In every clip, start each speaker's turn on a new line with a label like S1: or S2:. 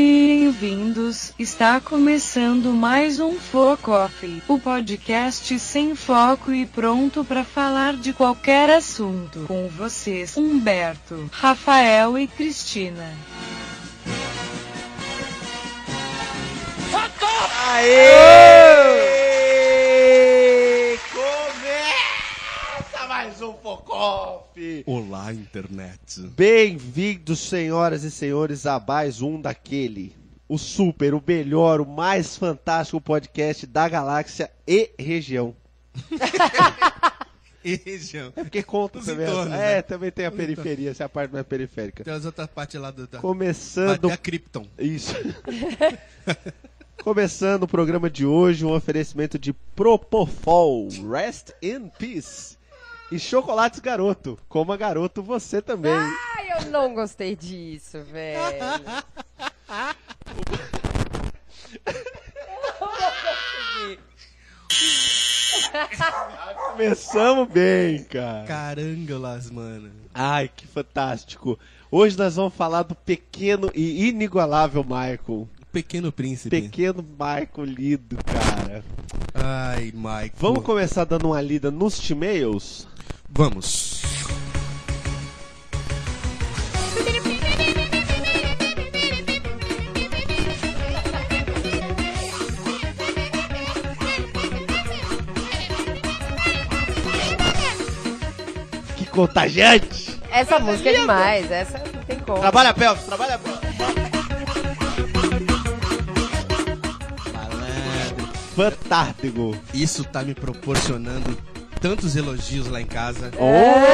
S1: Bem-vindos! Está começando mais um Foco Off, o podcast sem foco e pronto para falar de qualquer assunto. Com vocês, Humberto, Rafael e Cristina.
S2: Aê! Começa mais um Focoff!
S3: Olá, internet.
S2: Bem-vindos, senhoras e senhores, a mais um daquele. O super, o melhor, o mais fantástico podcast da galáxia e região.
S3: E região.
S2: É porque conta
S3: Os
S2: também.
S3: entornos,
S2: é,
S3: né?
S2: também tem a
S3: Os
S2: periferia, essa é a parte mais periférica.
S3: Tem as outras partes lá do, da.
S2: Começando
S3: Até a Krypton.
S2: Isso. Começando o programa de hoje, um oferecimento de Propofol, Rest in Peace. E chocolates garoto. Coma garoto você também.
S4: Ai, eu não gostei disso, velho. Eu não consegui.
S2: Começamos bem, cara.
S3: Carangolas, mano.
S2: Ai, que fantástico. Hoje nós vamos falar do pequeno e inigualável Michael.
S3: O Pequeno príncipe.
S2: Pequeno Michael lindo, cara.
S3: Ai, Mike.
S2: Vamos começar dando uma lida nos T-mails?
S3: Vamos.
S2: Que contagiante!
S4: Essa música é demais, essa não tem como.
S2: Trabalha, Pelvis, trabalha, Pelvis. Fantástico.
S3: Isso tá me proporcionando tantos elogios lá em casa.
S2: Oh,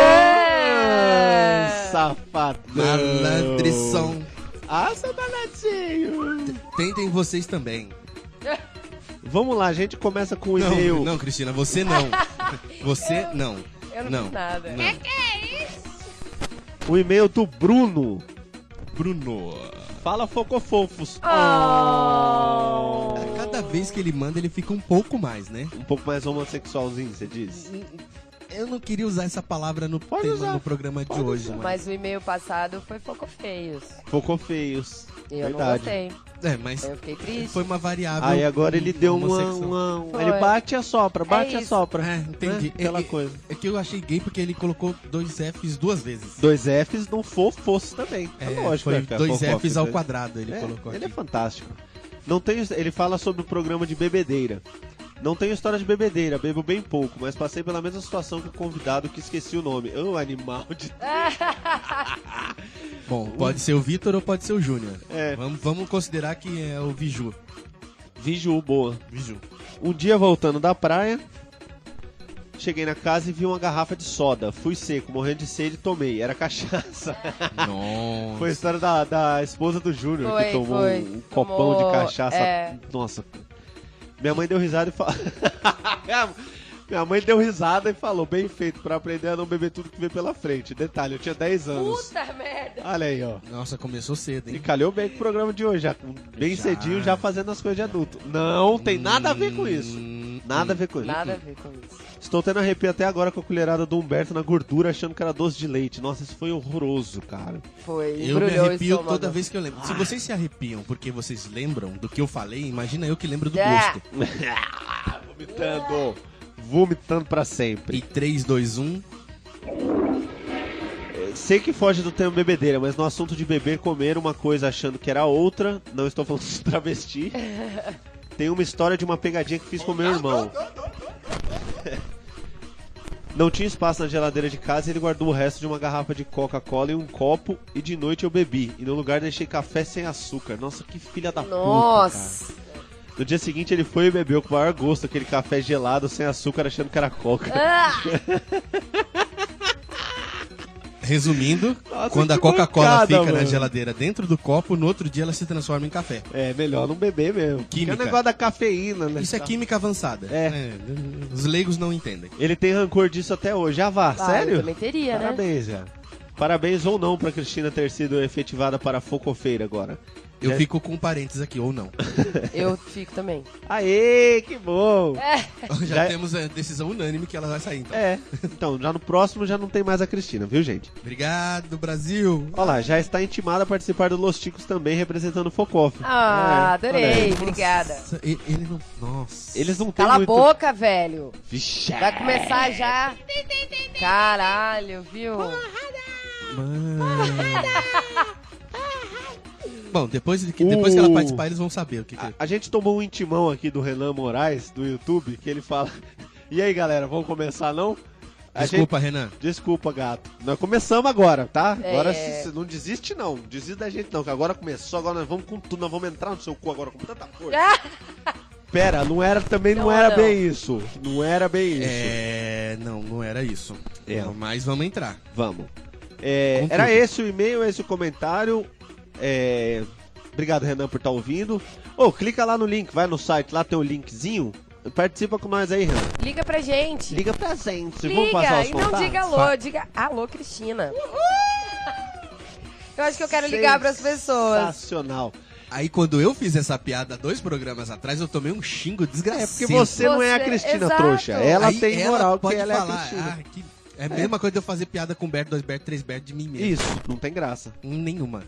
S2: safadão.
S3: Malandrição.
S2: Ah, seu danadinho.
S3: Tentem vocês também.
S2: Vamos lá, a gente começa com o
S3: não,
S2: e-mail.
S3: não, Cristina, você não. Você não.
S4: Eu não,
S3: não.
S4: fiz nada.
S3: Não.
S2: O e-mail do Bruno.
S3: Bruno.
S2: Fala, Focofofos.
S4: Ah. Oh.
S3: A Cada vez que ele manda, ele fica um pouco mais, né?
S2: Um pouco mais homossexualzinho, você diz?
S3: Eu não queria usar essa palavra no,
S2: Pode
S3: tema,
S2: usar.
S3: no programa de
S2: Pode
S3: hoje,
S2: usar.
S3: mas...
S4: Mas o e-mail passado foi pouco feios.
S2: Focofeios.
S4: E eu não
S2: Verdade.
S4: gostei.
S3: É, mas
S4: Eu fiquei triste.
S3: foi uma variável.
S2: Aí agora ele deu uma...
S3: Ah, homossexual.
S2: uma-
S4: Foi.
S2: Ele bate e assopra, bate e
S4: isso.
S2: assopra.
S3: É, entendi.
S2: Né? Aquela
S3: É- é-
S2: coisa.
S3: É que eu achei gay porque ele colocou dois Fs duas vezes.
S2: Dois Fs não fofos também. É, lógico.
S3: foi
S2: né, cara?
S3: dois
S2: Fofofos,
S3: Fs ao
S2: né?
S3: quadrado ele
S2: É,
S3: colocou
S2: ele é
S3: aqui.
S2: fantástico. Não tem, ele fala sobre o programa de bebedeira. Não tenho história de bebedeira, bebo bem pouco, mas passei pela mesma situação que o convidado que esqueci o nome. Ô, animal de...
S3: Bom, pode ser o Vitor ou pode ser o Júnior.
S2: É.
S3: Vamos, vamos considerar que é o Viju.
S2: Viju, boa.
S3: Viju.
S2: Um dia voltando da praia, cheguei na casa e vi uma garrafa de soda. Fui seco, morrendo de sede, tomei. Era cachaça.
S3: Nossa.
S2: Foi a história da, da esposa do Júnior que
S4: Foi,
S2: tomou
S4: foi.
S2: um
S4: Tomou,
S2: copão de cachaça.
S4: é.
S2: Nossa. Minha mãe deu risada e falou. Minha mãe deu risada e falou: bem feito pra aprender a não beber tudo que vem pela frente. Detalhe, eu tinha 10 anos.
S4: Puta merda.
S2: Olha aí, ó.
S3: Nossa, começou cedo,
S2: E
S3: hein?
S2: calhou bem com o programa de hoje, já, bem
S3: Já.
S2: cedinho, já fazendo as coisas de adulto. Não tem nada a ver com isso.
S3: Hum,
S2: Nada a ver com isso.
S4: Nada a ver com isso.
S2: Estou tendo arrepio até agora com a colherada do Humberto na gordura, achando que era doce de leite. Nossa, isso foi horroroso, cara.
S4: Foi,
S3: Eu me
S4: embrulhou o
S3: arrepio
S4: estômago.
S3: toda vez que eu lembro. Se vocês se arrepiam porque vocês lembram do que eu falei, imagina eu que lembro do
S4: É.
S3: gosto.
S2: Vomitando. Vomitando pra sempre.
S3: E um, 3, 2, 1.
S2: Sei que foge do termo bebedeira, mas no assunto de beber, comer uma coisa achando que era outra, não estou falando de travesti. Tem uma história de uma pegadinha que fiz com meu irmão. Não tinha espaço na geladeira de casa e ele guardou o resto de uma garrafa de Coca-Cola e um copo, e de noite eu bebi. E no lugar deixei café sem açúcar. Nossa, que filha da puta. cara.
S4: Nossa.
S2: No dia seguinte ele foi e bebeu com o maior gosto aquele café gelado sem açúcar, achando que era Coca.
S4: Ah,
S3: Resumindo,
S2: Nossa,
S3: quando a
S2: que
S3: Coca-Cola
S2: mancada,
S3: fica na
S2: mano.
S3: geladeira dentro do copo, no outro dia ela se transforma em café.
S2: É, melhor não beber mesmo. Que é
S3: Química.
S2: o negócio da cafeína, né?
S3: Isso é química avançada.
S2: É.
S3: Os leigos não entendem.
S2: Ele tem rancor disso até hoje. Ah, vá,
S4: ah, eu
S2: sério?
S4: também teria, né?
S2: Parabéns, já. Parabéns ou não pra Cristina ter sido efetivada para a Focofeira agora.
S3: Eu
S2: É.
S3: fico com parênteses aqui, ou não.
S4: Eu fico também.
S2: Aê, que bom!
S3: Já
S2: Já-
S3: temos a decisão unânime que ela vai sair, então.
S2: É, então, já no próximo já não tem mais a Cristina, viu, gente?
S3: Obrigado, Brasil!
S2: Olha lá, já está intimada a participar do Los Ticos também, representando o Focoff.
S4: Ah,
S2: É, olha aí.
S4: adorei. Obrigada.
S3: Nossa, e- ele não. Nossa.
S2: Eles não têm
S4: Cala
S2: muito...
S4: a boca, velho.
S2: Vixe.
S4: Vai começar já. Caralho, viu?
S3: Mano. Bom, depois, que, depois que ela
S2: Uh.
S3: participar, eles vão saber o que, que
S2: A, a gente tomou um intimão aqui do Renan Moraes, do YouTube, que ele fala... E aí, galera, vamos começar, não? A gente-
S3: Desculpa, Renan.
S2: Desculpa, gato. Nós começamos agora, tá?
S4: É.
S2: Agora se- se- não desiste, não. Desiste da gente, não. Que agora começou, agora nós vamos com tudo. Nós vamos entrar no seu cu agora com tanta força. Pera, não era também, não,
S4: Não,
S2: era
S4: não.
S2: bem isso. Não era bem isso.
S3: É. Não, não era isso.
S2: É.
S3: Mas vamos entrar.
S2: Vamos. É,
S3: Com
S2: era
S3: tudo.
S2: esse o e-mail, esse o comentário. É, Obrigado, Renan, por estar ouvindo. Ô, clica lá no link, vai no site, lá tem o linkzinho. Participa com nós aí, Renan.
S4: Liga pra gente.
S2: Liga pra gente. Vamos passar
S4: Liga
S2: os
S4: e não
S2: contatos?
S4: diga alô, diga alô, Cristina. Eu acho que eu quero ligar pras
S2: tá.
S4: pessoas.
S2: Sensacional.
S3: Aí quando eu fiz essa piada dois programas atrás, eu tomei um xingo desgraçado.
S2: É porque você não é a
S4: Você-
S2: Cristina
S4: exato.
S2: trouxa. Ela
S3: Aí
S2: tem moral que
S3: pode
S2: ela é a
S3: falar.
S2: Cristina.
S3: ah, que- é a mesma coisa de eu fazer piada com Bert, dois Bert, três Bert de mim mesmo. Hum,
S2: Isso, não tem graça.
S3: Nenhuma.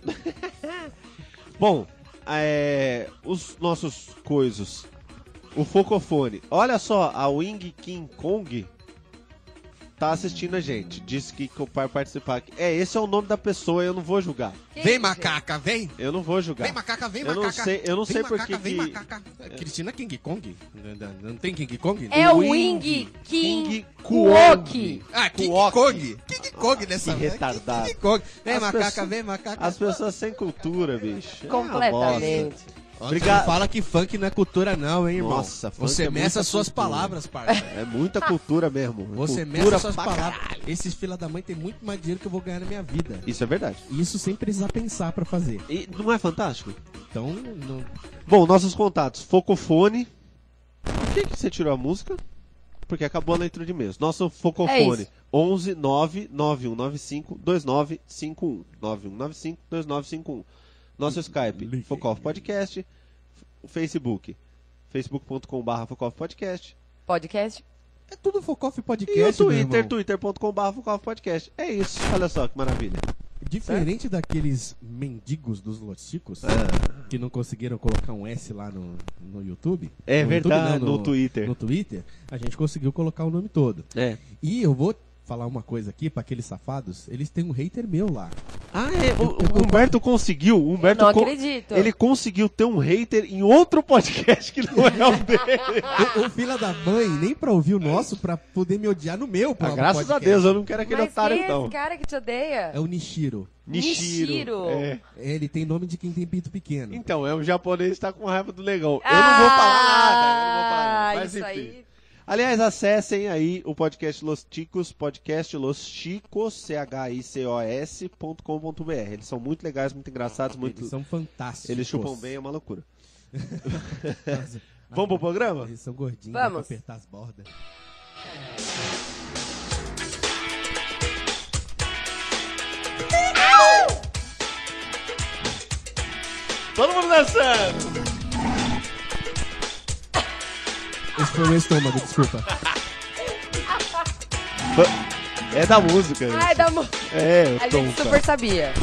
S2: Bom, é, os nossos coisos. O Focofone. Olha só, a Wing King Kong tá assistindo a gente. Disse que vai participar aqui. É, esse é o nome da pessoa, eu não vou julgar.
S4: Que
S3: vem,
S4: isso,
S3: macaca, vem!
S2: Eu não vou julgar.
S3: Vem, macaca, vem,
S2: eu não
S3: macaca!
S2: sei, eu não
S3: vem,
S2: sei por
S3: macaca,
S2: que
S3: vem,
S2: que É.
S3: macaca. Cristina King Kong? Não, não tem King Kong?
S4: gente? É o
S2: Wing
S4: Wing King
S2: King
S4: Kuoki.
S3: Ah, King
S2: Kuok.
S3: Kong! King Kong dessa
S2: que
S3: vez.
S2: retardado.
S3: King Kong. Vem,
S2: As
S3: macaca,
S2: pessoas-
S3: vem, macaca.
S2: As pessoas sem cultura, bicho. É uma bosta.
S4: Completamente.
S3: Ó,
S2: Obrigado.
S3: Não fala que funk não é cultura, não, hein, irmão?
S2: Nossa, funk é
S3: Você meça
S2: muita
S3: as suas
S2: cultura.
S3: palavras, parça.
S2: É muita cultura mesmo.
S3: Você meça
S2: cultura
S3: as suas
S2: pra
S3: palavras.
S2: caralho.
S3: Esses fila da mãe tem muito mais dinheiro que eu vou ganhar na minha vida.
S2: Isso é verdade.
S3: Isso sem precisar pensar pra fazer.
S2: E não é fantástico?
S3: Então, não...
S2: Bom, nossos contatos. Focofone. Por que, que você tirou a música? Porque acabou a leitura de e-mails. Nosso
S4: É
S2: Focofone.
S4: isso.
S2: 11 9 9195 2951. 9195 2951. Nosso Skype.
S3: Liguei.
S2: Focof Podcast. F- Facebook. facebook.com.br Focof Podcast.
S4: Podcast?
S3: é tudo Focoff Podcast,
S2: E o
S3: meu
S2: Twitter,
S3: irmão.
S2: twitter.com.br Focof Podcast. É isso. Olha só que maravilha.
S3: Diferente daqueles mendigos dos loticos
S2: É.
S3: que não conseguiram colocar um S lá no, no YouTube.
S2: É
S3: No YouTube,
S2: verdade,
S3: não,
S2: no Twitter.
S3: No Twitter, a gente conseguiu colocar o nome todo.
S2: É.
S3: E eu vou falar uma coisa aqui pra aqueles safados. Eles têm um hater meu lá.
S2: Ah, é. O, o Humberto conseguiu. O Humberto
S4: Não
S2: con-
S4: acredito.
S2: Ele conseguiu ter um hater em outro podcast que não é o dele.
S4: Ah,
S3: O, o fila da mãe nem pra ouvir o nosso pra poder me odiar no meu.
S2: Ah,
S3: próprio
S2: graças a
S3: podcast.
S2: Deus, eu não quero aquele
S4: Mas
S2: otário,
S4: quem é
S2: então.
S4: esse cara que te odeia?
S3: É o Nishiro.
S2: Nishiro.
S4: Nishiro.
S2: É.
S3: Ele tem nome de quem tem pinto pequeno.
S2: Então, é um japonês que tá com raiva do negão. Eu não vou falar nada, eu não vou falar nada.
S4: Ah,
S2: Mas,
S4: isso
S2: enfim.
S4: aí.
S2: Aliás, acessem aí o podcast Los Ticos, podcast Los Chicos, C-H-I-C-O-S, ponto com ponto BR. Eles são muito legais, muito engraçados, muito...
S3: Ah, Eles
S2: Eles,
S3: são fantásticos.
S2: chupam bem, é uma loucura.
S3: Mas-
S2: Vamos pro programa?
S3: Eles são gordinhos,
S4: Vamos.
S3: Vamos. apertar as bordas.
S2: Todo mundo dançando!
S3: Esse foi o meu estômago, desculpa.
S2: É da música.
S4: Ai,
S2: gente.
S4: dá mo...
S2: É, o
S4: A
S2: tom,
S4: gente
S2: cara.
S4: super sabia.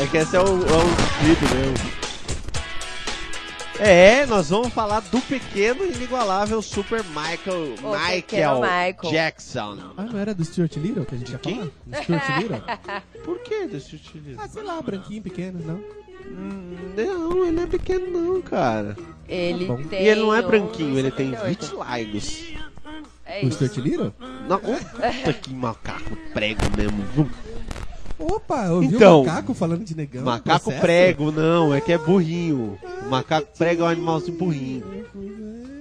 S2: É que esse é o, é o clipe mesmo. É, nós vamos falar do pequeno e inigualável Super Michael,
S4: O
S2: Michael,
S4: pequeno Michael.
S2: Jackson.
S3: Ah, não era do Stuart Little que a gente ia
S2: quem?
S3: falar? Do Stuart Little?
S2: Por que desse utiliza?
S3: Ah, sei lá, branquinho, pequeno, não.
S2: Não, ele não é pequeno não, cara.
S4: Ele
S3: bom.
S4: tem.
S2: e ele não é branquinho,
S4: um
S2: ele tem
S4: 78.
S2: 20 lagos.
S4: É
S3: O
S4: isso.
S3: Stuart Little?
S2: Não, puta que macaco prego mesmo.
S3: Opa, eu vi
S2: Então,
S3: um macaco falando de negão.
S2: Macaco
S3: processo.
S2: prego, não, é que é burrinho. O macaco prego é um animalzinho burrinho.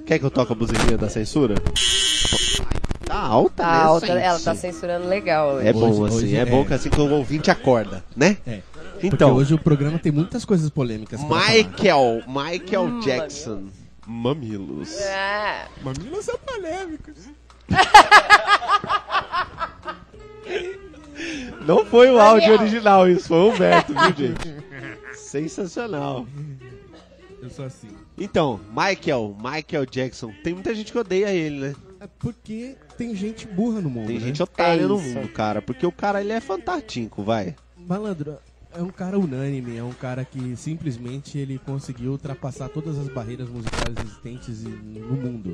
S2: Quer que eu toque a musiquinha da censura? Tá alta, né,
S4: Tá alta,
S2: gente?
S4: ela tá censurando legal.
S2: É bom
S3: Hoje-
S2: assim,
S3: hoje
S2: é,
S3: é.
S2: bom que assim que o ouvinte acorda, né?
S3: É. Então.
S2: Então,
S3: hoje é o programa tem muitas coisas polêmicas. pra
S2: Michael, Michael
S4: Hum,
S2: Jackson, mamilos.
S4: Ah,
S3: falar. Mamilos são polêmicos.
S2: Não foi o áudio original, isso foi o Humberto, viu, gente? Sensacional.
S3: Eu sou assim.
S2: Então, Michael, Michael Jackson. Tem muita gente que odeia ele, né?
S3: É porque tem gente burra no mundo,
S2: Tem
S3: né?
S2: gente otária
S4: É
S2: no
S4: isso.
S2: mundo, cara. Porque o cara, ele é fantástico, vai.
S3: Malandro é um cara unânime, é um cara que simplesmente ele conseguiu ultrapassar todas as barreiras musicais existentes e- no mundo.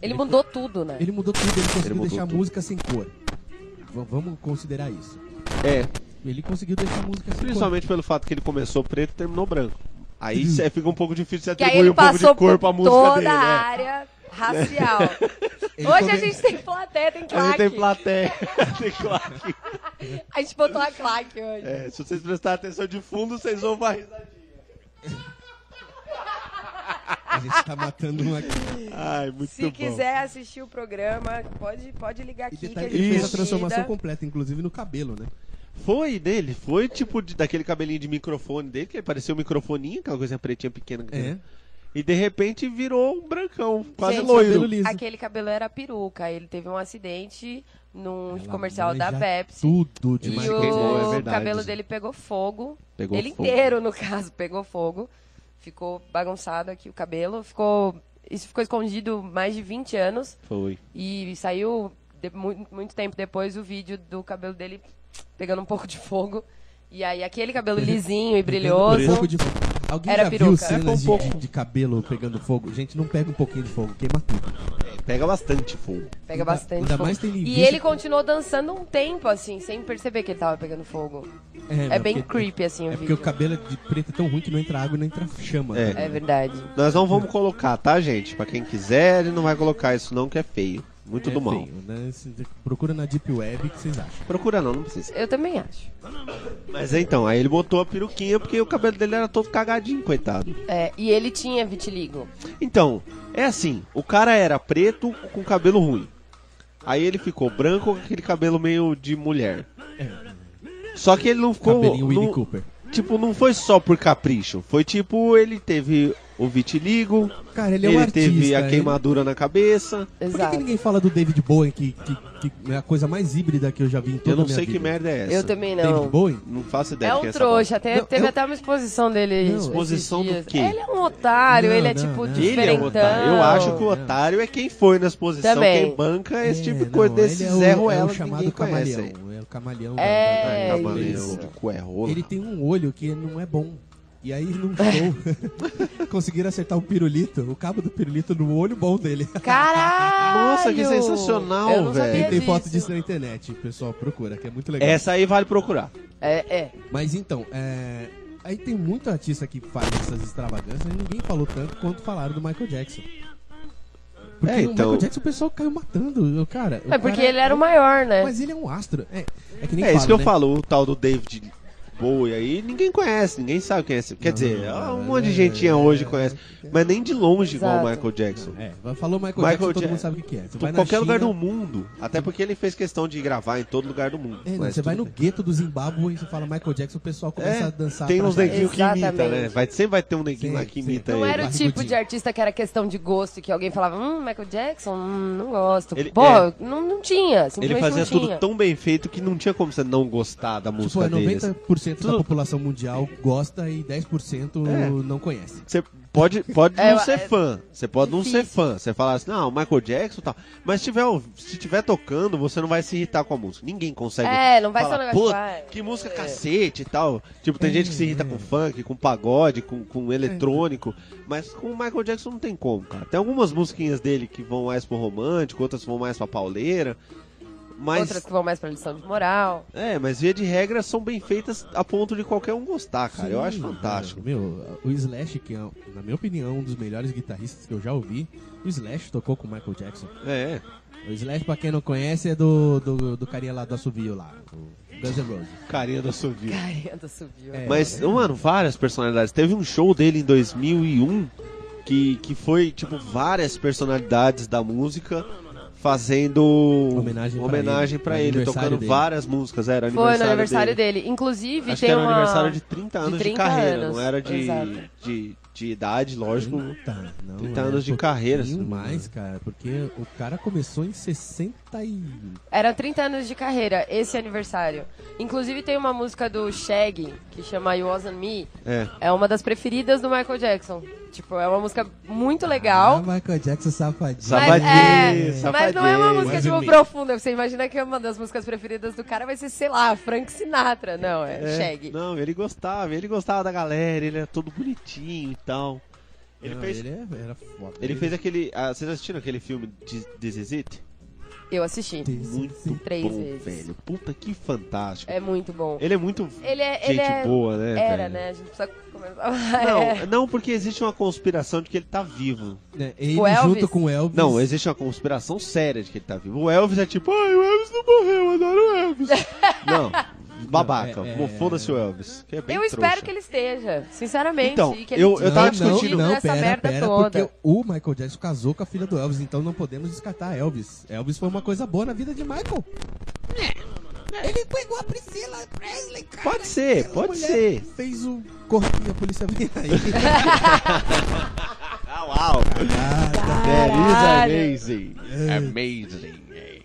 S4: Ele mudou tudo, né?
S3: Ele mudou tudo, ele conseguiu
S2: mudou
S3: deixar a
S2: tudo.
S3: música sem cor. V- vamos considerar isso.
S2: É,
S3: Ele conseguiu deixar a música sem cor.
S2: principalmente pelo fato que ele começou preto e terminou branco. Aí cê fica um pouco difícil você
S4: Que aí
S2: atribuir
S4: ele
S2: um pouco
S4: passou
S2: de
S4: por
S2: cor pra música
S4: toda
S2: dele,
S4: a
S2: né? É.
S4: área racial.
S3: Ele
S4: Hoje
S3: come-
S4: a gente tem plateia, tem
S2: A gente
S4: claque.
S2: tem plateia, tem claque.
S4: A gente botou a claque hoje.
S2: É, se vocês prestarem atenção de fundo, vocês vão uma risadinha.
S3: A gente tá matando um aqui.
S2: Ai, muito
S4: Se
S2: bom.
S4: quiser assistir o programa, pode, pode ligar
S3: E
S4: aqui que a
S3: detalhe,
S4: gente
S3: ele fez a
S4: convida.
S3: transformação completa, inclusive no cabelo, né?
S2: Foi dele, foi tipo de- daquele cabelinho de microfone dele, que ele parecia um microfoninho, aquela coisinha pretinha pequena. que tem.
S3: É.
S2: E de repente virou um brancão, quase
S4: Gente,
S3: Cabelo
S2: loiro.
S3: liso.
S4: Aquele cabelo era peruca, ele teve um acidente num
S3: Ela
S4: comercial da
S3: manja
S4: Pepsi.
S3: Tudo
S2: Ele
S4: E
S3: demais.
S2: se
S4: o
S2: queimou, é verdade.
S4: cabelo dele pegou fogo.
S2: Pegou
S4: ele
S2: fogo.
S4: inteiro, no caso, pegou fogo. Ficou bagunçado aqui o cabelo. Ficou. Isso ficou escondido mais de 20 anos.
S2: Foi.
S4: E saiu de- mu- muito tempo depois o vídeo do cabelo dele pegando um pouco de fogo. E aí aquele cabelo lisinho
S3: Um
S4: e
S3: pouco
S4: brilhoso.
S3: de fogo. Alguém
S4: Era
S3: já viu
S4: peruca.
S2: É,
S3: cenas
S2: com
S3: de,
S2: pouco.
S3: de- de cabelo pegando fogo? Gente, não pega um pouquinho de fogo, queima tudo.
S2: Pega bastante fogo.
S4: Pega
S3: Ainda-
S4: bastante
S3: ainda
S4: fogo.
S3: mais né? tendo em
S4: e
S3: vista-
S4: ele continuou dançando um tempo, assim, sem perceber que ele tava pegando fogo. É,
S3: né,
S4: bem
S3: porque-
S4: creepy, assim, o
S3: É porque
S4: vídeo.
S3: o cabelo de preto é tão ruim que não entra água e não entra chama.
S2: É.
S3: né?
S4: É verdade.
S2: Nós não vamos colocar, tá, gente? Pra quem quiser, ele não vai colocar isso não, que é feio. Muito do
S3: É
S2: mal.
S3: feio, né? Se- Procura na Deep Web o que vocês acham.
S2: Procura não, não precisa.
S4: Eu também acho.
S2: Mas então, aí ele botou a peruquinha porque o cabelo dele era todo cagadinho, coitado.
S4: É, e ele tinha vitiligo.
S2: Então, é assim, o cara era preto com cabelo ruim. Aí ele ficou branco com aquele cabelo meio de mulher. Só que ele não ficou.
S3: Cabelinho Winnie
S2: não-
S3: Cooper.
S2: tipo, não foi só por capricho. Foi tipo, ele teve o vitiligo,
S3: Cara, ele
S2: ele,
S3: é um artista.
S2: teve a
S3: ele-
S2: queimadura na cabeça.
S3: Por que, que
S4: Exato.
S3: ninguém fala do David Bowie, que, que- que é a coisa mais híbrida que eu já vi em toda
S2: Eu
S3: a
S2: não
S3: minha
S2: sei que
S3: vida?
S2: merda é essa.
S4: Eu também
S3: David
S4: não.
S3: Bowie?
S2: Não faço ideia
S4: É
S2: do que
S4: um
S2: essa
S4: trouxa. Tem-
S3: Não,
S4: teve
S3: eu-
S4: até uma exposição dele.
S3: Não,
S4: esses
S2: exposição do
S4: dias.
S2: quê?
S4: Ele é um otário,
S3: Não,
S4: ele é
S3: não,
S4: tipo
S3: não.
S2: bola. Ele é um
S4: diferentão.
S2: otário. Eu acho que o
S3: Não.
S2: otário é quem foi na exposição,
S4: Também.
S2: quem banca esse tipo de
S3: É,
S2: coisa
S3: não,
S2: desse
S3: ele é o-
S2: Zé
S3: é
S2: Ruela
S3: o
S2: que
S3: chamado
S2: ninguém conhece. aí.
S3: camaleão. É o camaleão.
S4: É,
S3: da- da-
S2: Ai,
S4: É,
S3: da-
S2: cavaleiro
S4: isso.
S2: de Cuerrola.
S3: Ele tem um olho que não é bom. E aí, num show, conseguiram acertar o pirulito, o cabo do pirulito no olho bom dele.
S4: Caralho!
S2: Nossa, que sensacional,
S4: Eu não
S2: velho.
S4: sabia
S3: Tem, tem foto
S4: disso.
S3: disso na internet, pessoal, procura, que é muito legal.
S2: Essa aí vale procurar.
S4: É, é.
S3: Mas então, é... aí tem muito artista que faz essas extravagâncias e ninguém falou tanto quanto falaram do Michael Jackson. Porque
S2: É,
S3: o
S2: então-
S3: Michael Jackson o pessoal caiu matando, o cara. o
S4: É porque
S3: cara-
S4: ele era o maior, né?
S3: Mas ele é um astro. É, é que nem
S2: É isso
S3: falo,
S2: que eu
S3: né?
S2: falo, o tal do David Bowie aí, ninguém conhece, ninguém sabe quem é esse. Quer
S3: Não,
S2: dizer,
S3: não,
S2: ah, um
S3: não,
S2: monte de
S3: é,
S2: gentinha hoje
S3: é,
S2: conhece, mas nem de longe igual o
S4: Exato.
S2: Michael Jackson.
S3: É, vai- falou Michael,
S2: Michael
S3: Jackson, todo
S2: Jackson.
S3: mundo sabe o que é. Você vai
S2: Em
S3: na
S2: qualquer lugar do
S3: China-
S2: mundo, até porque ele fez questão de gravar em todo lugar do mundo.
S3: É, não,
S2: mas
S3: você vai no
S2: tudo
S3: gueto do Zimbábue e você fala Michael Jackson, o pessoal
S2: bem.
S3: começa a dançar.
S2: É, tem
S3: pra
S2: uns
S3: cá.
S2: neguinhos que imita,
S4: Exatamente.
S2: né? Vai, sempre vai ter um neguinho
S3: Sim,
S2: lá que
S3: sim.
S2: imita
S4: Não
S2: ele.
S4: era o
S3: Barrigudinho.
S4: tipo de artista que era questão de gosto, que alguém falava, hum, Michael Jackson, hum, não gosto.
S2: Ele- é.
S4: Porra, não, não tinha,
S2: Ele
S4: simplesmente
S2: fazia
S4: não
S2: tudo
S4: tinha.
S2: tão bem feito que não tinha como você não gostar da
S3: Tipo,
S2: música
S3: é
S2: dele.
S3: 90% da
S2: Tudo-
S3: população mundial gosta e 10%
S2: É.
S3: não conhece.
S2: Você pode, pode
S4: É,
S2: não
S4: eu-
S2: ser
S4: é
S2: fã. Você pode não ser
S4: difícil.
S2: fã. Você fala assim, não, Michael Jackson e tal. Mas se tiver, ouv- se tiver tocando, você não vai se irritar com a música. Ninguém consegue.
S4: É, não vai ser um
S2: falar,
S4: negócio
S2: "Pô,
S4: que vai." é." Uhum.
S2: Que música cacete e tal. Tipo, tem gente que se irrita com funk, com pagode, com, com eletrônico. Mas com o Michael Jackson não tem como, cara. Tem algumas musiquinhas dele que vão mais pro romântico, outras vão mais pra pauleira. Mas.
S4: Outras que vão mais pra lição de moral.
S2: É, mas via de regra são bem feitas a ponto de qualquer um gostar, cara. Eu
S3: Sim,
S2: acho fantástico.
S3: Meu, o Slash, que é, na minha opinião, um dos melhores guitarristas que eu já ouvi, o Slash tocou com o Michael Jackson.
S2: É.
S3: O Slash, pra quem não conhece, é do, do, do carinha lá do assovio lá, o Guns N' Roses.
S2: Carinha da sua vida.
S4: Carenda subiu.
S3: É.
S2: Mas, mano, várias personalidades. Teve um show dele em 2001 que, que foi, tipo, várias personalidades da música fazendo
S3: Homenagem pra
S2: homenagem
S3: ele.
S2: pra
S3: No
S2: ele,
S3: aniversário
S2: tocando
S3: dele.
S2: várias músicas. Era
S4: Foi
S2: aniversário
S4: no aniversário
S2: dele.
S4: dele. Inclusive,
S2: Acho que
S4: tem
S2: era um
S4: uma...
S2: aniversário de 30 anos de,
S4: 30
S2: carreira,
S4: anos,
S2: não era de,
S4: exato.
S2: de, de idade, lógico.
S3: Não tá, não,
S2: 30
S3: é
S2: anos de
S3: um
S2: carreira,
S3: pouquinho
S2: se não me engano.
S3: mais, cara, porque o cara começou em 60 e...
S4: Eram 30 anos de carreira, esse aniversário. Inclusive tem uma música do Shaggy, que chama You Wasn't Me.
S2: É.
S4: É uma das preferidas do Michael Jackson. Tipo, é uma música muito
S3: Ah,
S4: legal.
S3: Michael Jackson safadinho.
S4: Mas, é,
S2: Safadinho,
S4: mas não é uma
S2: safadinho.
S4: música,
S3: Mas
S4: tipo,
S3: em mim.
S4: profunda. Você imagina que uma das músicas preferidas do cara vai ser, sei lá, Frank Sinatra. Não, é,
S2: É,
S4: Shaggy.
S2: Não, ele gostava, ele gostava da galera, ele era todo bonitinho e tal. Ele
S3: Não,
S2: fez. Ele,
S3: Ele é- era foda.
S2: fez aquele. Ah, vocês assistiram aquele filme de This Is It?
S4: Eu assisti.
S2: Muito
S4: Três
S2: bom,
S4: vezes.
S2: velho. Puta que fantástico.
S4: É muito bom.
S2: Ele é muito
S4: Ele é...
S2: gente
S4: ele é-
S2: boa, né?
S4: Era,
S2: velho?
S4: né? A gente precisa começar... É.
S2: Não, não, porque existe uma conspiração de que ele tá vivo.
S3: Né, Ele
S4: O Tipo Elvis?
S3: junto com o Elvis.
S2: Não, existe uma conspiração séria de que ele tá vivo. O Elvis é tipo, ai, o Elvis não morreu, adoro o Elvis. não, babaca,
S3: Não, é- é-
S2: mofona-se o Elvis. que é bem
S4: Eu
S2: trouxa.
S4: espero que ele esteja, sinceramente.
S2: Então,
S4: e que ele
S2: eu-
S4: tenha
S2: eu tava
S3: Não,
S2: discutindo-
S3: Não,
S4: fugido
S3: não,
S4: dessa
S3: pera,
S4: merda
S3: pera,
S4: toda.
S3: porque o Michael Jackson casou com a filha do Elvis, então não podemos descartar Elvis. Elvis foi uma coisa boa na vida de Michael.
S4: É.
S3: Ele pegou a Priscila Presley, cara.
S2: Pode ser,
S3: Aquela
S2: É, pode
S3: mulher
S2: ser.
S3: Fez o corpo e a polícia veio aí.
S2: Ah, uau. That
S3: Ah, tá.
S4: Caralho.
S2: is amazing. Amazing. é.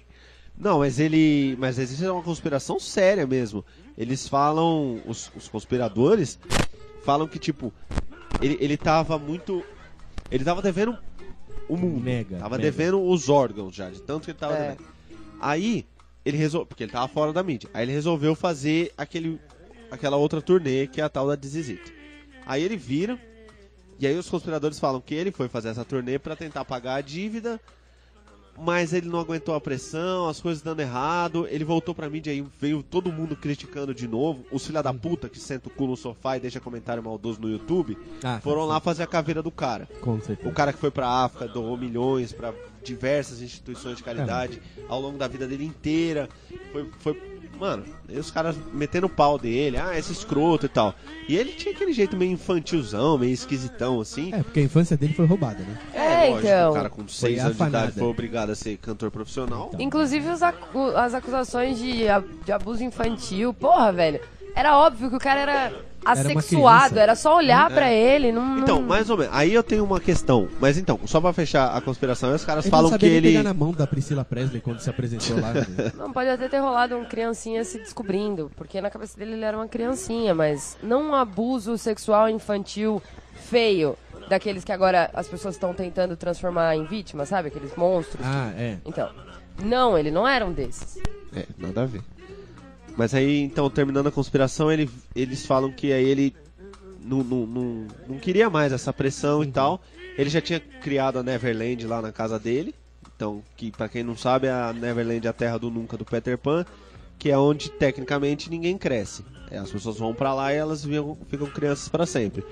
S2: Não, mas ele. Mas existe uma conspiração séria mesmo. Eles falam. Os, os conspiradores falam que, tipo, ele, ele tava muito. Ele tava devendo o mundo.
S3: Mega,
S2: Tava
S3: mega.
S2: devendo os órgãos já, de tanto que ele tava
S4: É.
S2: devendo. Aí, ele resolveu. Porque ele tava fora da mídia. Aí ele resolveu fazer aquele, aquela outra turnê que é a tal da Dizizit. Aí ele vira. E aí os conspiradores falam que ele foi fazer essa turnê pra tentar pagar a dívida, mas ele não aguentou a pressão, as coisas dando errado, ele voltou pra mídia e veio todo mundo criticando de novo, os filha da puta que senta o cu no sofá e deixa comentário maldoso no YouTube,
S3: Ah,
S2: foram lá fazer a caveira do cara.
S3: Com
S2: O
S3: certeza.
S2: cara que foi pra África, doou milhões pra diversas instituições de caridade ao longo da vida dele inteira. Foi. foi mano, e os caras metendo o pau dele, ah, esse escroto e tal. E ele tinha aquele jeito meio infantilzão, meio esquisitão, assim.
S3: É, porque a infância dele foi roubada, né?
S4: É, então.
S2: o cara com 6 anos de
S3: afanada.
S2: idade foi obrigado a ser cantor profissional.
S3: Então.
S4: Inclusive os acu- as acusações de, a- de abuso infantil, porra, velho. Era óbvio que o cara era assexuado,
S3: criança.
S4: era só olhar pra ele. Não,
S2: Então,
S4: não-
S2: mais ou menos. Aí eu tenho uma questão. Mas então, só pra fechar a conspiração, aí os caras
S3: Ele não
S2: falam que
S3: sabia nem
S2: ele.
S3: pegar na mão da Priscila Presley quando se apresentou lá. né?
S4: não pode até ter rolado um criancinha se descobrindo, porque na cabeça dele ele era uma criancinha, mas não um abuso sexual infantil feio, daqueles que agora as pessoas estão tentando transformar em vítima, sabe? Aqueles monstros.
S3: Ah, é.
S4: Então, não, ele não era um desses.
S2: É, nada a ver. Mas aí, então, terminando a conspiração, ele- eles falam que aí ele não, não, não, não queria mais essa pressão
S3: Uhum.
S2: e tal. Ele já tinha criado a Neverland lá na casa dele. Então, que pra quem não sabe, a Neverland é a terra do nunca do Peter Pan, que é onde tecnicamente ninguém cresce. É, As pessoas vão pra lá e elas ficam, ficam crianças pra sempre.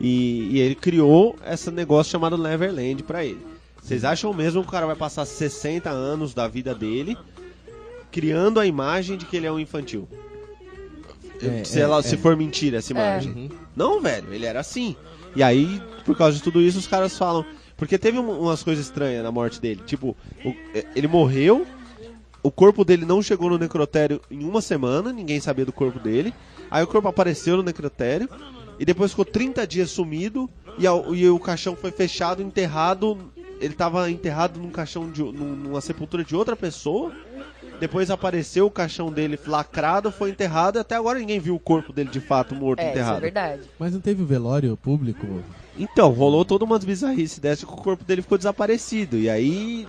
S2: E, e ele criou esse negócio chamado Neverland pra ele. Vocês acham mesmo que o cara vai passar 60 anos da vida dele criando a imagem de que ele é um infantil?
S3: É,
S2: se,
S3: é,
S2: ela,
S3: é.
S2: se for mentira essa imagem.
S3: Uhum.
S2: Não, velho, ele era assim. E aí, por causa de tudo isso, os caras falam. Porque teve um- umas coisas estranhas na morte dele. Tipo, o- é, ele morreu, o corpo dele não chegou no necrotério em uma semana, ninguém sabia do corpo dele. Aí o corpo apareceu no necrotério, e depois ficou 30 dias sumido, e, a- e o caixão foi fechado, enterrado. Ele tava enterrado num caixão de, o- num- numa sepultura de outra pessoa. Depois apareceu o caixão dele lacrado, foi enterrado, e até agora ninguém viu o corpo dele de fato morto
S4: É, isso é
S2: enterrado.
S4: verdade.
S3: Mas não teve o velório público?
S2: Então, rolou toda uma bizarrice dessa que o corpo dele ficou desaparecido. E aí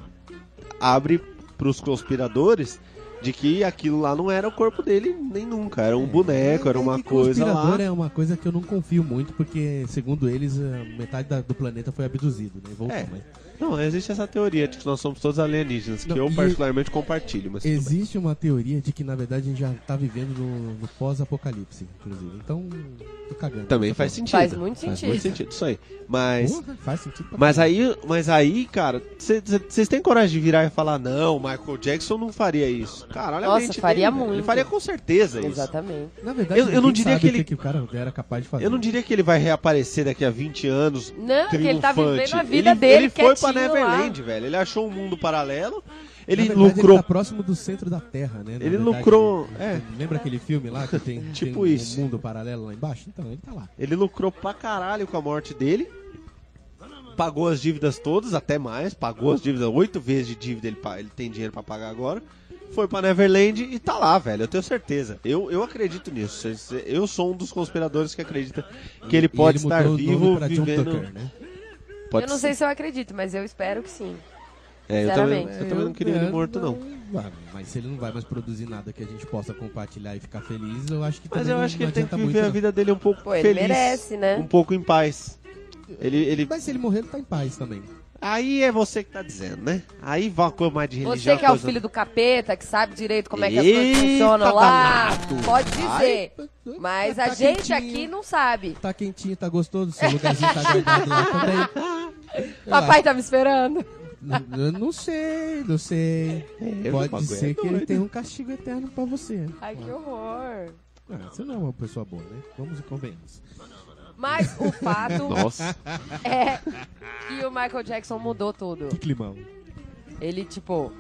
S2: abre pros conspiradores de que aquilo lá não era o corpo dele nem nunca. Era um boneco, era
S3: É
S2: uma
S3: que
S2: coisa lá.
S3: conspirador é uma coisa que eu não confio muito, porque, segundo eles, a metade da- do planeta foi abduzido, né? Voltou,
S2: É.
S3: mas-
S2: Não, existe essa teoria de que nós somos todos alienígenas, que
S3: Não,
S2: eu
S3: e-
S2: particularmente compartilho, mas tudo bem.
S3: Existe uma teoria de que, na verdade, a gente já tá vivendo no, no pós-apocalipse, inclusive. Então, tô cagando.
S2: também
S3: Tá
S2: faz
S3: bom.
S2: sentido.
S4: Faz muito
S3: Faz
S4: sentido.
S2: Muito sentido, isso aí. Mas
S3: Porra, faz sentido pra
S2: Mas
S3: caralho.
S2: aí, mas aí, cara, vocês têm coragem de virar e falar, não, Michael Jackson não faria isso. Cara, olha a
S4: Nossa,
S2: mente
S4: faria
S2: dele, velho. Ele
S4: muito.
S2: faria com certeza isso.
S4: Exatamente.
S3: Na verdade,
S2: eu- eu não
S3: ninguém
S2: diria
S3: sabe
S2: que
S3: o
S2: ele-
S3: que o cara era capaz de fazer.
S2: Eu não diria que ele vai reaparecer daqui a 20 anos.
S4: Não, que ele tá
S2: triunfante.
S4: vivendo a vida
S2: Ele-
S4: dele
S2: Ele foi pra
S4: quietinho lá.
S2: Neverland, velho. Ele achou um mundo paralelo. Ele
S3: Na verdade,
S2: lucrou.
S3: Ele tá próximo do centro da Terra, né? Na
S2: Ele lucrou-
S3: ele-
S2: é.
S3: Lembra aquele filme lá que tem,
S2: Tipo
S3: tem um
S2: isso.
S3: mundo paralelo lá embaixo? Então, ele tá lá.
S2: Ele lucrou pra caralho com a morte dele. Pagou as dívidas todas, até mais. Pagou as dívidas, oito vezes de dívida ele, pa- ele tem dinheiro pra pagar agora. Foi pra Neverland e tá lá, velho. Eu tenho certeza. Eu, eu acredito nisso. Eu sou um dos conspiradores que acredita que ele
S3: E
S2: pode
S3: ele
S2: estar
S3: mudou o nome
S2: vivo
S3: pra John
S2: vivendo.
S3: Tucker, né?
S2: Pode
S4: eu não
S2: ser.
S4: sei se eu acredito, mas eu espero que sim.
S2: É, eu, também,
S4: sinceramente.
S2: eu também não queria ele morto, não.
S3: Ah, Mas se ele É, não vai mais produzir nada que a gente possa compartilhar e ficar feliz, eu acho que
S2: Mas
S3: também
S2: eu acho que
S3: não
S2: ele tem que viver
S3: adianta tá muito,
S2: a
S3: não.
S2: vida dele um pouco
S4: Pô, ele
S2: feliz.
S4: merece, né?
S2: Um pouco em paz. Ele, ele...
S3: Mas se ele morrer, ele tá em paz também.
S2: Aí é você que tá dizendo, né? Aí vai uma coisa mais de religião.
S4: Você que é o
S2: coisa-
S4: filho do capeta, que sabe direito como é que as coisas
S2: Eita,
S4: funcionam lá,
S2: danado.
S4: pode dizer. Mas a
S3: Tá
S4: gente
S3: quentinho.
S4: aqui não sabe.
S3: Tá quentinho, tá gostoso, seu lugarzinho tá guardado lá também. Eu
S4: Papai tá me esperando.
S3: acho- eu não sei, não sei.
S2: É, o
S3: Pode
S2: bagulho é
S3: ser que ele
S2: doido.
S3: tenha um castigo eterno pra você.
S4: Ai, que horror.
S3: Ah, você não é uma pessoa boa, né? Vamos e convenhamos.
S4: Mas o fato
S2: Nossa.
S4: é que o Michael Jackson mudou tudo.
S3: Que climão.
S4: Ele, tipo.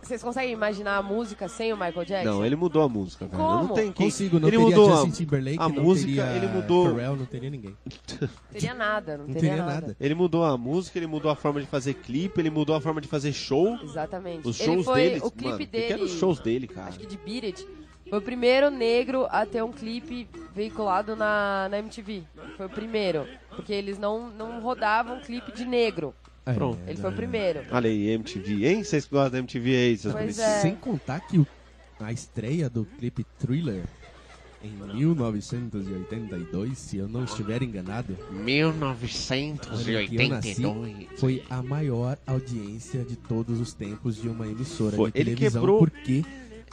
S4: Vocês conseguem imaginar a música sem o Michael Jackson?
S2: Não, ele mudou a música, velho.
S4: É, Como?
S2: Não tem quem.
S3: Consigo, não
S2: ele
S3: teria
S2: mudou
S3: Justin
S2: a-
S3: Timberlake,
S2: a
S3: não
S2: música,
S3: teria
S2: ele mudou-
S3: Pharrell, não teria ninguém.
S4: Teria nada, não,
S3: Não
S4: teria,
S3: teria
S4: nada.
S3: nada.
S2: Ele mudou a música, ele mudou a forma de fazer clipe, ele mudou a forma de fazer show.
S4: Exatamente.
S2: Os
S4: ele
S2: shows
S4: foi
S2: dele,
S4: o clipe
S2: mano,
S4: dele.
S2: pequenos shows dele, cara.
S4: acho que de Beat It, foi o primeiro negro a ter um clipe veiculado na, na MTV. Foi o primeiro. Porque eles não, não rodavam clipe de negro.
S3: É,
S2: Pronto.
S4: Ele foi o primeiro.
S2: Olha aí, MTV, hein? Vocês que gostam da MTV aí, seus
S4: Pois
S2: bonitinhos.
S4: é.
S3: Sem contar que o- a estreia do clipe Thriller em 1982, se eu não estiver enganado, Olha que eu nasci. foi a maior audiência de todos os tempos de uma emissora
S2: Foi.
S3: de
S2: Ele
S3: televisão,
S2: quebrou-
S3: porque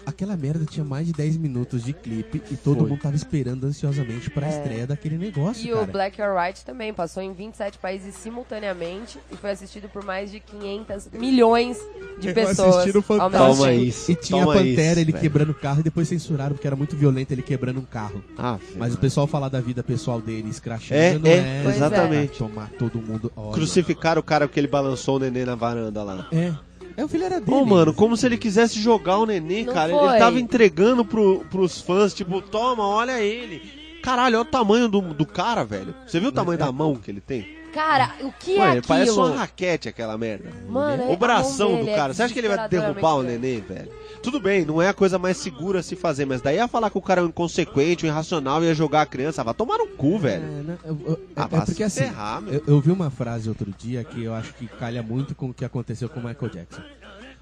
S3: aquela merda tinha mais de 10 minutos de clipe e todo
S2: Foi.
S3: mundo tava esperando ansiosamente pra estreia daquele negócio,
S4: É. E o
S3: cara.
S4: Black or White também passou em 27 países simultaneamente e foi assistido por mais de 500 milhões de
S3: Eu
S4: pessoas.
S3: assisti no
S4: ao mesmo
S3: Fantástico.
S2: Toma
S4: tempo.
S2: isso.
S3: E tinha
S2: toma
S3: a Pantera,
S2: isso,
S3: ele
S2: velho.
S3: quebrando o carro e depois censuraram porque era muito violento ele quebrando um carro.
S2: Ah,
S3: Mas
S2: mas
S3: o pessoal falar da vida pessoal dele escrachando
S2: É,
S3: não
S2: é,
S3: é,
S4: Pois exatamente.
S3: pra tomar todo mundo. Olha.
S2: Crucificaram o cara porque ele balançou o neném na varanda lá.
S3: É. É o filho era dele.
S2: Ô, mano, como se ele quisesse jogar o neném,
S4: Não
S2: cara.
S4: foi.
S2: Ele tava entregando pro, pros fãs, tipo, toma, olha ele. Caralho, olha o tamanho do, do cara, velho. Você viu o tamanho da mão que ele tem?
S4: Cara, o que
S2: Mano,
S4: é
S2: ele parece um uma
S4: aquilo?
S2: raquete aquela merda.
S4: Mano, é-
S2: o
S4: a
S2: bração
S4: mão
S2: do
S4: dele é
S2: cara. Você acha que ele vai derrubar o neném, velho? Tudo bem, não é a coisa mais segura a se fazer, mas daí ia falar que o cara é um inconsequente, um irracional, ia jogar a criança. Vai tomar no cu,
S3: É,
S2: velho.
S3: né? Eu- eu-
S2: Ah,
S3: é
S2: vai
S3: porque
S2: se
S3: assim,
S2: ferrar, meu.
S3: eu, eu vi uma frase outro dia que eu acho que calha muito com o que aconteceu com o Michael Jackson.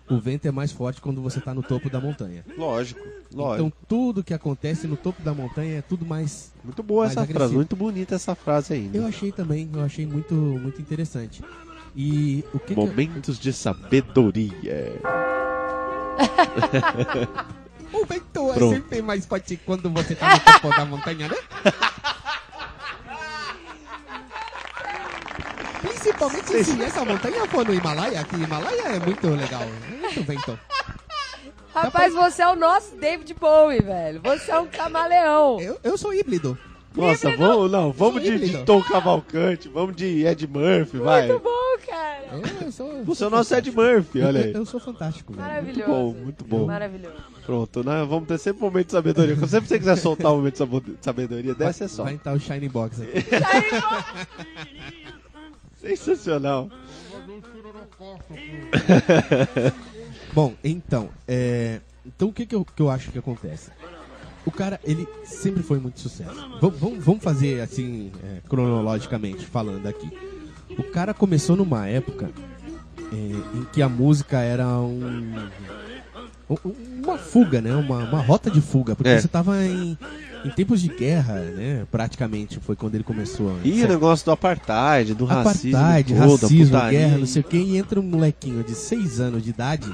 S3: O vento é mais forte quando você tá no topo da montanha.
S2: Lógico, lógico.
S3: Então tudo que acontece no topo da montanha é tudo mais
S2: muito boa
S3: mais
S2: essa frase,
S3: agressivo.
S2: muito bonita essa frase né? ainda.
S3: Eu achei também, eu achei muito, muito interessante. E o que, que eu-
S2: Momentos de sabedoria.
S3: O vento
S2: Pronto.
S3: é sempre mais forte quando você tá no topo da montanha, né? Principalmente se essa montanha for no Himalaia, que Himalaia é muito legal. é Muito vento.
S4: Rapaz, você é o nosso David Bowie, velho. Você é um camaleão.
S3: Eu, eu sou híbrido.
S2: Nossa, vamos, não, vamos de, de
S3: Híbrido.
S2: Tom Cavalcante, vamos de Ed Murphy, vai.
S4: Muito bom, cara.
S3: Eu sou,
S2: Você é
S3: sou
S2: o nosso Ed
S3: fantástico.
S2: Murphy, olha aí.
S3: Eu, eu sou fantástico. velho.
S4: Maravilhoso.
S2: bom, muito bom.
S4: Maravilhoso.
S2: Pronto, né? Vamos ter sempre um momento de sabedoria. Quando sempre você quiser soltar um momento de sabo- sabedoria,
S3: Vai,
S2: dessa é só.
S3: vai entrar o Shiny Box aqui.
S2: Sensacional.
S3: Bom, então, é... então o que, que, eu, que eu acho que acontece? O cara, ele sempre foi muito sucesso. Vamos, vamos, vamos fazer assim, é, cronologicamente falando aqui. O cara começou numa época é, em que a música era um. um- Uma fuga, né? Uma, uma rota de fuga. Porque
S2: É.
S3: você tava em, em tempos de guerra, né? Praticamente foi quando ele começou. né?
S2: E o negócio do apartheid, do racismo.
S3: apartheid,
S2: todo, da
S3: racismo,
S2: putaria.
S3: guerra, não sei o que, e entra um molequinho de 6 anos de idade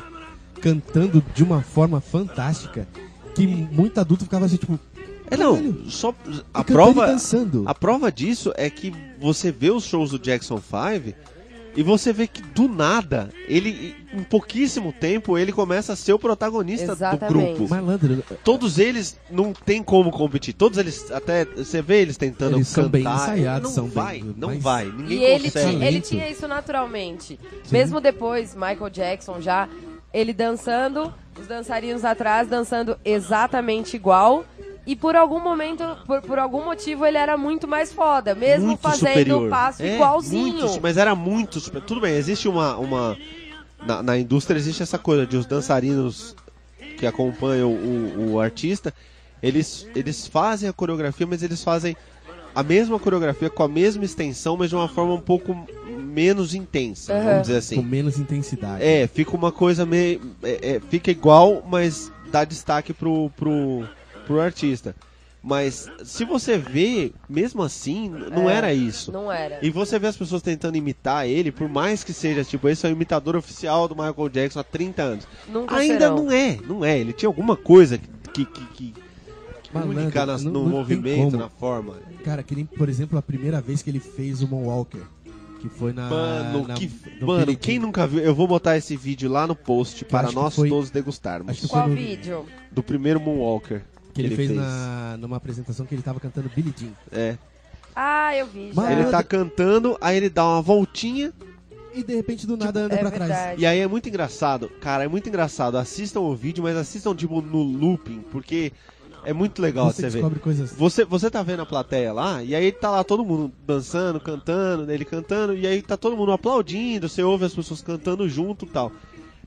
S3: cantando de uma forma fantástica que muito adulto ficava assim, tipo,
S2: É, não,
S3: Caralho.
S2: só. A
S3: e cantando e
S2: prova,
S3: tá dançando.
S2: a prova disso é que você vê os shows do Jackson 5 e você vê que do nada, ele, em pouquíssimo tempo, ele começa a ser o protagonista
S4: Exatamente.
S2: do grupo.
S3: Malandro,
S2: Todos eles não tem como competir. Todos eles, até você vê eles tentando
S3: Eles
S2: cantar.
S3: são bem ensaiados,
S2: não
S3: são bem-
S2: vai, não
S3: mas-
S2: vai. Ninguém
S4: E ele,
S2: consegue.
S4: ti- ele tinha isso naturalmente.
S3: Sim.
S4: Mesmo depois, Michael Jackson já ele dançando, os dançarinos atrás dançando exatamente igual. E por algum momento, por, por algum motivo, ele era muito mais foda, mesmo
S2: muito
S4: fazendo
S2: superior.
S4: o passo
S2: É,
S4: igualzinho.
S2: muito su- mas era muito super. Tudo bem, existe uma. uma na, na indústria existe essa coisa de os dançarinos que acompanham o, o artista, eles, eles fazem a coreografia, mas eles fazem a mesma coreografia com a mesma extensão, mas de uma forma um pouco menos intensa,
S4: Aham.
S2: vamos dizer
S3: Com
S2: assim.
S3: menos intensidade.
S2: É, fica uma coisa meio. é, é, fica igual, mas dá destaque pro, pro, pro artista. Mas se você vê, mesmo assim, n- não
S4: É.
S2: era isso.
S4: Não era.
S2: E você vê as pessoas tentando imitar ele, por mais que seja, tipo, esse é o imitador oficial do Michael Jackson há 30 anos.
S4: Nunca
S2: Ainda
S4: serão.
S2: não é, não é. Ele tinha alguma coisa que, que, que, que
S3: Malandro,
S2: única nas-
S3: não-
S2: no
S3: não tem
S2: movimento,
S3: como.
S2: na forma.
S3: Cara, que nem, por exemplo, a primeira vez que ele fez o Moonwalker. Que foi na.
S2: Mano,
S3: na-
S2: que,
S3: no
S2: mano
S3: Billie
S2: quem
S3: Jean.
S2: nunca viu? Eu vou botar esse vídeo lá no post para
S3: acho que
S2: nós
S3: foi-
S2: todos
S3: acho que
S2: degustarmos.
S3: foi-
S4: Qual
S3: não-
S4: vídeo?
S2: Do primeiro Moonwalker.
S3: Que ele, fez, na, numa apresentação que ele tava cantando Billy Jean.
S2: É.
S4: Ah, eu vi. Já.
S3: Mas
S2: Ele tá cantando, aí ele dá uma voltinha
S3: E de repente do nada anda
S4: é
S3: pra trás.
S4: verdade.
S2: E aí é muito engraçado, cara, é muito engraçado. Assistam o vídeo, mas assistam tipo no looping, porque é muito legal
S3: Você
S2: você ver.
S3: descobre coisas.
S2: Você, você tá vendo a plateia lá, e aí tá lá todo mundo dançando, cantando, ele cantando, e aí tá todo mundo aplaudindo, você ouve as pessoas cantando junto e tal.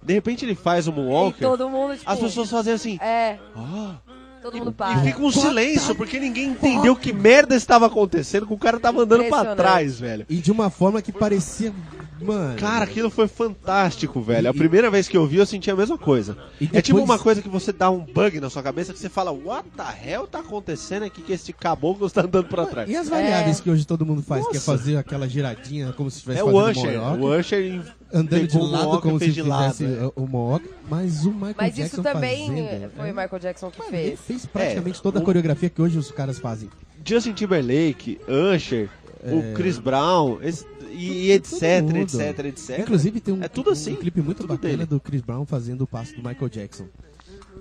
S2: De repente ele faz um
S4: E
S2: walker,
S4: todo mundo, tipo...
S2: as pessoas fazem assim,
S4: É,
S2: "Ah",
S4: todo mundo
S2: e
S4: para.
S2: fica um silêncio, porque ninguém entendeu que merda estava acontecendo, que o cara tava andando pra
S4: Impressionante.
S2: trás, velho.
S3: E de uma forma que parecia. Mano.
S2: Cara, aquilo foi fantástico, velho. A primeira vez que eu vi, eu senti a mesma coisa.
S3: E
S2: É
S3: depois-
S2: tipo uma coisa que você dá um bug na sua cabeça que você fala, what the hell tá acontecendo aqui que esse caboclo está andando pra trás?
S3: E as variáveis que hoje todo mundo faz, que é
S2: Nossa.
S3: fazer aquela giradinha como se estivesse
S2: É o
S3: fazendo
S2: Usher.
S3: moonwalk,
S2: O Usher em-
S3: andando de
S2: pegou o
S3: lado
S2: Moonwalk
S3: como
S2: e
S3: se
S2: fez de lado, é.
S3: fizesse uh, o Mohawk, mas o Michael
S4: Mas
S3: Jackson
S4: isso também
S3: fazendo,
S4: foi
S3: é.
S4: o
S2: né?
S4: Michael Jackson que
S3: Mano, Ele
S4: fez.
S3: fez praticamente
S2: É,
S3: toda a
S2: o-
S3: coreografia que hoje os caras fazem.
S2: Justin Timberlake, Usher,
S3: É.
S2: o Chris Brown, esse- e, e etc,
S3: mundo.
S2: etc, etc.
S3: Inclusive tem um,
S2: É tudo
S3: um
S2: assim,
S3: clipe muito
S2: tudo
S3: bacana
S2: dele.
S3: do Chris Brown fazendo o passo do Michael Jackson.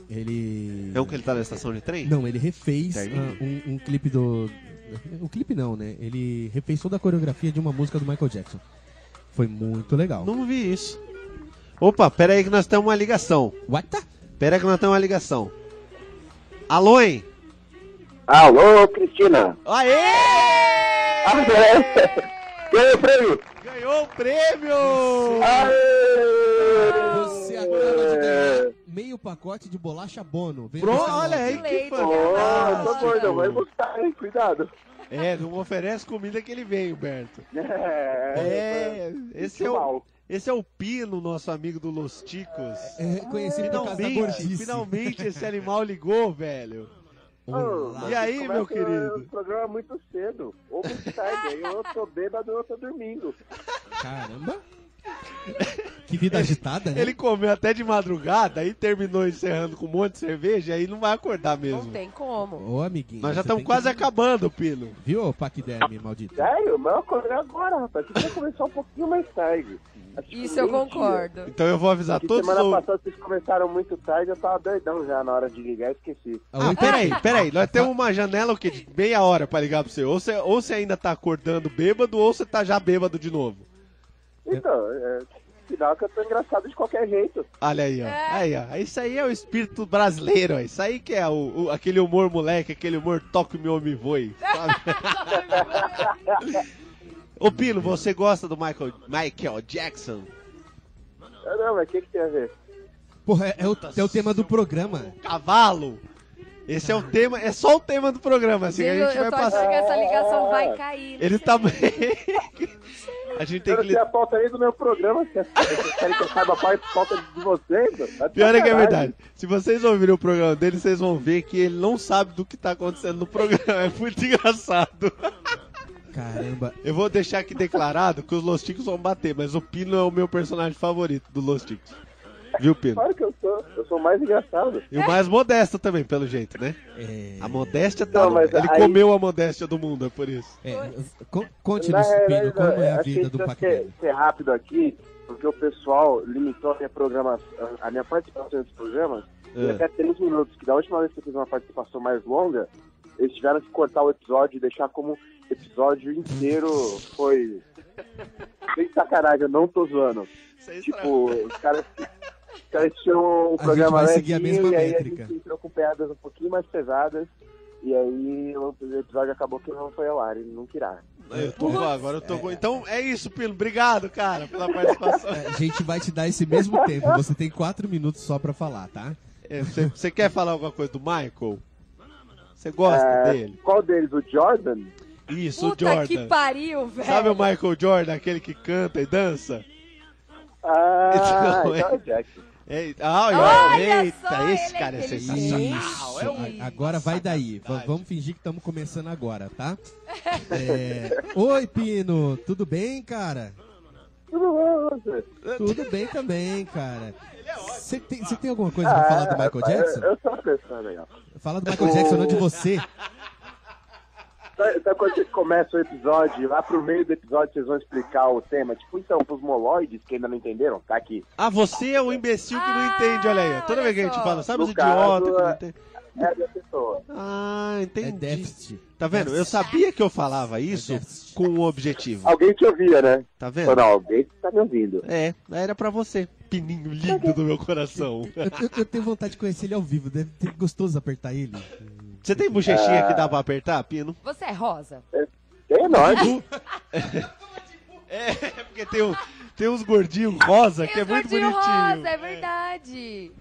S3: Ele.
S2: É um que ele tá na estação de trem?
S3: Não, ele refez
S2: Termina.
S3: ah, um, um clipe do. Um clipe não, né? Ele refez toda a coreografia de uma música do Michael Jackson. Foi muito legal.
S2: Não vi isso. Opa, pera aí que nós temos uma ligação.
S3: What the?
S2: Pera aí que nós temos uma ligação. Alô, hein?
S5: Alô, Cristina.
S2: Aê!
S5: Aê! Ganhei o prêmio.
S2: Ganhou o prêmio!
S5: Aê!
S2: É.
S3: Você acaba de ganhar meio pacote de bolacha bono. Vem
S2: Pronto,
S3: buscar
S2: olha
S3: logo.
S2: aí que
S4: Leite,
S2: Ah,
S5: Ó, tô
S2: fantástico!
S5: doido, vai buscar, hein? Cuidado.
S2: É, não oferece comida que ele veio, Berto.
S5: É,
S2: É, esse é o, esse é o Pino, nosso amigo do Los Ticos.
S3: É conhecido por causa da
S2: Finalmente,
S3: gordice.
S2: finalmente esse animal ligou, velho.
S3: Olá.
S2: E aí, meu querido?
S5: Ah, O programa muito cedo, ou muito tarde. aí eu tô bêbado ou eu tô dormindo.
S3: Caramba. Que vida agitada, né?
S2: Ele comeu até de madrugada, aí terminou encerrando com um monte de cerveja, aí não vai acordar
S4: Não
S2: mesmo.
S4: tem como.
S3: Ô, amiguinho.
S2: Nós já
S3: você
S2: estamos
S3: tem
S2: quase É?
S3: que-
S2: acabando, Pino.
S3: Viu, Paquiderme, maldito?
S5: Sério? Mas eu acordei agora, rapaz. Vocês vão começar um pouquinho mais tarde. Acho que
S4: Isso eu
S5: meio-dia.
S4: concordo.
S2: Então eu vou avisar
S5: Que
S2: todos os
S5: semana
S2: ou-
S5: passada vocês começaram muito tarde, eu tava doidão já na hora de ligar, esqueci.
S2: Ah,
S3: Oito-
S2: peraí, peraí. Nós temos uma janela o quê? De meia hora pra ligar pra você. Ou você, ou você ainda tá acordando bêbado, ou você tá já bêbado de novo.
S5: Então, é, final que eu tô engraçado de qualquer jeito.
S2: Olha aí, ó. Aí, ó. Isso aí é o espírito brasileiro, ó. Isso aí que é o, o- aquele humor moleque, aquele humor toque meu me voe, sabe? Ô Pino, você gosta do Michael, Michael Jackson?
S5: Ah, Não, mas o que, que tem a ver?
S3: Porra, é, é o, é o tema do programa.
S2: Cavalo? Esse é o tema, é só o tema do programa, assim, que
S4: Eu,
S2: a gente
S4: eu
S2: vai
S4: tô achando
S2: passar.
S4: que essa ligação vai cair.
S2: Ele tá. a gente tem
S5: eu
S2: que.
S5: não
S2: li-
S5: sei a pauta nem do meu programa, se vocês querem que eu saiba qual é a pauta de vocês. mano. Tá de
S2: Pior é que é
S5: sacanagem.
S2: verdade. Se vocês ouvirem o programa dele, vocês vão ver que ele não sabe do que tá acontecendo no programa. É muito engraçado.
S3: Caramba.
S2: Eu vou deixar aqui declarado que os Los Ticos vão bater, mas o Pino é o meu personagem favorito do Los Ticos. Viu, Pino?
S5: Claro que eu sou, eu sou mais engraçado.
S2: E o mais modesto também, pelo jeito, né?
S3: É,
S2: A modéstia tá.
S5: Não, mas
S2: ele
S5: aí-
S2: comeu a modéstia do mundo, é por isso.
S3: é, con- Conte-nos,
S5: Na
S3: Pino,
S5: realidade,
S3: como é a
S5: acho que
S3: vida do
S5: precisa
S3: Paquiderme.
S5: Ser, ser rápido aqui, porque o pessoal limitou a minha programação, a minha participação dos programas em
S2: É.
S5: até três minutos, que da última vez que eu fiz uma participação mais longa, eles tiveram que cortar o episódio e deixar como episódio inteiro foi. Sem sacanagem, eu não tô zoando.
S2: Isso é aí estraga.
S5: Tipo, os Tipo, caras. caras tinham um
S3: gente
S5: programa
S3: vai seguir a
S5: levinho,
S3: mesma
S5: e aí a
S3: métrica.
S5: gente entrou com piadas um pouquinho mais pesadas. E aí o episódio acabou que não foi ao ar e nunca irá.
S2: Eu tô, com- agora eu tô com. Então é isso, Pilo. Obrigado, cara, pela participação.
S3: A gente vai te dar esse mesmo tempo. Você tem quatro minutos só pra falar, tá?
S2: É, Você você quer falar alguma coisa do Michael? Você gosta
S5: É,
S2: dele?
S5: Qual deles? O Jordan?
S2: Isso, o
S4: Puta que
S2: Jordan.
S4: pariu, velho.
S2: Sabe o Michael Jordan, aquele que canta e dança?
S5: Ah,
S2: Não, é.
S5: então é o Jack.
S2: Ei, ai, ai,
S4: Olha
S2: eita,
S4: só,
S2: esse
S4: ele é
S2: cara é
S4: inteligente.
S2: sensacional. É um-
S3: A- Agora vai daí. Va-
S2: sacanagem.
S3: vamos fingir que estamos começando agora, tá? É, Oi, Pino. Tudo bem, cara?
S5: Tudo bom, você?
S3: Tudo bem também, cara. Você tem, você tem alguma coisa pra falar do Michael
S5: rapaz,
S3: Jackson?
S5: Eu, eu tava pensando aí, ó.
S3: Fala do Michael Jackson, não de você.
S5: Sabe, sabe quando você começa o episódio, e lá pro meio do episódio vocês vão explicar o tema? Tipo, então, pros moloides que ainda não entenderam, tá aqui.
S2: Ah, você é o imbecil que não
S4: Ah,
S2: entende, olha aí. ó. Toda
S4: olha
S2: vez que a gente
S4: só.
S2: fala, sabe os
S5: No caso,
S2: idiotas que não
S5: é-
S2: entende?
S5: É da pessoa.
S2: Ah,
S3: É
S2: entendi.
S3: déficit. É
S2: Tá vendo? Eu sabia que eu falava isso
S3: déficit.
S2: com um objetivo.
S5: Alguém te ouvia, né?
S2: Tá
S5: Ou
S3: É.
S2: vendo?
S5: não, alguém que tá me ouvindo.
S2: É, era pra você. Pininho lindo do meu coração.
S3: Eu, eu- eu tenho vontade de conhecer ele ao vivo. Deve ter gostoso apertar ele.
S2: Você tem bochechinha que dá pra apertar, Pino? Uh.
S4: Você é rosa.
S5: É enorme.
S2: É, porque tem, um, tem uns gordinhos rosa que
S4: Tem
S2: é
S4: os
S2: muito
S4: gordinhos
S2: bonitinho.
S4: rosa, é verdade.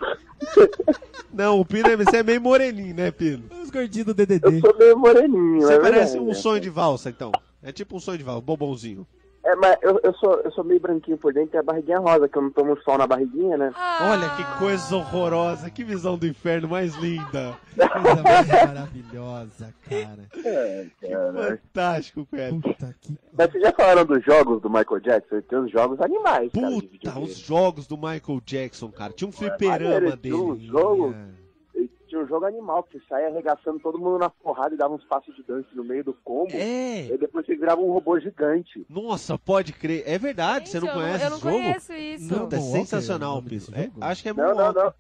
S2: Não, o Pino é, você é meio moreninho, né, Pino?
S3: Os gordinhos do
S5: Eu
S3: DDD.
S5: sou meio moreninho,
S2: Você
S5: é
S2: parece
S5: verdade.
S2: um sonho de valsa, então. É tipo um sonho de valsa, bobãozinho.
S5: É, mas eu, eu, sou, eu sou meio branquinho por dentro e a barriguinha é rosa, que eu não tomo sol na barriguinha, né?
S4: Ah,
S2: É. Olha que coisa horrorosa, que visão do inferno mais linda.
S3: Coisa mais maravilhosa, cara.
S5: É, né?
S2: Fantástico, velho.
S3: Puta que.
S5: Mas vocês já falaram dos jogos do Michael Jackson? Tem uns jogos animais, cara. de
S2: Puta,
S5: videogame.
S2: os jogos do Michael Jackson, cara. Tinha um
S5: maneiro,
S2: fliperama
S5: tinha um
S2: dele. né?
S5: jogo, tinha um jogo animal, que você saia arregaçando todo mundo na porrada e dava uns passos de dança no meio do combo.
S2: É.
S5: E depois você virava um robô gigante.
S2: Nossa, pode crer. É verdade,
S4: gente,
S2: você não
S4: eu
S2: conhece
S4: eu não
S2: esse jogo?
S4: conheço isso.
S3: Não,
S2: Puta, é
S3: Moonwalker é o
S2: sensacional,
S3: nome desse
S2: Pino. É,
S3: jogo?
S2: acho que é
S5: Não, não,
S2: Moonwalker,
S5: não.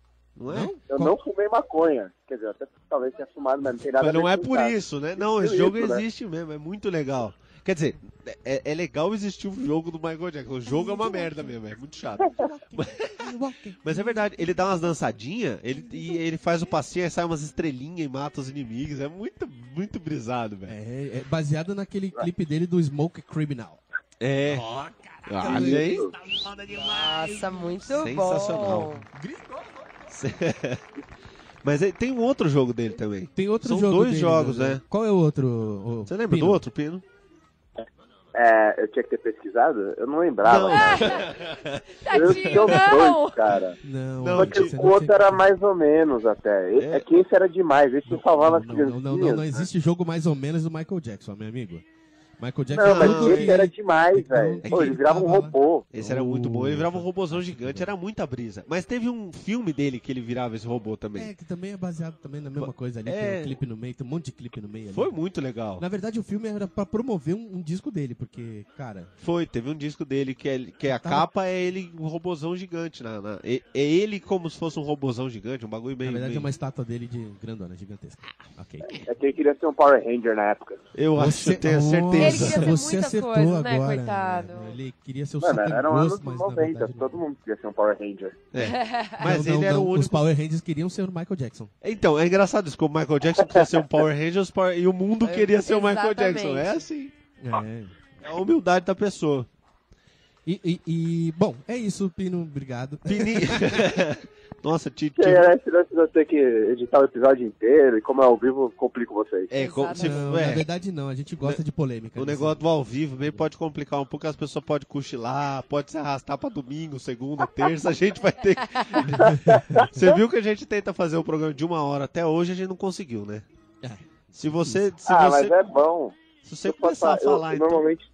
S2: não é?
S5: Eu
S3: Qual-
S5: não fumei maconha. Quer dizer, eu até talvez tenha fumado, mas não tem nada
S2: Mas
S5: a ver
S2: não é
S5: com
S2: por
S5: caso.
S2: isso, né? Não,
S5: Por
S2: esse jogo
S5: isso, né?
S2: existe mesmo, é muito legal. Quer dizer, é, é legal existir um jogo do Michael Jackson. O jogo é uma merda mesmo, é muito chato. Mas é verdade, ele dá umas dançadinhas, ele, e ele faz o passeio, aí sai umas estrelinhas e mata os inimigos. É muito, muito brisado, velho.
S3: É, é baseado naquele clipe dele do Smoke Criminal.
S2: É. Olha aí.
S4: Nossa, muito
S2: Sensacional.
S4: bom.
S2: Mas aí tem um outro jogo dele também.
S3: Tem outro
S2: São
S3: jogo.
S2: dois
S3: dele,
S2: jogos, né?
S3: Qual é o outro? o-
S2: Você lembra
S3: Pino?
S2: do outro, Pino?
S5: É, eu tinha que ter pesquisado? Eu não lembrava. eu tinha
S4: Tadinho,
S5: os
S4: não.
S5: dois, cara.
S3: Não,
S2: Não,
S3: não,
S5: Só
S2: Porque
S5: que
S3: você
S5: o
S3: não
S5: outro
S3: tem-
S5: era mais ou menos até. E-
S2: É.
S5: É, que esse era demais, esse
S3: não,
S5: salvava as
S3: não, não,
S5: criancinhas.
S3: não, não, não existe jogo mais ou menos do Michael Jackson, meu amigo. Michael Jackson é
S5: Não, mas
S2: Não,
S5: esse
S3: ele-
S5: era demais,
S3: não,
S5: velho.
S3: é
S5: Pô,
S3: que
S5: ele
S3: ele
S5: virava um
S3: tava lá.
S5: robô.
S2: Esse era muito bom. Ele virava um
S3: Uh,
S2: robôzão gigante, era muita brisa. Mas teve um filme dele que ele virava esse robô também.
S3: É, que também é baseado também na mesma coisa ali.
S2: É.
S3: Tem um clipe no meio, tem um monte de clipe no meio ali.
S2: Foi muito legal.
S3: Na verdade, o filme era pra promover um, um disco dele, porque, cara,
S2: Foi, teve um disco dele que, é, que a
S3: Tava-
S2: capa é ele um robozão gigante. Na, na- é, é ele como se fosse um robozão gigante, um bagulho bem.
S3: na verdade
S2: bem-
S3: é uma estátua dele de grandona, gigantesca. Ok.
S5: É que ele queria ser um Power Ranger na época.
S2: Eu acho, eu tenho
S4: Ele
S2: certeza.
S4: queria ser
S3: você
S4: muitas
S3: acertou
S4: coisas, né,
S3: agora.
S4: coitado?
S3: né? Ele queria ser o
S5: Mano, um
S3: Satan
S5: eram
S3: Ghost,
S5: anos
S3: mas na
S5: 90,
S3: verdade... né? não.
S5: todo mundo queria ser um Power Ranger.
S2: Mas
S3: Ah, Não,
S2: ele
S3: não,
S2: era
S3: não,
S2: o
S3: Os
S2: único.
S3: Power Rangers queriam ser o Michael Jackson.
S2: Então, é engraçado isso, como o Michael Jackson queria ser um Power Rangers Power- e o mundo
S4: É,
S2: queria ser o Michael
S4: exatamente.
S2: Jackson. É assim.
S3: É.
S2: É a humildade da pessoa.
S3: E, e- e, bom, é isso, Pino, obrigado.
S2: Pini... Nossa, Titi.
S5: Que era esse lance de eu ter que editar o episódio inteiro e como é ao vivo, complico vocês.
S2: É, como se.
S3: Não,
S2: é,
S3: na verdade não, a gente gosta de polêmica. né?
S2: O
S3: nesse-
S2: negócio do ao vivo meio pode complicar um pouco, as pessoas podem cochilar, pode se arrastar pra domingo, segunda, terça, a gente vai ter. que- você viu que a gente tenta fazer o programa de uma hora até hoje, a gente não conseguiu, né?
S3: É.
S2: Se você. Se
S5: ah,
S2: você,
S5: mas é bom.
S2: se você
S5: Eu posso
S2: começar a
S5: falar- eu-
S2: falar,
S5: eu
S2: então.
S5: Normalmente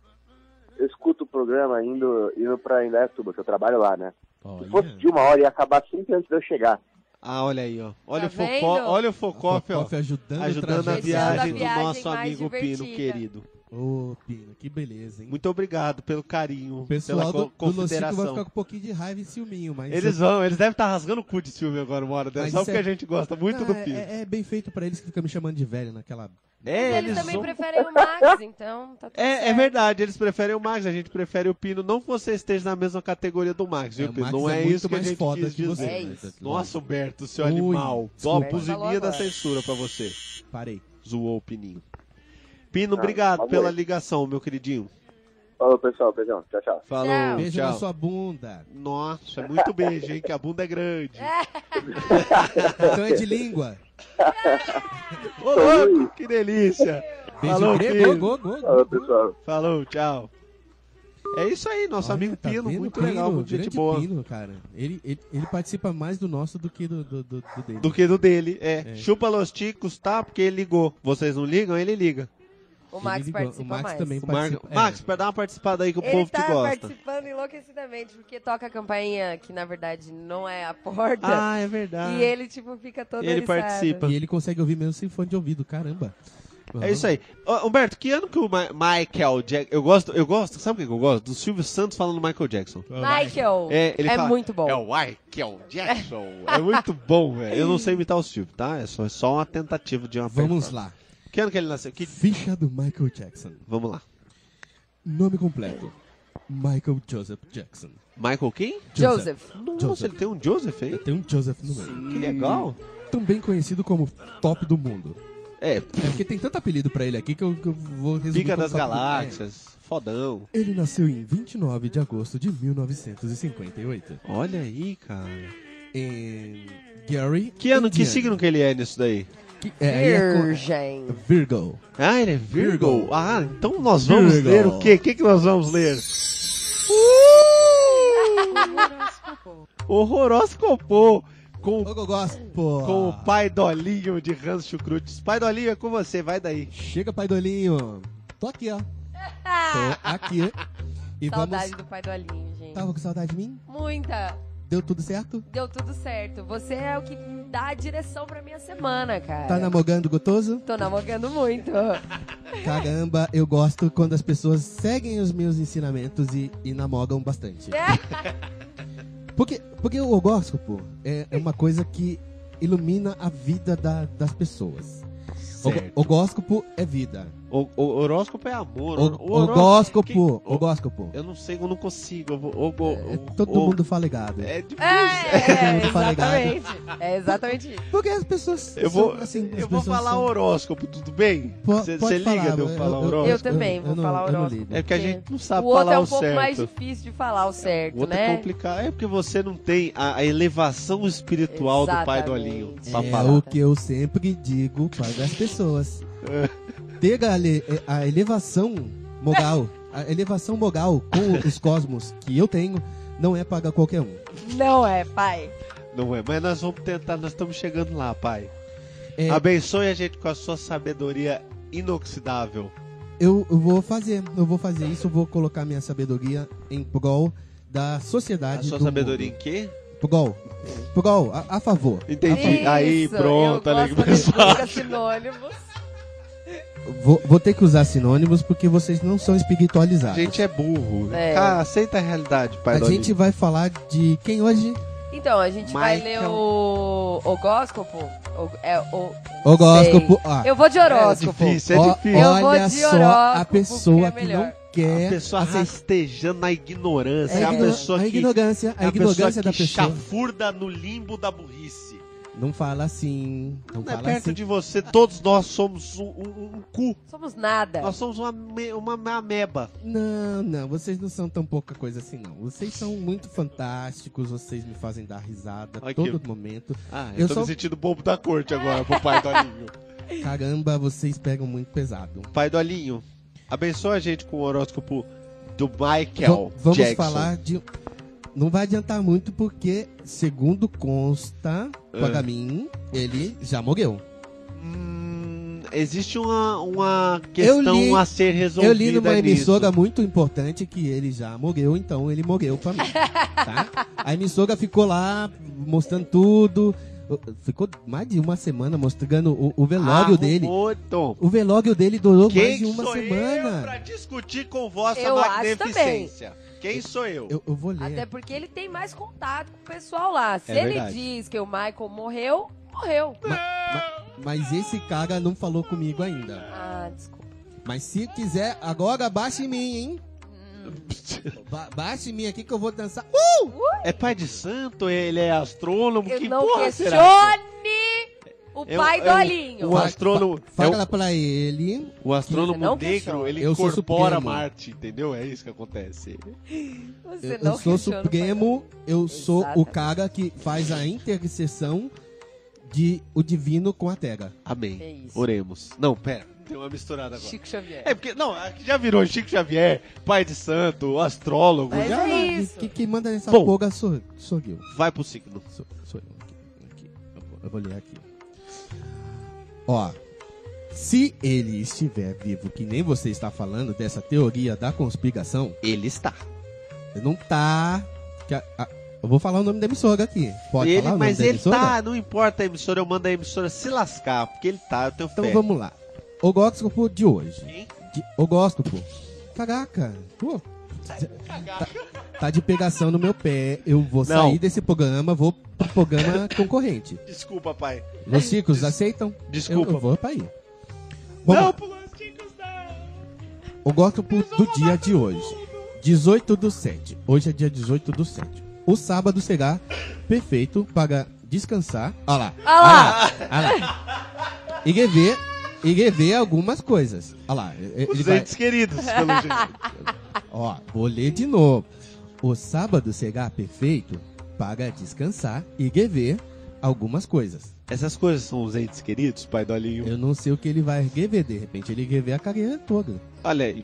S5: eu escuto o programa indo, indo pra Indaiatuba, que eu trabalho lá, né? Se
S3: Olha.
S5: fosse de uma hora, ia acabar sempre antes de eu chegar.
S2: Ah, olha aí, ó. Olha
S4: Tá
S2: o
S4: vendo?
S2: Focó, olha o
S3: A
S2: Focoff, ó.
S3: Focoff ajudando, o
S2: Ajudando a
S3: trajeto.
S2: viagem do
S4: Deixando a viagem
S2: nosso
S4: mais
S2: amigo Pino,
S4: divertida.
S2: querido.
S3: Ô, Pino, que beleza, hein?
S2: Muito obrigado pelo carinho,
S3: o pessoal
S2: pela
S3: do,
S2: co-
S3: do Locico vai
S2: consideração.
S3: ficar com um pouquilho de raiva e ciúminho, mas...
S2: Eles vão, eles devem estar rasgando o cu de ciúme agora, uma hora dessa.
S3: Mas
S2: Só
S3: isso
S2: porque
S3: é-
S2: a gente gosta muito
S3: Ah,
S2: do
S3: é-
S2: Pino.
S3: É, é bem feito pra eles que ficam me chamando de velho naquela
S2: É,
S4: Eles também
S2: zoam-
S4: preferem o Max, então tá tudo
S2: É, é
S4: certo.
S2: verdade, eles preferem o Max, a gente prefere o Pino. Não que você esteja na mesma categoria do Max, viu,
S3: o
S2: Pino?
S3: Max
S2: Não é,
S3: muito
S2: isso que a
S3: mais
S2: gente
S3: foda
S2: quis
S3: que você.
S2: dizer.
S4: É
S3: né?
S4: isso.
S2: Nossa, Humberto, seu
S3: Ui,
S2: animal. Ó,
S3: desculpa.
S2: buzininha
S4: Falou
S2: da
S4: agora.
S2: censura pra você.
S3: Parei.
S2: Zoou o Pininho.
S4: Ah,
S2: Pino,
S5: Tá,
S2: obrigado
S5: falou.
S2: pela ligação, meu queridinho.
S5: Falou, pessoal. Beijão. Tchau, tchau.
S2: Falou,
S4: Tchau.
S3: Beijo
S2: tchau.
S3: na sua bunda.
S2: Nossa, muito beijo, hein? Que a bunda é grande.
S3: Então é de língua.
S2: Ô, louco, que delícia.
S3: Beijo
S2: Falou,
S3: grego.
S2: Pino.
S3: Go, go,
S5: Falou,
S3: go.
S5: pessoal.
S2: Falou, tchau. É isso aí, nosso
S3: Olha,
S2: amigo
S3: tá
S2: Pino,
S3: vendo?
S2: muito
S3: Pino,
S2: legal, muito gente
S3: grande
S2: boa.
S3: Pino, cara. Ele, ele, ele participa mais do nosso do que do, do, do, do dele.
S2: Do que do dele, é.
S3: É.
S2: Chupa los ticos, tá? Porque ele ligou. Vocês não ligam, ele liga.
S4: O Max
S3: Ele ligou.
S4: participa
S3: O Max
S4: mais.
S3: também
S2: O Mar...
S3: participa. é.
S2: Max, pra dar uma participada aí que o
S4: Ele
S2: povo
S4: tá
S2: que gosta.
S4: participando enlouquecidamente, porque toca a campainha, que na verdade não é a porta.
S2: Ah, é verdade.
S4: E ele, tipo, fica todo
S2: Ele
S4: eriçado.
S2: participa.
S3: E ele consegue ouvir mesmo sem fone de ouvido, caramba.
S2: É isso aí. Ô, Humberto, que ano que o Ma- Michael Jackson. Eu gosto, eu gosto, sabe o que eu gosto? Do Silvio Santos falando Michael Jackson.
S4: Michael!
S2: É, ele fala,
S4: muito bom.
S2: É o Michael Jackson. é muito bom, velho. Eu não sei imitar o Silvio, tá? É só, é só uma tentativa de uma
S3: Vamos
S2: performance.
S3: lá.
S2: Que ano que ele nasceu? Que...
S3: Ficha do Michael Jackson.
S2: Vamos lá.
S3: Nome completo. Michael Joseph Jackson.
S2: Michael quem?
S4: Joseph.
S2: Nossa,
S3: Joseph.
S2: ele tem um Joseph aí?
S3: Tem um Joseph no meio.
S2: Que legal.
S3: Também conhecido como Top do Mundo.
S2: É,
S3: É porque tem tanto apelido pra ele aqui que eu, que eu vou resumir.
S2: Pica
S3: como
S2: das
S3: Top do Mundo.
S2: Galáxias. Fodão.
S3: É. Ele nasceu em 29 de agosto de 1958.
S2: Olha aí, cara.
S3: Em Gary.
S2: Que ano, que
S3: Indiana.
S2: signo que ele é nisso daí?
S3: Que- é, aí é co-
S4: Virgem.
S3: Virgo.
S2: Ah, ele é Virgo.
S3: Virgo.
S2: Ah, então nós vamos
S3: Virgo.
S2: ler o quê? O que, que nós vamos ler? Uh! O horóscopo com,
S3: Ô, Gogospo.
S2: com o pai Dolinho de Rancho Chucrutes. Pai Dolinho, é com você, vai daí.
S3: Chega, pai Dolinho. Tô aqui, ó. Tô aqui. E
S4: Ah, Saudade
S3: vamos...
S4: do pai do Alinho, gente.
S2: Tá.
S3: Tava com saudade de mim?
S4: Muita.
S3: Deu tudo certo?
S4: Deu tudo certo. Você é o que dá a direção pra minha semana, cara.
S3: Tá namogando gotoso?
S4: Tô namorando muito.
S3: Caramba, eu gosto quando as pessoas seguem os meus ensinamentos e, e namogam bastante.
S4: É,
S3: Porque, porque o horóscopo é é uma coisa que ilumina a vida da- das pessoas.
S2: Certo.
S3: O horóscopo é vida.
S2: O, o horóscopo é amor.
S3: O,
S2: o que-
S3: horóscopo,
S2: o-
S3: horóscopo.
S2: Eu não sei, eu não consigo. eu vou- o- o-
S3: É
S2: o-
S3: todo
S2: o-
S3: mundo falegado.
S2: É difícil.
S4: É, é,
S3: Muito falegado.
S4: exatamente. É exatamente isso.
S3: Porque as pessoas
S2: Eu
S3: são
S2: vou,
S3: assim, as
S2: eu vou
S3: pessoas
S2: falar
S3: são-
S2: horóscopo, tudo bem?
S3: Po-
S2: Você
S3: pode
S2: liga
S3: falar, né?
S2: de eu falar
S4: Eu
S2: horóscopo?
S4: também vou
S3: não-
S4: falar
S3: eu não
S4: horóscopo.
S3: ligo.
S2: É porque a
S4: Porque
S2: gente não
S4: o
S2: sabe
S4: outro
S2: falar
S4: é
S2: o
S4: um pouco
S2: certo.
S4: mais difícil de falar o certo,
S2: O outro é
S4: né?
S2: complicado. É porque você não tem a, a elevação espiritual do pai do Alinho. Pra
S3: É
S2: falar.
S3: o que eu sempre digo para as pessoas. Ter a, ele- a elevação moral, a elevação moral com os cosmos que eu tenho, não é paga qualquer um.
S4: Não é, pai.
S2: Não é, mas nós vamos tentar, nós estamos chegando lá, pai.
S3: É.
S2: Abençoe a gente com a sua sabedoria inoxidável.
S3: Eu eu vou fazer, eu vou fazer isso, eu vou colocar minha sabedoria em prol da
S2: A
S3: sociedade.
S2: sua
S3: do
S2: sabedoria
S3: mundo.
S2: em quê?
S3: Prol. Prol, a, a favor.
S2: Entendi.
S4: Isso,
S2: Aí, pronto,
S4: eu
S2: olha
S4: gosto
S2: que
S4: quando ele
S2: pessoal.
S4: busca sinônimos.
S3: Vou, vou ter que usar sinônimos porque vocês não são
S2: A
S3: espiritualizados.
S2: gente é burro.
S4: É.
S2: Cara, aceita a realidade, pai é.
S3: a
S2: do
S3: gente
S2: Alinho.
S3: vai falar de quem hoje?
S4: Então, a gente vai
S2: Michael.
S4: ler o horóscopo. O- é, o,
S3: Horóscopo. Ah,
S4: eu vou de horóscopo.
S2: É difícil, é
S3: Ó,
S2: difícil.
S4: Eu vou
S3: Olha
S4: de
S3: só
S4: horóscopo,
S3: a pessoa
S4: porque é
S3: que não
S4: melhor.
S3: quer.
S2: a pessoa
S3: aceitar-
S2: rastejando na ignorância. É
S3: É
S2: a
S3: igno-
S2: pessoa
S3: a
S2: que.
S3: ignorância,
S2: é
S3: a ignorância
S2: pessoa que
S3: da pessoa.
S2: chafurda no limbo da burrice.
S3: Não fala assim.
S2: Não
S3: Não
S2: é
S3: fala
S2: perto
S3: assim.
S2: de você, todos nós somos um, um- um cu.
S4: Somos nada.
S2: Nós somos uma, me- uma, uma ameba.
S3: Não, não, vocês não são tão pouca coisa assim, não. Vocês são muito fantásticos, vocês me fazem dar risada a
S2: Aqui.
S3: todo momento.
S2: Ah,
S3: eu Eu tô sou- me
S2: sentindo bobo da corte agora pro pai do Alinho.
S3: Caramba, vocês pegam muito pesado.
S2: pai do Alinho, abençoa a gente com o horóscopo do Michael
S3: Va- vamos
S2: Jackson.
S3: falar de. Não vai adiantar muito porque, segundo consta,
S2: É.
S3: para mim, ele já morreu.
S2: Hum, existe uma, uma questão
S3: Eu li-
S2: a ser resolvida
S3: Eu li numa
S2: nisso.
S3: emissora muito importante que ele já morreu, então ele morreu pra mim. tá? A emissora ficou lá mostrando tudo. Ficou mais de uma semana mostrando o, o velório
S2: Arrumou,
S3: dele.
S2: Tom.
S3: O velório dele durou mais
S2: Ah, Quem
S3: de uma
S2: sou eu pra
S3: semana.
S2: discutir com vossa
S4: Eu acho
S2: magnificência? Quem sou eu?
S3: Eu, eu vou ler.
S4: Até porque ele tem mais contato com o pessoal lá. Se
S2: É
S4: ele
S2: verdade.
S4: diz que o Michael morreu, morreu.
S3: Ma- Mas esse cara não falou comigo ainda.
S4: Ah, desculpa.
S3: Mas se quiser, agora baixe em mim, hein? Ba baixe em mim aqui que eu vou dançar. Uh!
S2: É pai de santo? Ele é astrônomo?
S4: Eu
S2: que
S4: não
S2: porra é
S4: questione
S2: será?
S4: o
S2: É um-
S4: pai do
S2: é um-
S4: Alinho.
S2: um astrônomo-
S3: Fa-
S2: é
S3: Fala pra ele.
S2: O astrônomo
S4: Você não
S2: negro,
S4: questiona.
S2: ele
S3: Eu sou
S2: incorpora
S3: supremo.
S2: Marte, entendeu? É isso que acontece.
S4: Você
S3: Eu,
S4: não
S3: eu sou
S4: questiona o pai
S3: supremo, eu sou o
S4: Exatamente.
S3: cara que faz a intercessão de o divino com a terra.
S4: do- É
S2: Amém.
S4: isso.
S2: Oremos. Não, pera. Tem uma misturada agora.
S4: Chico Xavier.
S2: É porque, não, aqui já virou Chico Xavier, pai de santo, astrólogo.
S4: Mas
S2: já-
S4: é
S3: Ah,
S4: isso.
S3: Que, que manda nessa
S2: Bom.
S3: porra sou, sou eu.
S2: Vai pro signo.
S3: Sou, sou eu. Aqui, aqui. Eu, vou, eu vou ler aqui. Ó. Se ele estiver vivo, que nem você está falando dessa teoria da conspiração,
S2: Ele está.
S3: não tá. que a- a- eu vou falar o nome da emissora aqui. Pode
S2: ele,
S3: falar o nome
S2: mas
S3: da
S2: ele
S3: emissora?
S2: tá, não importa a emissora, eu mando a emissora se lascar, porque ele tá, eu tenho fé.
S3: Então vamos lá. Horóscopo de hoje.
S2: Hein?
S3: De horóscopo. Caraca. Pô. Tá, tá de pegação no meu pé. Eu vou
S2: Não.
S3: sair desse programa, vou pro programa concorrente.
S2: Desculpa, pai.
S3: Os chicos aceitam?
S2: Desculpa.
S3: Eu, eu vou pra aí. Vamos
S2: Não,
S3: lá.
S2: pulou os ticos, não.
S3: O horóscopo do dia de hoje. 18 do 7. Hoje é dia 18 do 7. O sábado será perfeito para descansar. Olha lá.
S4: Ah lá!
S3: Ah lá. E rever, e rever algumas coisas. Olha lá. Ele
S2: Os
S3: vai,
S2: entes queridos, pelo jeito.
S3: ó, vou ler de novo. O sábado será perfeito para descansar e rever algumas coisas.
S2: Essas coisas são os entes queridos, pai Dolinho?
S3: Eu não sei o que ele vai rever, de repente ele rever a carreira toda.
S2: Olha aí.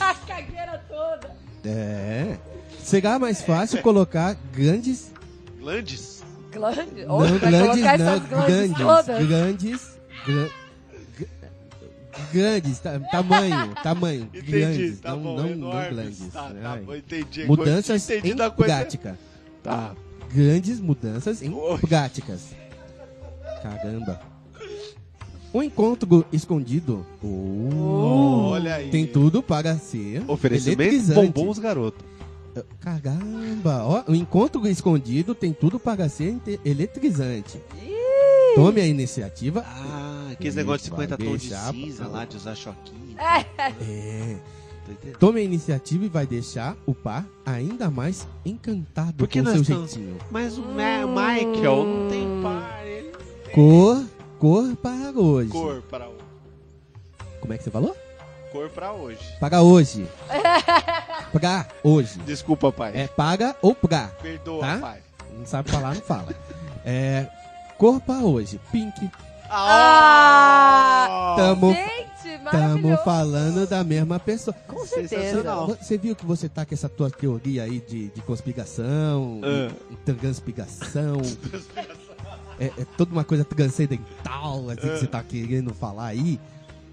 S4: A cagueira toda!
S3: É. Será mais fácil colocar grandes.
S2: Glandes?
S4: Glande?
S3: Não,
S4: Ou vai
S3: grandes,
S4: colocar
S3: não,
S4: essas glandes
S3: grandes.
S4: todas?
S3: Grandes. gran- g- grandes, ta- tamanho, tamanho.
S2: Entendi,
S3: grandes,
S2: tá
S3: não,
S2: bom,
S3: não, não
S2: enormes.
S3: grandes. né,
S2: Tá, tá
S3: Ai.
S2: bom, entendi.
S3: Mudanças
S2: entendi
S3: em
S2: da coisa.
S3: prática.
S2: Tá.
S3: Grandes mudanças em
S2: Oi.
S3: práticas. Caramba. O encontro escondido. Oh,
S2: Olha aí.
S3: Tem tudo para ser
S2: Oferecimento
S3: eletrizante.
S2: bombons garoto.
S3: Caramba, ó, o encontro escondido tem tudo para ser inte- eletrizante. Tome a iniciativa.
S2: Ah, aqueles negócios de
S3: Isso,
S2: 50
S3: vai
S2: tons de
S3: beijar,
S2: cinza
S3: pô.
S2: lá, de usar choquinho.
S3: É.
S2: Tô entendendo.
S3: Tome a iniciativa e vai deixar o par ainda mais encantado
S2: Por que
S3: com
S2: nós
S3: seu
S2: estamos-
S3: jeitinho.
S2: Mas o Ma- Michael não tem par, ele
S3: Cor, cor para hoje.
S2: cor pra hoje.
S3: Como é que você falou?
S2: Cor pra hoje.
S3: Para hoje. pra hoje.
S2: Desculpa, pai.
S3: É paga ou pra.
S2: Perdoa,
S3: Tá?
S2: pai.
S3: Não sabe falar, não fala. É. Cor pra hoje. Pink.
S4: Ah!
S3: Tamo,
S4: Gente,
S2: tá,
S3: tamo
S4: maravilhoso!
S3: falando da mesma pessoa.
S4: Com certeza.
S2: Sensacional.
S3: Você viu que você tá com essa tua teoria aí de, de conspiração,
S2: Ah.
S3: e transpigação. é, é toda uma coisa transcendental assim,
S2: É.
S3: que você tá querendo falar aí.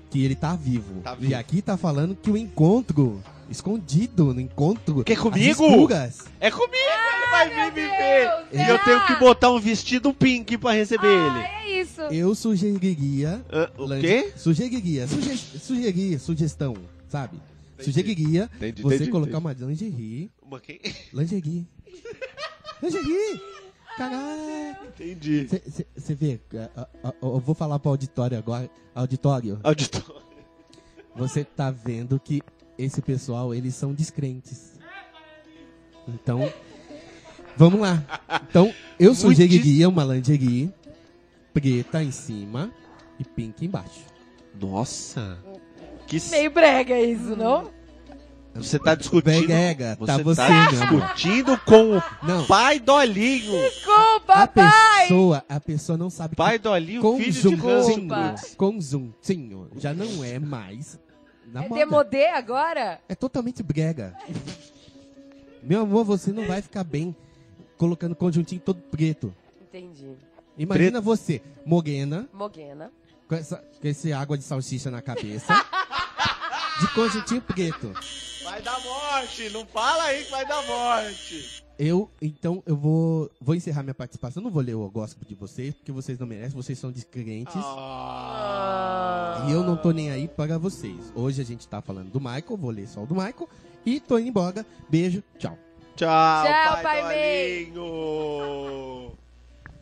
S3: Que ele tá vivo.
S2: Tá
S3: E
S2: vivo.
S3: aqui tá falando que o encontro, escondido no encontro.
S2: Que é
S3: às
S2: comigo?
S3: escuras,
S2: É comigo, ele vai vir me ver.
S4: Deus,
S2: E eu
S4: será?
S2: tenho que botar um vestido pink pra receber ele.
S4: É isso.
S3: eu sugeriria
S2: Ah, o
S3: Lance,
S2: quê?
S3: Sugeriria, suge sugerir, sugestão, sabe? Sugeriria
S2: Entendi,
S3: você
S2: entendi,
S3: colocar
S2: entendi.
S3: uma lingerie.
S2: Uma quem?
S3: Lingerie. lingerie! Caraca!
S2: Entendi.
S3: Você vê, a- a- a- eu vou falar pro auditório agora. Auditório,
S2: Ah, Auditor.
S3: você tá vendo que esse pessoal, eles são descrentes. Então, vamos lá. Então, eu
S2: Muito
S3: sugeriria é uma lingerie preta em cima e pink embaixo.
S2: Nossa. Que s-
S4: Meio brega é isso,
S2: Tá
S4: não?
S2: Você tá discutindo.
S3: Brega, tá você,
S2: tá
S3: meu amor.
S2: discutindo com o
S3: Não,
S2: pai Dolinho.
S4: Desculpa,
S3: a
S4: pai!
S3: pessoa, a pessoa não sabe
S2: Pai Dolinho, filho de Hansen
S3: conjuntinho,
S2: Blitz.
S3: conjuntinho, já não é mais na
S4: É
S3: moda.
S4: demodê agora?
S3: É totalmente brega. Meu amor, você não vai ficar bem colocando conjuntinho todo preto.
S4: Entendi.
S3: Imagina você, morena,
S4: Moguena.
S3: com essa com esse água de salsicha na cabeça, de conjuntinho preto.
S2: Vai dar morte, não fala aí que vai dar morte.
S3: Eu, então, eu vou, vou encerrar minha participação. Eu não vou ler o gospel de vocês, porque vocês não merecem, vocês são descrentes.
S2: Ah.
S3: E eu não tô nem aí para vocês. Hoje a gente tá falando do Michael, vou ler só o do Michael. E tô indo embora. Beijo, tchau.
S2: Tchau,
S4: Tchau,
S2: pai,
S4: pai Mei.
S2: Dolinho.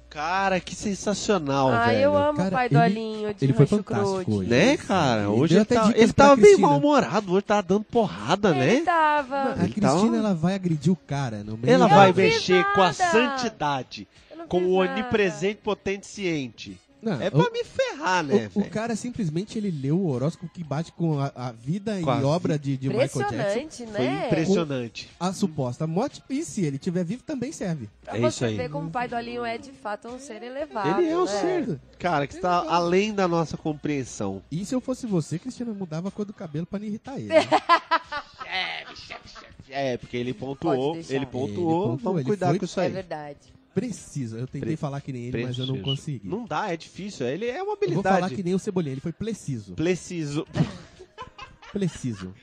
S2: Cara, que sensacional,
S4: ah,
S2: velho.
S4: eu amo o
S3: Cara,
S4: pai do
S3: ele-
S4: Alinho, de
S3: ele foi
S4: Rancho
S3: fantástico
S4: Crude.
S3: hoje.
S2: Né, cara?
S3: Ele
S2: Hoje
S3: deu
S2: ele,
S3: até
S2: tá,
S3: dicas
S2: ele
S3: pra
S2: tava bem
S3: Cristina.
S2: mal-humorado, hoje tava dando porrada,
S4: É, Ele
S2: né?
S4: tava.
S3: A
S2: Ele
S3: Cristina,
S2: tá-
S3: ela vai agredir o cara no meio
S2: Ela
S3: da-
S2: vai
S4: vi
S2: mexer com a
S4: nada.
S2: santidade,
S4: Eu não
S2: com
S4: fiz
S2: o
S4: nada.
S2: onipresente potente ciente.
S3: Não,
S2: É
S3: Ah, o-
S2: pra me ferrar,
S3: o-
S2: né,
S3: o,
S2: velho?
S3: cara simplesmente ele leu o horóscopo que bate com a, a vida
S2: Com a
S3: e obra de, de Michael Jackson.
S4: Impressionante,
S2: Foi
S4: né?
S2: impressionante.
S3: A suposta morte, e se ele tiver vivo, também serve.
S4: Pra
S2: É
S4: você
S2: isso aí.
S4: ver como o pai do Alinho é de fato um ser elevado.
S2: Ele é um
S4: né?
S2: ser, cara, que está
S4: Uhum.
S2: além da nossa compreensão.
S3: E se eu fosse você, Cristina, eu mudava a cor do cabelo pra não irritar ele.
S2: É, porque ele pontuou,
S4: deixar.
S2: ele pontuou,
S3: Ele pontuou,
S2: vamos
S3: ele
S2: cuidar
S3: foi-
S2: com isso
S4: É
S2: aí.
S4: verdade.
S3: Precisa. Eu tentei
S2: Pre-
S3: falar que nem ele, mas eu não
S2: Preciso.
S3: consegui.
S2: Não dá, é difícil. Ele é uma
S3: eu vou falar
S2: habilidade.
S3: que nem o Cebolinha, ele foi preciso.
S2: Preciso.
S3: Preciso.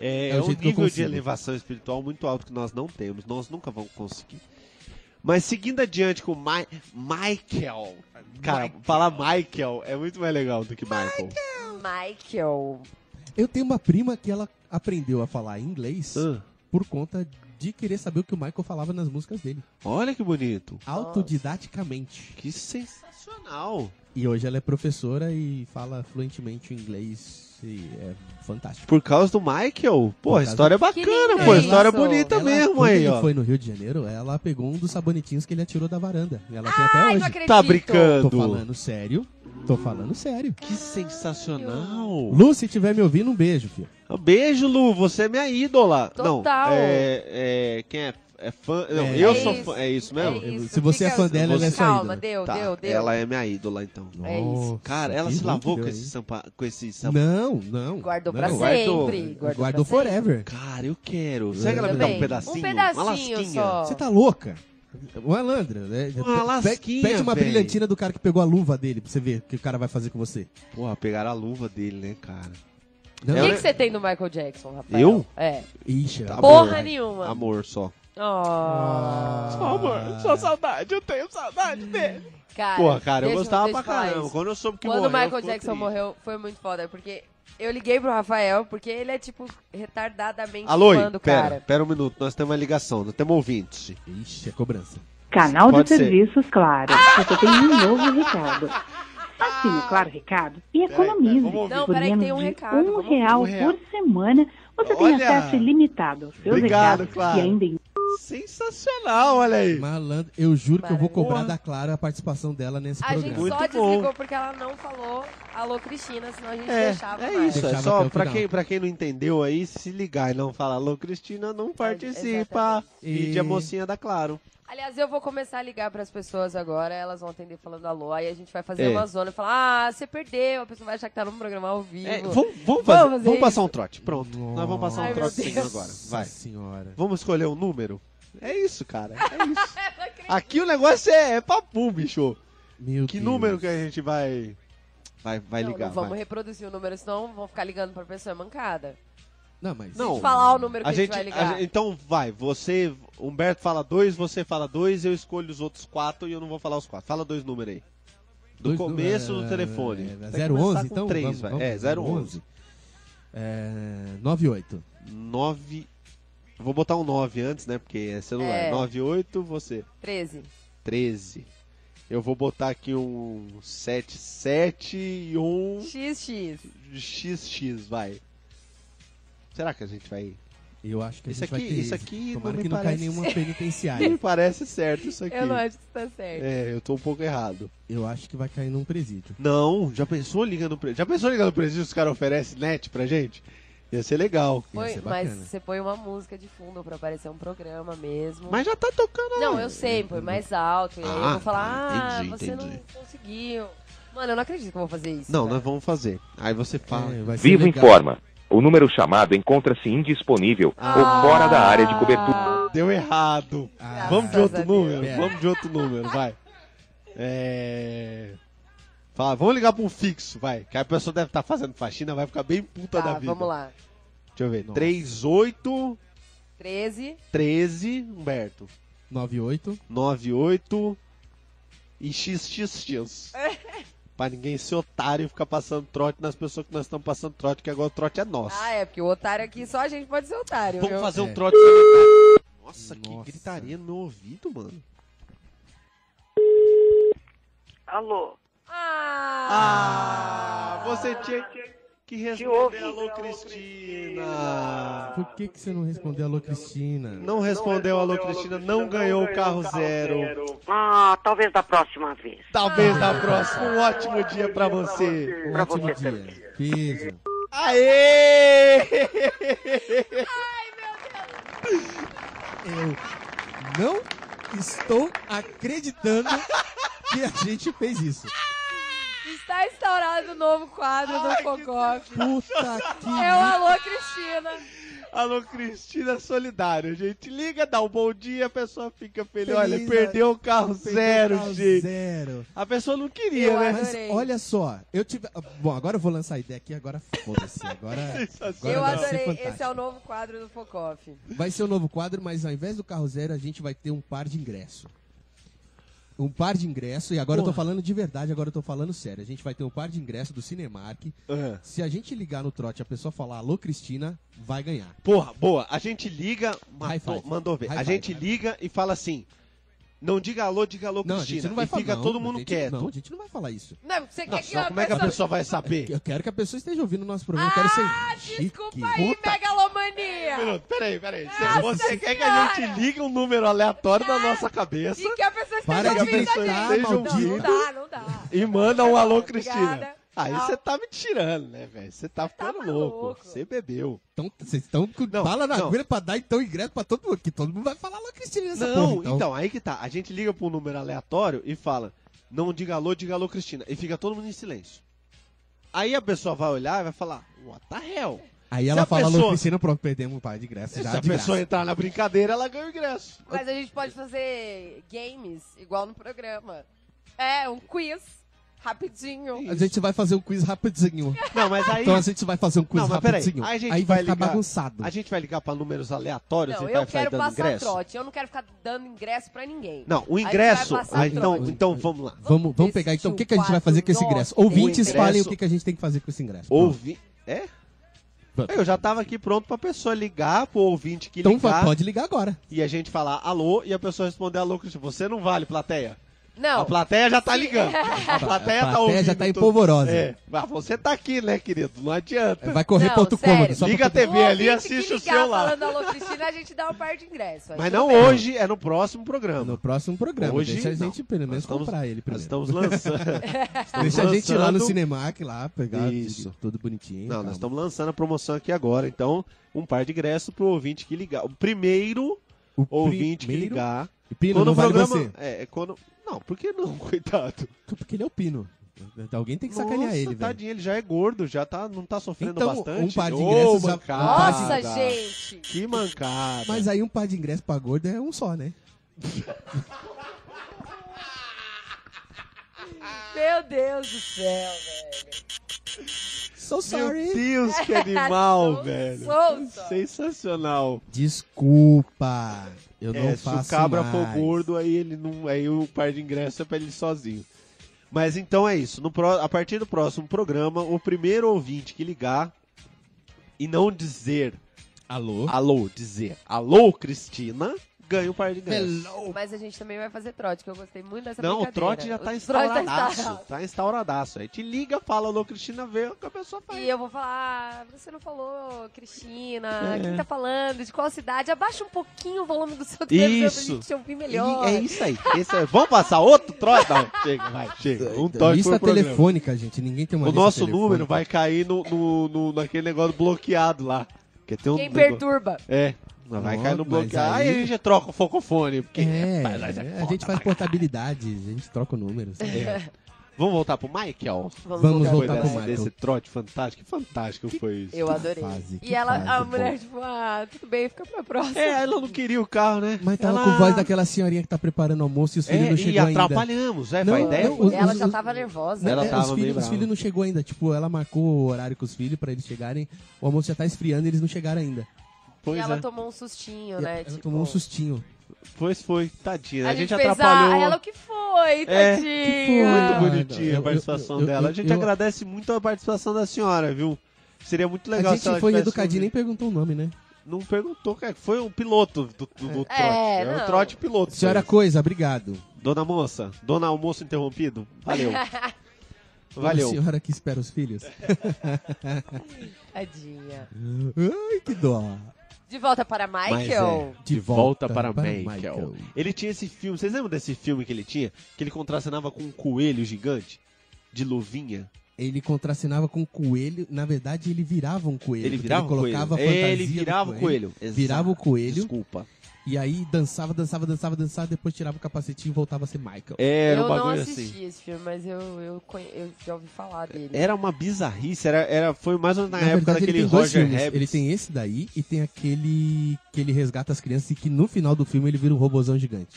S2: É,
S3: É o
S2: é um
S3: jeito que eu
S2: nível de
S3: consigo.
S2: elevação espiritual muito alto que nós não temos. Nós nunca vamos conseguir. Mas seguindo adiante com Ma Michael. Cara, falar Michael é muito mais legal do que Michael.
S4: Michael.
S3: Eu tenho uma prima que ela aprendeu a falar inglês
S2: Ah,
S3: por conta de querer saber o que o Michael falava nas músicas dele.
S2: olha que bonito.
S3: Autodidaticamente.
S2: Que sensacional.
S3: E hoje ela é professora e fala fluentemente o inglês. E é fantástico.
S2: Por causa do Michael. Pô,
S3: Por
S2: a
S3: causa
S2: história é
S4: Que
S2: bacana,
S4: lindo
S2: pô. a
S4: isso.
S2: História bonita
S3: Ela,
S2: Tá mesmo
S3: quando
S2: aí,
S3: ele
S2: ó.
S3: foi no Rio de Janeiro, ela pegou um dos sabonetinhos que ele atirou da varanda. Ela tem até
S4: Ai,
S3: hoje.
S4: não acredito.
S2: Tá
S3: Tô
S2: brincando.
S3: falando sério. Tô falando sério.
S2: Que sensacional.
S3: Lu, se tiver me ouvindo, um beijo, filho.
S2: Um beijo, Lu. Você é minha ídola.
S4: Total.
S2: Não, é, é, quem é, é fã? Não,
S3: É
S2: eu
S3: isso.
S2: sou fã. É isso mesmo?
S4: É isso,
S3: Se você é
S4: fica-
S3: fã dela, ela é sua
S4: Calma,
S3: ídola.
S4: deu,
S2: Tá,
S4: deu, deu.
S2: Ela é minha ídola, então.
S4: É isso.
S3: Nossa,
S2: Cara, ela
S3: que
S2: se
S3: ruim
S2: lavou
S3: que
S2: com
S3: deu,
S2: esse
S3: hein?
S2: sampa, com esse sampa.
S3: Não, não.
S4: Guardou
S3: não.
S4: pra
S2: guardou.
S4: sempre. Guardou,
S3: Guardou
S4: pra sempre.
S3: forever.
S2: Cara, eu quero. Será que ela me
S4: Eu
S2: dá
S4: também.
S2: um pedacinho?
S4: Um pedacinho
S2: lasquinha?
S4: só.
S3: Você tá louca? Malandra, né? Pe-
S2: lasquinha,
S3: Pede uma
S2: véi.
S3: brilhantina do cara que pegou a luva dele pra você ver o que o cara vai fazer com você.
S2: Porra, pegaram a luva dele, né, cara?
S3: Não,
S4: O
S2: Ela
S4: que
S2: é-
S4: que você tem do Michael Jackson, Rafael?
S2: Eu?
S4: É.
S3: Ixi,
S2: Tá
S3: ela-
S2: bom.
S4: Porra nenhuma.
S2: Amor só.
S4: Oh.
S3: Só amor, só
S2: saudade, eu tenho saudade dele.
S4: Cara,
S2: Porra, cara, eu
S4: deixa-
S2: gostava
S4: deixa
S2: pra
S4: eu falar
S2: caramba.
S4: isso.
S2: Quando eu soube que
S4: Quando
S2: morreu,
S4: o Michael
S2: ficou
S4: Jackson
S2: triste.
S4: morreu, foi muito foda, porque eu liguei pro Rafael, porque ele é, tipo, retardadamente
S2: Alô,
S4: fã do
S2: pera,
S4: cara.
S2: pera um minuto, nós temos uma ligação, nós temos ouvintes.
S3: Ixi, é cobrança.
S6: Canal
S2: Pode
S6: de
S2: ser.
S6: Serviços Claro. Você tem um novo recado. Assine o Claro Recado e
S2: Peraí, peraí,
S6: economize.
S2: vamos ouvir.
S4: Não,
S6: por
S4: peraí,
S6: menos
S4: tem um
S6: de
S4: recado,
S6: um
S4: vamos-
S6: real
S2: um real.
S6: por semana, você tem
S2: Olha!
S6: acesso ilimitado aos seus
S2: Obrigado,
S6: recados
S2: Claro.
S6: e ainda
S1: É
S2: Sensacional, olha aí.
S3: Malandro, eu juro que eu vou cobrar
S2: Maravilha.
S3: da Clara a participação dela nesse
S4: A gente
S3: programa.
S2: Muito
S4: só
S2: bom.
S4: desligou porque ela não falou alô Cristina, senão a gente
S2: É,
S4: deixava.
S2: é
S4: mais.
S2: isso. É
S3: Deixava
S2: só
S3: até o
S2: pra
S3: final.
S2: quem, pra quem não entendeu aí, se ligar e não falar alô, Cristina,
S4: É,
S2: não participa.
S3: exatamente.
S2: E a mocinha da Claro.
S4: Aliás, eu vou começar a ligar pras pessoas agora, elas vão atender falando alô, aí a gente vai fazer
S2: É.
S4: uma zona e falar, ah, você perdeu, a pessoa vai achar que tá num programa ao vivo.
S2: É, vamos, vamos fazer,
S4: fazer
S2: vamos,
S4: isso.
S2: passar um trote. Pronto. Nós vamos passar
S4: Ai,
S2: um
S4: meu
S2: trotezinho
S4: Deus.
S2: agora. Vai.
S3: senhora.
S2: Vamos escolher um número? É isso, cara. É isso. Aqui o negócio é, é papo, bicho.
S3: Meu
S2: Que
S3: Deus.
S2: número que é a gente vai. Vai, vai
S4: Não,
S2: ligar.
S4: não vamos
S2: vai.
S4: reproduzir o número, senão vão ficar ligando pra pessoa, é mancada.
S3: Não, mas...
S2: Não.
S4: Se falar o número que
S2: A
S4: a gente,
S2: gente,
S4: vai
S2: a
S4: ligar.
S2: gente- então vai, você, Humberto fala dois, você fala dois, eu escolho os outros quatro e eu não vou falar os quatro. Fala dois números aí. Do
S3: Dois
S2: começo
S3: números,
S2: do
S3: é,
S2: telefone.
S3: é,
S2: Tem que
S3: 011,
S2: começar com
S3: então?
S2: Três,
S3: Vamos,
S2: vai.
S3: vamos,
S2: é, 011.
S3: 011. É... 98.
S2: 9. Vou botar um 9 antes, né? Porque é celular.
S4: É.
S2: 98, você.
S4: 13.
S2: 13. Eu vou botar aqui um 77 e um
S4: XX.
S2: XX, vai. Será que a gente vai.
S3: Eu acho que a
S2: Isso
S3: gente vai
S2: aqui-
S3: ter
S2: isso
S3: êxito.
S2: aqui
S3: Tomara
S2: não me
S3: que não
S2: parece-
S3: caia nenhuma
S2: Me
S3: penitenciária.
S2: parece certo isso aqui.
S4: Eu não acho que isso tá certo.
S2: É, eu tô um pouco errado.
S3: Eu acho que vai cair num presídio.
S2: Não, já pensou ligando presídio? Já pensou ligando presídio se os caras oferecem net pra gente? Ia ser legal.
S4: Põe-
S3: ser
S4: mas
S3: bacana.
S4: você põe uma música de fundo pra aparecer um programa mesmo.
S2: Mas já tá tocando.
S4: Não, eu sei, põe mais alto. E aí eu
S2: Ah,
S4: vou falar,
S2: tá, entendi,
S4: ah, você
S2: entendi.
S4: não conseguiu. Mano, eu não acredito que eu vou fazer isso.
S2: Não, é
S4: cara.
S2: nós vamos fazer. Aí você fala.
S3: É, vai ser
S7: Vivo
S3: legal.
S7: informa. O número chamado encontra-se indisponível
S4: Ah.
S7: ou fora da área de cobertura.
S2: Deu errado.
S3: Ah,
S2: vamos de
S4: É. a
S2: outro
S4: Deus.
S2: número.
S3: É.
S2: Vamos de outro número, vai. É. Fala, vamos ligar pra um fixo, vai. Que a pessoa deve estar fazendo faxina, vai ficar bem puta da
S4: Tá,
S2: vida.
S4: vamos lá.
S2: Deixa eu ver.
S3: Nossa.
S2: 38
S4: 13,
S2: 13, Humberto.
S3: 98.
S2: 98 e XXX. pra ninguém ser otário e ficar passando trote nas pessoas que nós estamos passando trote, que agora o trote é nosso.
S4: Ah, é, porque o otário aqui, só a gente pode ser otário,
S2: Vamos
S4: viu?
S2: fazer um
S3: É.
S2: trote solidário. Nossa, que
S3: Nossa.
S2: gritaria no meu ouvido, mano.
S8: Alô?
S2: Ah, você tinha que responder.
S8: ouve.
S2: Alô, Cristina.
S3: Por que, que você não respondeu alô, Cristina?
S2: Não respondeu, alô, Cristina. Não ganhou o carro zero.
S8: Ah, talvez da próxima vez.
S2: Talvez na próxima. Um ótimo dia pra você.
S3: Um
S8: Pra
S3: ótimo
S8: você
S3: dia. Beijo.
S2: Aê!
S3: Eu não estou acreditando que a gente fez isso.
S4: Está instaurado o novo quadro do Focoff.
S3: Puta que.
S4: É o Alô Cristina.
S2: Alô, Cristina Solidário, gente. Liga, dá um bom dia, a pessoa fica feliz.
S3: Feliz, né?
S2: Olha, perdeu o carro
S3: perdeu
S2: zero,
S3: carro
S2: gente.
S3: Zero.
S2: A pessoa não queria,
S4: Eu
S2: né?
S4: acho-
S3: Mas
S4: Adorei.
S3: olha só, eu tive. Bom, agora eu vou lançar a ideia aqui, agora foda-se. Agora,
S2: Sensacional.
S3: agora
S4: Eu
S3: vai ser
S4: adorei.
S3: fantástico.
S4: Esse é o novo quadro do Focoff.
S3: Vai ser um novo quadro, mas ao invés do carro zero, a gente vai ter um par de ingresso. Um par de ingresso, e agora eu tô
S2: Porra.
S3: falando de verdade, agora eu tô falando sério. A gente vai ter um par de ingresso do Cinemark.
S2: Aham.
S3: Se a gente ligar no trote e a pessoa falar alô, Cristina, vai ganhar.
S2: Porra, boa. A gente liga,
S3: High
S2: matou,
S3: five.
S2: mandou ver. a
S3: High five,
S2: gente
S3: high
S2: liga e fala assim: Não diga alô, diga alô,
S3: Não, a gente
S2: Cristina.
S3: não vai
S2: e
S3: falar
S2: fica
S3: não,
S2: todo
S3: a
S2: mundo
S3: gente-
S2: quieto.
S3: Não, a gente não vai falar isso.
S4: Não, você
S2: Não,
S4: quer que
S2: só
S4: eu
S2: como é que a pessoa vai saber?
S3: Eu quero que a pessoa esteja ouvindo o nosso programa, eu quero
S4: Ah,
S3: ser chique.
S4: desculpa aí,
S3: Puta
S4: megalomania.
S2: Um Minuto, peraí, peraí. Você- Você quer que a gente ligue um número aleatório da nossa cabeça
S4: E que a pessoa
S3: Para
S4: esteja
S3: de
S4: ouvindo a
S3: gritar,
S4: gente. Não, não
S3: maldito.
S4: dá, não dá.
S2: e manda um alô, Cristina?
S4: Obrigada.
S2: Aí
S4: Tchau.
S2: você tá me tirando, né, velho? Você tá ficando louco.
S4: maluco.
S2: Você bebeu.
S3: Então, vocês estão com
S2: Não,
S3: bala na
S2: não.
S3: agulha pra dar então ingresso pra todo mundo, que todo mundo vai falar alô, Cristina nessa
S2: Não,
S3: porra,
S2: então. aí que tá. A gente liga pra um número aleatório e fala: Não diga alô, diga alô, Cristina. E fica todo mundo em silêncio. Aí a pessoa vai olhar e vai falar: What the hell?
S3: Aí
S2: Se
S3: ela
S2: a
S3: fala alô,
S2: pessoa-
S3: Cristina, pronto, perdemos um par de ingresso. Já
S2: Se a
S3: de graça.
S2: pessoa entrar na brincadeira, ela ganha o ingresso.
S4: Mas a gente pode fazer games igual no programa. É, um quiz. Rapidinho.
S3: A gente vai fazer um quiz rapidinho.
S2: Não, mas é aí.
S3: Então a gente vai fazer um quiz
S2: não, mas peraí.
S3: rapidinho.
S2: assim, Aí a gente
S3: vai,
S2: vai
S3: ficar
S2: ligar-
S3: bagunçado.
S2: A gente vai ligar pra números aleatórios
S4: Não,
S2: e vai
S4: eu
S2: ficar
S4: quero
S2: dando
S4: passar
S2: ingresso?
S4: trote. Eu não quero ficar dando ingresso pra ninguém.
S2: Não, o
S4: A gente
S2: ingresso.
S4: vai passar
S2: ah, então,
S4: trote.
S2: então vamos lá.
S3: Vamos, vamos
S4: Desse
S3: pegar então o que, que a gente
S4: chupato
S3: vai fazer com esse
S4: nosso.
S3: ingresso. Ouvintes,
S4: O
S2: ingresso-
S3: falem o que, que a gente tem que fazer com esse ingresso.
S2: Ouvi. É? Eu já tava aqui pronto pra pessoa ligar, pro ouvinte que
S3: Então
S2: ligar.
S3: pode ligar agora.
S2: E a gente falar alô e a pessoa responder alô, Cristina. Você não vale, plateia. A
S4: Não,
S2: plateia já tá ligando. A plateia
S3: A
S2: tá
S3: plateia
S2: ouvindo.
S3: já tá
S2: tudo.
S3: empolvorosa.
S2: É, mas você tá aqui, né, querido? Não adianta.
S3: Vai correr
S4: Não,
S3: pro outro
S4: sério.
S3: cômodo. Só pra
S2: Liga a
S3: poder-
S2: TV ali e
S4: ouvinte que
S2: assiste o
S4: ligar
S2: seu lá.
S4: falando alô Cristina, a gente dá um par de ingresso. Aí
S2: Mas
S4: tudo
S2: não
S4: bem.
S2: hoje, é no próximo programa.
S3: No próximo programa.
S2: Hoje,
S3: Deixa a
S2: não.
S3: gente pelo menos
S2: Nós estamos-
S3: comprar ele
S2: Nós
S3: primeiro.
S2: estamos lançando.
S3: Deixa a gente ir lá no
S2: cinema.
S3: Cinemark lá, pegar
S2: Isso.
S3: tudo bonitinho.
S2: Não,
S3: calma.
S2: nós estamos lançando a promoção aqui agora. Então, um par de ingressos pro ouvinte que ligar. O primeiro
S3: O
S2: ouvinte que
S3: primeiro-
S2: ligar.
S3: Pino, não vale você.
S2: É, é quando. Não, por que não, coitado?
S3: Porque ele é o Pino. Alguém tem que sacanear
S2: Nossa,
S3: ele, velho.
S2: tadinho, ele já é gordo, já tá, não tá sofrendo
S3: Então,
S2: bastante.
S3: um par de
S2: Ô,
S3: ingressos já-
S2: mancada.
S4: Nossa, gente.
S2: Que mancada.
S3: Mas aí um par de ingresso pra gordo é um só, né?
S4: Meu Deus do céu, velho.
S3: So
S2: Meu
S3: sorry.
S2: Deus, que animal,
S4: Sou-
S2: velho.
S4: sou só.
S2: Sensacional.
S3: Desculpa. Eu não
S2: é, se
S3: faço
S2: o cabra
S3: mais.
S2: for gordo, aí ele não. Aí o par de ingresso é pra ele sozinho. Mas então é isso. No pró- a partir do próximo programa, o primeiro ouvinte que ligar e não dizer
S3: Alô?
S2: alô, dizer alô, Cristina, ganha o par de ingresso.
S3: Hello.
S4: Mas a gente também vai fazer trote, que eu gostei muito dessa
S2: Não, o
S4: brincadeira.
S2: trote já tá
S4: O trote tá
S2: instauradaço.
S4: instaurado.
S2: Tá instauradaço. Aí te liga, fala alô, Cristina, vê o que a pessoa
S4: E é
S2: faz.
S4: eu vou falar, ah, você não falou,
S2: É.
S4: Cristina, quem tá falando, de qual cidade? Abaixa um pouquinho o volume do seu televisor
S2: Isso.
S4: pra gente te ouvir melhor.
S2: E é isso aí. Esse é- Vamos passar outro trote? Não, chega, vai, chega. Um toque
S3: então. lista
S2: por programa.
S3: telefônica, gente. Ninguém tem uma
S2: O
S3: lista
S2: nosso
S3: telefônica. É,
S2: número vai cair no, no, no- naquele negócio bloqueado lá. Que tem um
S4: Quem
S2: nego-
S4: perturba?
S2: É, mas vai
S3: Não,
S2: cair no
S3: mas
S2: bloqueado.
S3: aí-
S2: Aí... a gente troca o focofone. Porque,
S3: É,
S2: rapaz, nós é
S3: é, a
S2: foda.
S3: gente faz portabilidade, a gente troca o número. sabe?
S2: Vamos voltar pro Michael?
S3: Vamos
S2: Foi
S3: voltar pro
S2: desse,
S3: Michael.
S2: desse trote fantástico. Que fantástico foi isso.
S4: Eu adorei.
S3: fase, que
S4: e ela,
S3: fase,
S4: a
S3: pô.
S4: mulher, tipo, ah, tudo bem, fica pra próxima.
S2: É, ela não queria o carro, né?
S3: Mas tava
S2: ela...
S3: com voz daquela senhorinha que tá preparando o almoço e os filhos
S2: É,
S3: não
S2: e
S3: chegou ainda.
S2: atrapalhamos, é,
S3: Não,
S2: foi a ideia.
S3: não,
S2: foi-
S3: os-
S4: ela
S3: os-
S4: já tava nervosa.
S2: Ela
S3: É,
S2: tava
S3: os
S2: meio
S3: filhos, os
S2: brava.
S3: filhos não chegou ainda. Tipo, ela marcou o horário com os filhos pra eles chegarem. O almoço já tá esfriando e eles não chegaram ainda.
S4: e
S2: Pois
S4: ela
S2: é,
S4: tomou um sustinho,
S3: E
S4: né?
S3: né? ela
S4: tipo,
S3: tomou um sustinho.
S2: pois foi, tadinha. né?
S4: A,
S2: A,
S4: gente, fez
S2: atrapalhou.
S4: a... Ela, o que foi,
S2: É,
S4: tadinha?
S3: foi?
S2: Muito
S3: Ah,
S2: bonitinha
S3: não, eu-
S2: a participação
S3: eu- eu-
S2: dela. A
S3: eu-
S2: gente
S3: eu-
S2: agradece muito a participação da senhora, viu? Seria muito legal
S3: a
S2: se ela
S3: gente foi
S2: tivesse
S3: educadinho e
S2: ouvido.
S3: nem perguntou o nome, né?
S2: não perguntou, cara. Foi um piloto do, do- do trote.
S4: É,
S2: É, um
S4: não.
S2: trote piloto.
S3: Senhora Coisa, obrigado.
S2: Dona moça, dona almoço interrompido. Valeu.
S3: A
S2: Valeu.
S3: senhora que espera os filhos.
S4: Tadinha.
S3: Ai, que dó.
S4: De volta para Michael.
S3: De
S2: volta para Michael. Ele tinha esse filme, vocês lembram desse filme que ele tinha? Que ele contracenava com um coelho gigante de luvinha.
S3: Ele contracenava com o coelho. Na verdade, ele virava um coelho.
S2: Ele
S3: porque
S2: virava um
S3: ele colocava
S2: coelho.
S3: a fantasia
S2: Ele
S3: do
S2: virava o coelho. Exato.
S3: Virava o coelho
S2: Desculpa.
S3: e aí dançava, dançava, dançava, dançava, depois tirava o capacetinho e voltava a ser Michael.
S2: Era
S4: eu
S2: um
S4: não
S2: bagulho
S4: assisti
S2: assim.
S4: esse filme, mas eu, eu, conhe- eu já ouvi falar dele.
S2: Era uma bizarrice, era, era, foi mais ou menos na, época daquele
S3: ele tem dois
S2: Roger
S3: filmes.
S2: Rabbit.
S3: Ele tem esse daí e tem aquele que ele resgata as crianças e que no final do filme ele vira um robozão gigante.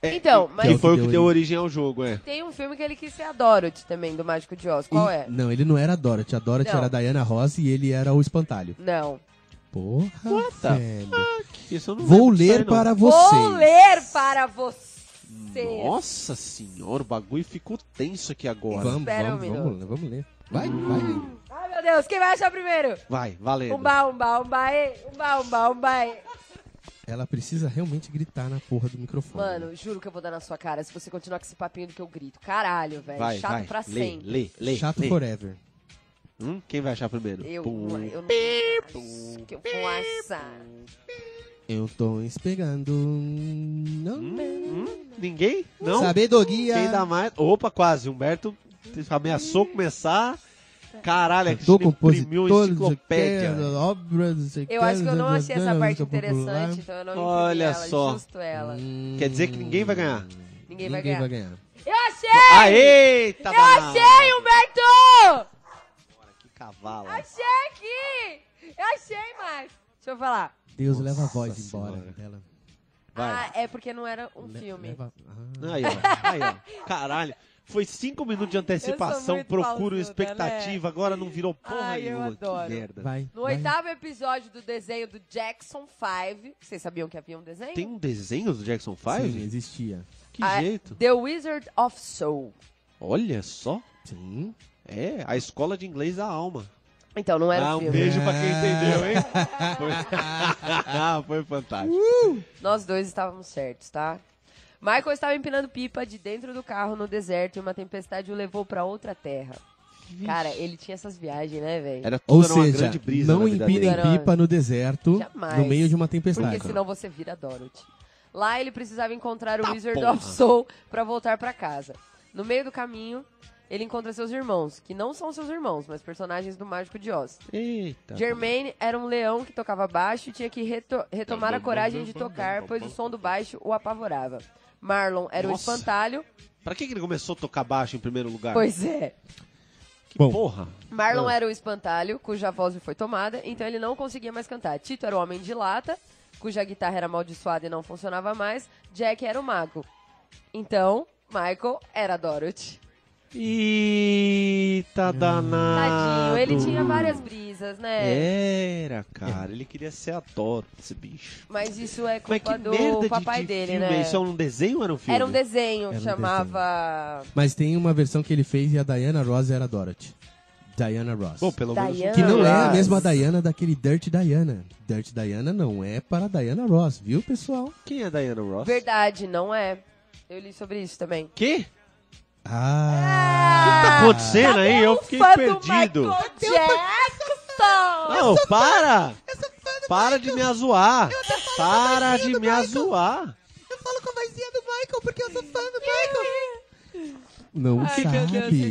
S2: É,
S4: Então,
S2: que-
S4: mas-
S2: que foi o que deu origem ao jogo, é.
S4: Tem um filme que ele quis ser a Dorothy também, do Mágico de Oz. Qual
S3: E-
S4: é?
S3: Não, ele não era a Dorothy. A Dorothy
S4: Não.
S3: era a Diana Ross e ele era o Espantalho.
S4: Não.
S3: Porra,
S2: What the-
S3: velho.
S2: Isso eu não
S3: Vou
S2: lembro disso aí,
S3: ler
S2: não.
S3: para vocês.
S4: Vou ler para você.
S2: Nossa senhora, o bagulho ficou tenso aqui agora.
S3: Vamos,
S4: Espera um
S3: vamos, vamos, vamos ler. Vai, vai.
S4: Ai, meu Deus, quem vai achar primeiro?
S2: Vai, valendo.
S4: Umba, umba, umba, e, umba, umba, umba, e.
S3: Ela precisa realmente gritar na porra do microfone.
S4: Mano, juro que eu vou dar na sua cara se você continuar com esse papinho do que eu grito. Caralho, velho.
S2: vai,
S4: é Chato
S2: vai.
S4: pra
S2: lê,
S4: sempre.
S2: Lê, lê,
S3: Chato
S2: lê.
S3: forever.
S2: Hum, Quem vai achar primeiro?
S4: Eu,
S2: Pum.
S4: eu não acho que eu vou assar.
S3: Eu tô esperando. Não,
S2: Hum, Ninguém? Não?
S3: Sabedoria.
S2: Quem dá mais? Opa, quase. Humberto ameaçou começar. Caralho, a
S3: Tô
S2: Cristina imprimiu uma
S3: compositor, não sei o
S2: enciclopédia.
S3: que, obras, não sei o
S4: Eu acho que eu não achei essa parte
S3: música popular.
S4: interessante, então eu não imprimi
S2: Olha
S4: ela,
S2: só.
S4: justo ela.
S2: Hum. Quer dizer que ninguém vai ganhar.
S4: Ninguém vai ganhar.
S3: ganhar.
S4: Eu achei!
S2: Ah, eita,
S4: Eu achei, Humberto!
S2: Que cavalo.
S4: Achei aqui! Eu achei, mas... Deixa eu falar.
S3: Deus
S2: Nossa
S3: leva a voz embora
S2: Senhora.
S3: dela.
S2: Vai.
S4: Ah, é porque não era um
S3: Le-
S4: filme.
S3: leva- ah.
S2: Aí, ó. Aí, ó. Caralho. Foi cinco minutos de antecipação,
S4: muito
S2: procura
S4: pausuda,
S2: expectativa, agora não virou porra
S4: Ai, eu
S2: nenhuma.
S4: adoro.
S2: Que merda.
S3: Vai.
S4: No
S3: vai.
S4: oitavo episódio do desenho do Jackson 5, vocês sabiam que havia um desenho?
S2: Tem um desenho do Jackson
S3: Sim,
S2: 5?
S3: existia.
S2: Que
S4: Ah,
S2: jeito.
S4: The Wizard of Soul.
S2: Olha só.
S3: Sim.
S2: É, a escola de inglês da alma.
S4: Então, não era
S2: Ah,
S4: um
S2: um
S4: filme.
S2: beijo pra quem entendeu, hein? Foi, Ah, foi fantástico.
S4: Uh! Nós dois estávamos certos, tá? Michael estava empinando pipa de dentro do carro no deserto e uma tempestade o levou pra outra terra. Cara, ele tinha essas viagens, né, velho?
S2: Era
S3: Ou
S2: tudo era uma
S3: seja,
S2: grande brisa.
S3: não
S2: na vida
S3: empinem
S2: dele.
S4: dele.
S3: pipa no deserto
S4: Jamais.
S3: no meio de uma
S4: Porque
S2: né?
S3: tempestade.
S4: senão você vira Dorothy. Lá ele precisava encontrar o
S2: Tá
S4: Wizard
S2: porra.
S4: of Soul pra voltar pra casa. No meio do caminho, ele encontra seus irmãos, que não são seus irmãos, mas personagens do Mágico de Oz.
S2: Tá, Eita.
S4: Germaine era um leão que tocava baixo e tinha que reto- retomar a coragem de tocar, pois o som do baixo o apavorava. Marlon era um
S2: Nossa. tá.
S4: espantalho.
S2: Pra que que ele começou a tocar baixo em primeiro lugar?
S4: Pois é.
S2: Que
S3: Bom.
S2: porra. Ah.
S4: Marlon era o espantalho, cuja voz lhe foi tomada, então ele não conseguia mais cantar. Tito era o homem de lata, cuja guitarra era amaldiçoada e não funcionava mais. Jack era o mago. Então, Michael era Dorothy.
S2: Eita danado.
S4: Tadinho, ele tinha várias brisas,
S2: É.
S4: né?
S2: Era, cara. Ele queria ser ator, esse bicho.
S4: Mas isso é
S2: Mas
S4: culpa
S2: que merda
S4: do
S2: de,
S4: papai
S2: de
S4: dele,
S2: filme.
S4: né?
S2: Isso é um desenho ou era um filme?
S4: Era um desenho,
S3: Era um
S4: chamava...
S3: Mas tem uma versão que ele fez e a Diana Ross era a Dorothy. Diana Ross.
S2: Bom, pelo menos...
S4: Diana
S3: Que não é a
S4: Ross.
S3: mesma Diana daquele Dirty Diana. Dirty Diana não é para Diana Ross, viu, pessoal?
S2: Quem é a Diana Ross?
S4: Verdade, não é. Eu li sobre isso também.
S2: Que?
S3: Ah!
S2: Tá acontecendo aí? Eu fiquei
S4: é um Fã
S2: perdido.
S4: do Michael Jackson!
S2: Não, para! Para de me azoar! Para de me azoar!
S3: Não
S4: Ai, meu Deus,
S3: sabe.
S2: O que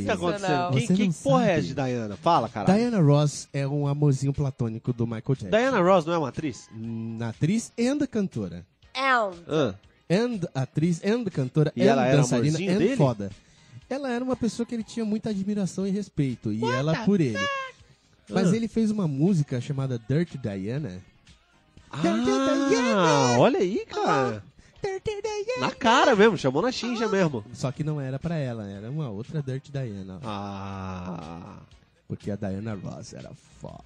S2: tá acontecendo?
S4: Sensacional.
S2: Quem,
S3: Você
S2: que
S3: não
S2: porra é
S3: sabe.
S2: essa de Diana? Fala, cara. Diana...
S3: Diana Ross é um amorzinho platônico do Michael Jackson. Hum,
S2: Ross não é uma atriz?
S3: Na atriz and cantora.
S4: And.
S2: Ah,
S3: And atriz, and cantora,
S2: E
S3: and
S2: ela era
S3: dançarina,
S2: amorzinho
S3: and
S2: dele?
S3: foda. Ela era uma pessoa que ele tinha muita admiração e respeito, e ela por ele. Mas
S2: Ah.
S3: ele fez uma música chamada Dirty Diana.
S2: Ah, olha aí, cara.
S3: Dirty Diana.
S2: Na cara mesmo, chamou na
S4: Ah.
S2: xinja mesmo.
S3: Só que não era pra ela, era uma outra Dirty Diana. ó.
S2: Ah.
S3: Porque a Diana Ross era foda.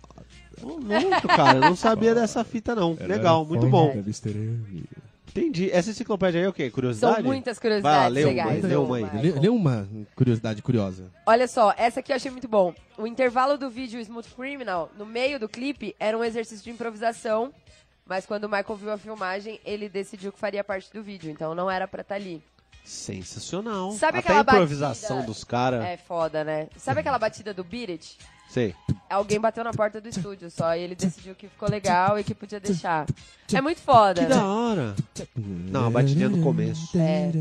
S3: um né?
S2: Ô, louco, cara. Eu não sabia dessa fita, não. Legal, muito bom.
S3: Mr. M.
S2: Entendi. Essa enciclopédia aí é o quê? Curiosidade?
S4: São muitas
S2: Vai lá,
S4: curiosidades
S2: lê uma,
S4: legais.
S2: lê uma aí.
S4: Vai.
S3: Lê, lê uma curiosidade curiosa.
S4: Olha só, essa aqui eu achei muito bom. O intervalo do vídeo Smooth Criminal, no meio do clipe, era um exercício de improvisação, mas quando o Michael viu a filmagem, ele decidiu que faria parte do vídeo, então não era pra estar ali.
S2: Sensacional.
S4: Sabe
S2: Até
S4: aquela
S2: a improvisação
S4: batida-
S2: dos caras.
S4: É foda, né? Sabe aquela batida do Beat It?
S2: Sei.
S4: Alguém bateu na porta do estúdio só e ele decidiu que ficou legal e que podia deixar. É muito foda.
S2: Que da hora. Não, a batidinha do começo.
S4: É.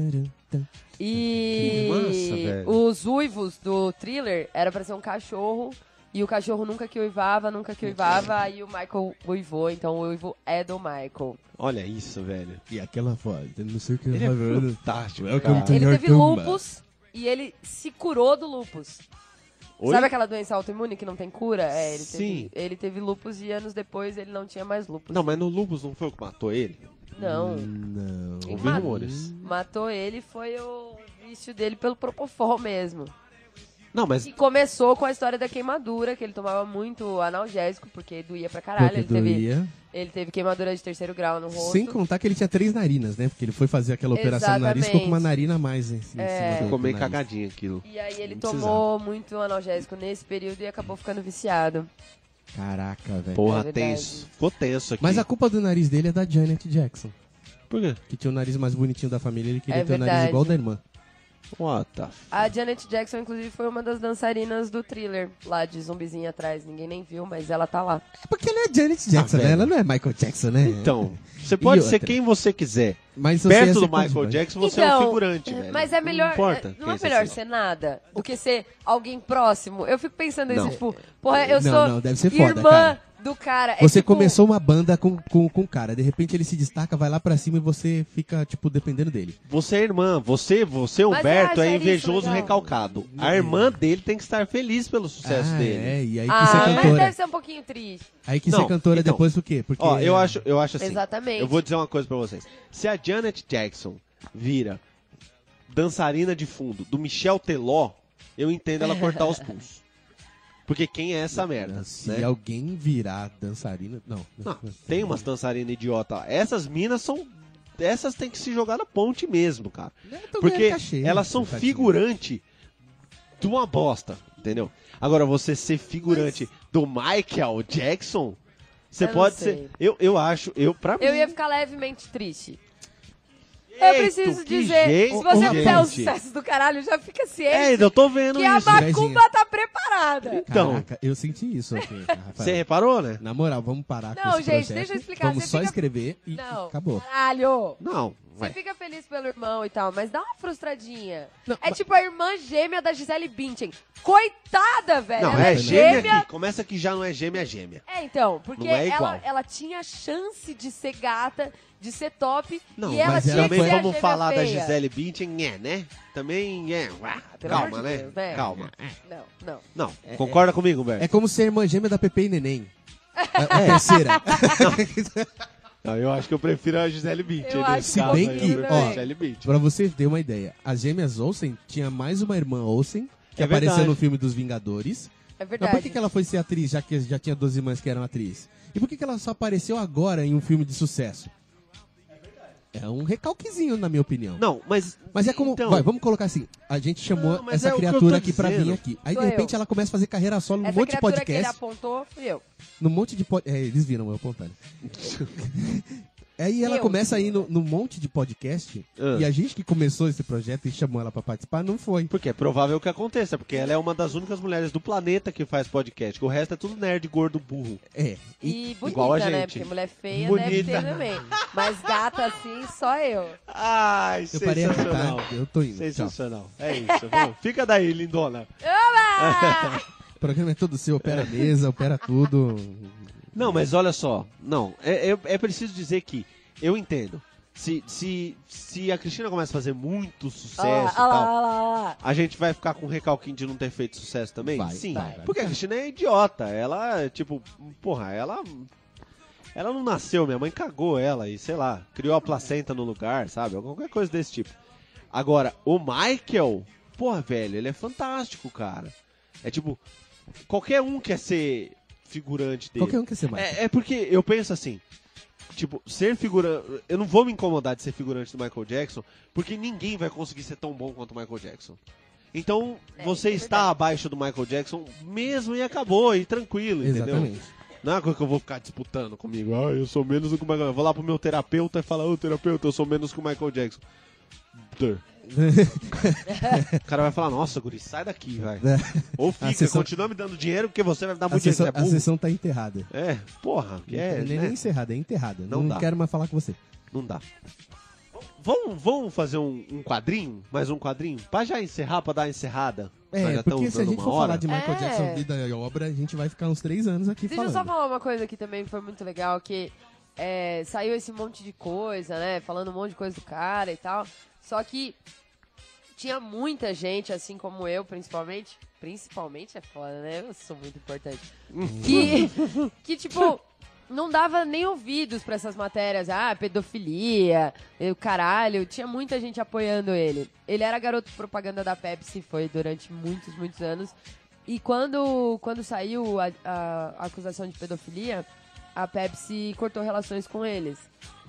S2: Que
S4: E
S2: massa, velho.
S4: os uivos do thriller era pra ser um cachorro. E o cachorro nunca que uivava, nunca que uivava. Aí o Michael uivou, então o uivo é do Michael.
S2: Olha isso, velho.
S3: E aquela foto, não sei o que
S2: Ele
S3: vai ver.
S2: é fantástico,
S3: Welcome
S2: cara.
S3: to-
S4: Ele
S3: Senhor
S4: teve
S3: Tumba.
S4: lupus e ele se curou do lupus.
S2: Oi?
S4: Sabe aquela doença autoimune que não tem cura? É, ele
S2: Sim.
S4: Teve, ele teve lupus e anos depois ele não tinha mais lupus.
S2: Não, mas no Lupus não foi o que matou ele?
S4: Não.
S3: Não.
S4: Quem
S2: Hum, Ouvi
S4: ma- Hum.
S2: rumores.
S4: Matou ele foi o vício dele pelo Propofol mesmo.
S2: Não, mas
S4: Que começou com a história da queimadura, que ele tomava muito analgésico, porque doía pra caralho.
S3: Porque
S4: Ele teve,
S3: doía.
S4: ele teve queimadura de terceiro grau no rosto.
S3: Sem contar que ele tinha três narinas, né? Porque ele foi fazer aquela operação no nariz, ficou com uma
S4: Exatamente. É.
S3: narina a mais em, em cima do-
S2: ficou
S3: do
S2: meio
S3: nariz.
S2: cagadinho aquilo.
S4: E aí ele
S3: Não
S4: tomou muito analgésico nesse período e acabou ficando viciado.
S3: Caraca, velho.
S2: Porra,
S4: é verdade.
S2: tenso. Ficou tenso aqui.
S3: Mas a culpa do nariz dele é da Janet Jackson,
S2: Por quê?
S3: que tinha o nariz mais bonitinho da família, ele queria
S4: É
S3: ter o nariz
S4: verdade.
S3: igual o da irmã.
S2: What the f-
S4: A Janet Jackson, inclusive, foi uma das dançarinas do thriller, lá de zumbizinha atrás. Ninguém nem viu, mas ela tá lá.
S3: É porque ela é Janet Jackson,
S2: Ah,
S3: né?
S2: velho.
S3: Ela não é Michael Jackson, né?
S2: Então, você pode ser
S3: outra?
S2: quem você quiser.
S3: mas você ia
S2: Perto
S3: ser
S2: do Michael
S3: convidado.
S2: Jackson, você é um
S4: Então,
S2: figurante, velho.
S4: Mas é melhor.
S2: Não importa.
S4: não
S2: quem
S4: é
S2: você
S4: melhor
S2: seja.
S4: ser nada do que ser alguém próximo. Eu fico pensando isso,
S2: Não.
S4: tipo, porra, eu
S3: Não,
S4: sou
S3: não, deve ser foda,
S4: irmã
S3: cara.
S4: do cara. É
S3: Você
S4: tipo-
S3: começou uma banda com, com, com o cara, de repente ele se destaca, vai lá pra cima e você fica, tipo, dependendo dele.
S2: Você é irmã, você, você
S4: Mas
S2: Humberto,
S4: eu
S2: é
S4: acho
S2: invejoso
S4: isso legal.
S2: recalcado. A irmã dele tem que estar feliz pelo sucesso
S3: Uhum. ah,
S2: dele.
S3: é, e aí quis ser
S4: Ah, mas
S3: cantora.
S4: deve ser um pouquinho triste.
S3: Aí quis
S2: Não,
S3: ser cantora
S2: então.
S3: depois do quê? Porque...
S2: Ó, eu acho, eu acho assim.
S4: Exatamente.
S2: Eu vou dizer uma coisa pra vocês. Se a Janet Jackson vira dançarina de fundo do Michel Teló, eu entendo ela cortar os pulsos. Porque quem é essa merda?
S3: Se
S2: Né?
S3: alguém virar dançarina... Não.
S2: Não, Ah, tem umas dançarinas idiota lá. Essas minas são. Essas têm que se jogar na ponte mesmo, cara.
S3: então é
S2: Porque elas são figurante de uma bosta, entendeu? Agora, você ser figurante do Michael Jackson, você
S4: Eu não
S2: pode
S4: sei.
S2: ser. Eu, eu acho, eu, pra mim.
S4: Eu ia ficar levemente triste.
S2: Eita,
S4: eu preciso
S2: que
S4: dizer,
S2: jeito,
S4: se você fizer o
S2: gente.
S4: sucesso do caralho, já fica
S2: É,
S4: ciente
S2: eu tô vendo
S4: que a
S2: isso.
S4: macumba
S3: Irezinha.
S4: tá preparada.
S2: Então.
S3: Caraca, eu senti isso aqui, Rafael.
S2: Você reparou, né?
S3: Na moral, vamos parar com
S4: Não,
S3: esse
S4: gente,
S3: processo.
S4: deixa eu explicar,
S3: Vamos
S4: você
S3: só
S4: fica-
S3: escrever e
S4: Não,
S3: acabou.
S4: caralho.
S2: Não,
S4: Você
S2: vai.
S4: fica feliz pelo irmão e tal, mas dá uma frustradinha.
S3: Não,
S4: é tipo a irmã gêmea da Gisele Bündchen. Coitada, velho.
S2: Não,
S4: ela
S2: é
S4: é
S2: gêmea aqui. Começa que já não é gêmea, é gêmea.
S4: É, então, porque
S2: Não é igual.
S4: ela, ela tinha chance de ser gata, de ser top,
S2: Não,
S4: e ela
S3: mas
S4: tinha
S3: ela
S4: que
S2: também
S4: ser a
S2: vamos
S4: gêmea
S2: falar da
S4: feia.
S2: Gisele Bündchen, é, né? Também é. uá,
S4: pelo
S2: calma,
S4: amor de
S2: né?
S4: Deus, né?
S2: Calma.
S4: Não, não.
S2: Não, concorda comigo, Humberto?
S3: É como ser irmã gêmea da Pepe e Neném. É, A, a terceira.
S2: Não, eu acho que eu prefiro a Gisele Bündchen.
S4: Eu
S2: nesse
S4: acho
S2: caso
S3: bem
S2: aí,
S3: que- né? É.
S2: eu prefiro
S3: ó,
S2: a Gisele Bündchen.
S3: pra você ter uma ideia, as gêmeas Olsen tinha mais uma irmã Olsen, que
S2: É
S3: apareceu
S2: verdade.
S3: no filme dos Vingadores.
S4: É
S3: Mas
S4: verdade.
S3: por que, que ela foi ser atriz, já que já tinha duas irmãs que eram atriz? E por que, que ela só apareceu agora em um filme de sucesso? É um recalquezinho, na minha opinião.
S2: Não, mas.
S3: Mas é como.
S2: Então,
S3: vai, vamos colocar assim. A gente chamou
S2: Não, mas
S3: essa
S2: é o que eu tô
S3: criatura aqui pra
S2: dizendo.
S3: vir aqui. Aí,
S4: Sou
S3: de repente,
S4: eu.
S3: ela começa a fazer carreira solo num
S4: Essa
S3: um monte de
S4: criatura que ele
S3: podcast.
S4: apontou fui eu.
S3: Num monte de podcast. É, eles viram eu apontando. Aí ela
S4: Eu.
S3: começa a ir no- num monte de podcast.
S2: Ah.
S3: E a gente que começou esse projeto e chamou ela pra participar, não foi.
S2: Porque é provável que aconteça, porque ela é uma das únicas mulheres do planeta que faz podcast. que O resto é tudo nerd, gordo, burro.
S3: É.
S4: E bonita,
S2: igual a
S4: né?
S2: gente.
S4: Porque mulher feia deve
S2: Bonita.
S4: ter também. Mas gata assim, só eu.
S2: Ai,
S3: Eu parei a
S2: sensacional.
S3: cantar. Eu tô indo. Tchau.
S2: Sensacional. É isso. vamos. Fica daí, lindona.
S4: Oba!
S3: O programa é todo seu, opera a mesa, opera tudo.
S2: Não, mas olha só. Não, é, é, é preciso dizer que eu entendo. Se, se, se a Cristina começa a fazer muito sucesso
S4: Olha lá,
S2: e
S4: olha
S2: tal,
S4: lá, olha lá, olha lá.
S2: a gente vai ficar com recalquinho de não ter feito sucesso também?
S3: Vai,
S2: Sim.
S3: vai, vai.
S2: Porque a Cristina é idiota. Ela, tipo, porra, ela. Ela não nasceu, minha mãe cagou ela e, sei lá, criou a placenta no lugar, sabe? Qualquer coisa desse tipo. Agora, o Michael, porra, velho, ele é fantástico, cara. É tipo, qualquer um quer ser figurante dele.
S3: Qualquer um quer ser mais.
S2: É, é porque eu penso assim. Tipo, ser figura. Eu não vou me incomodar de ser figurante do Michael Jackson, porque ninguém vai conseguir ser tão bom quanto o Michael Jackson. Então,
S4: É,
S2: você
S4: isso é
S2: está
S4: verdade.
S2: abaixo do Michael Jackson mesmo e acabou, e tranquilo, entendeu?
S3: Exatamente.
S2: Não é uma coisa que eu vou ficar disputando comigo. Ah, eu sou menos do que o Michael Jackson. Eu vou lá pro meu terapeuta e falar, ô terapeuta, eu sou menos que o Michael Jackson. Ter. o cara vai falar, nossa, guri, sai daqui, vai. Ou fica,
S3: É. A sessão-
S2: continua me dando dinheiro porque você vai me dar
S3: A
S2: muito dinheiro.
S3: sessão,
S2: você é
S3: a
S2: burro.
S3: sessão tá enterrada.
S2: É, porra, que é,
S3: Não nem,
S2: né?
S3: nem encerrada, é enterrada.
S2: Não
S3: Não,
S2: dá.
S3: quero mais falar com você.
S2: não dá. Vamos, vamos fazer um, um quadrinho? Mais um quadrinho? Pra já encerrar, pra dar uma encerrada. Nós já
S3: É,
S2: estamos
S3: porque se a
S2: dando
S3: gente
S2: uma
S3: for
S2: hora.
S3: falar de Michael
S4: É.
S3: Jackson, vida e obra, a gente vai ficar uns três anos aqui
S4: Deixa eu só
S3: falando.
S4: falar uma coisa aqui também que foi muito legal, que é, saiu esse monte de coisa, né? Falando um monte de coisa do cara e tal. Só que tinha muita gente, assim como eu, principalmente. Principalmente é foda, né? Eu sou muito importante.
S3: Uhum.
S4: que, que, tipo, não dava nem ouvidos pra essas matérias. Ah, pedofilia, eu, caralho. Tinha muita gente apoiando ele. Ele era garoto propaganda da Pepsi, foi durante muitos, muitos anos. E quando, quando saiu a, a- a acusação de pedofilia, a Pepsi cortou relações com eles.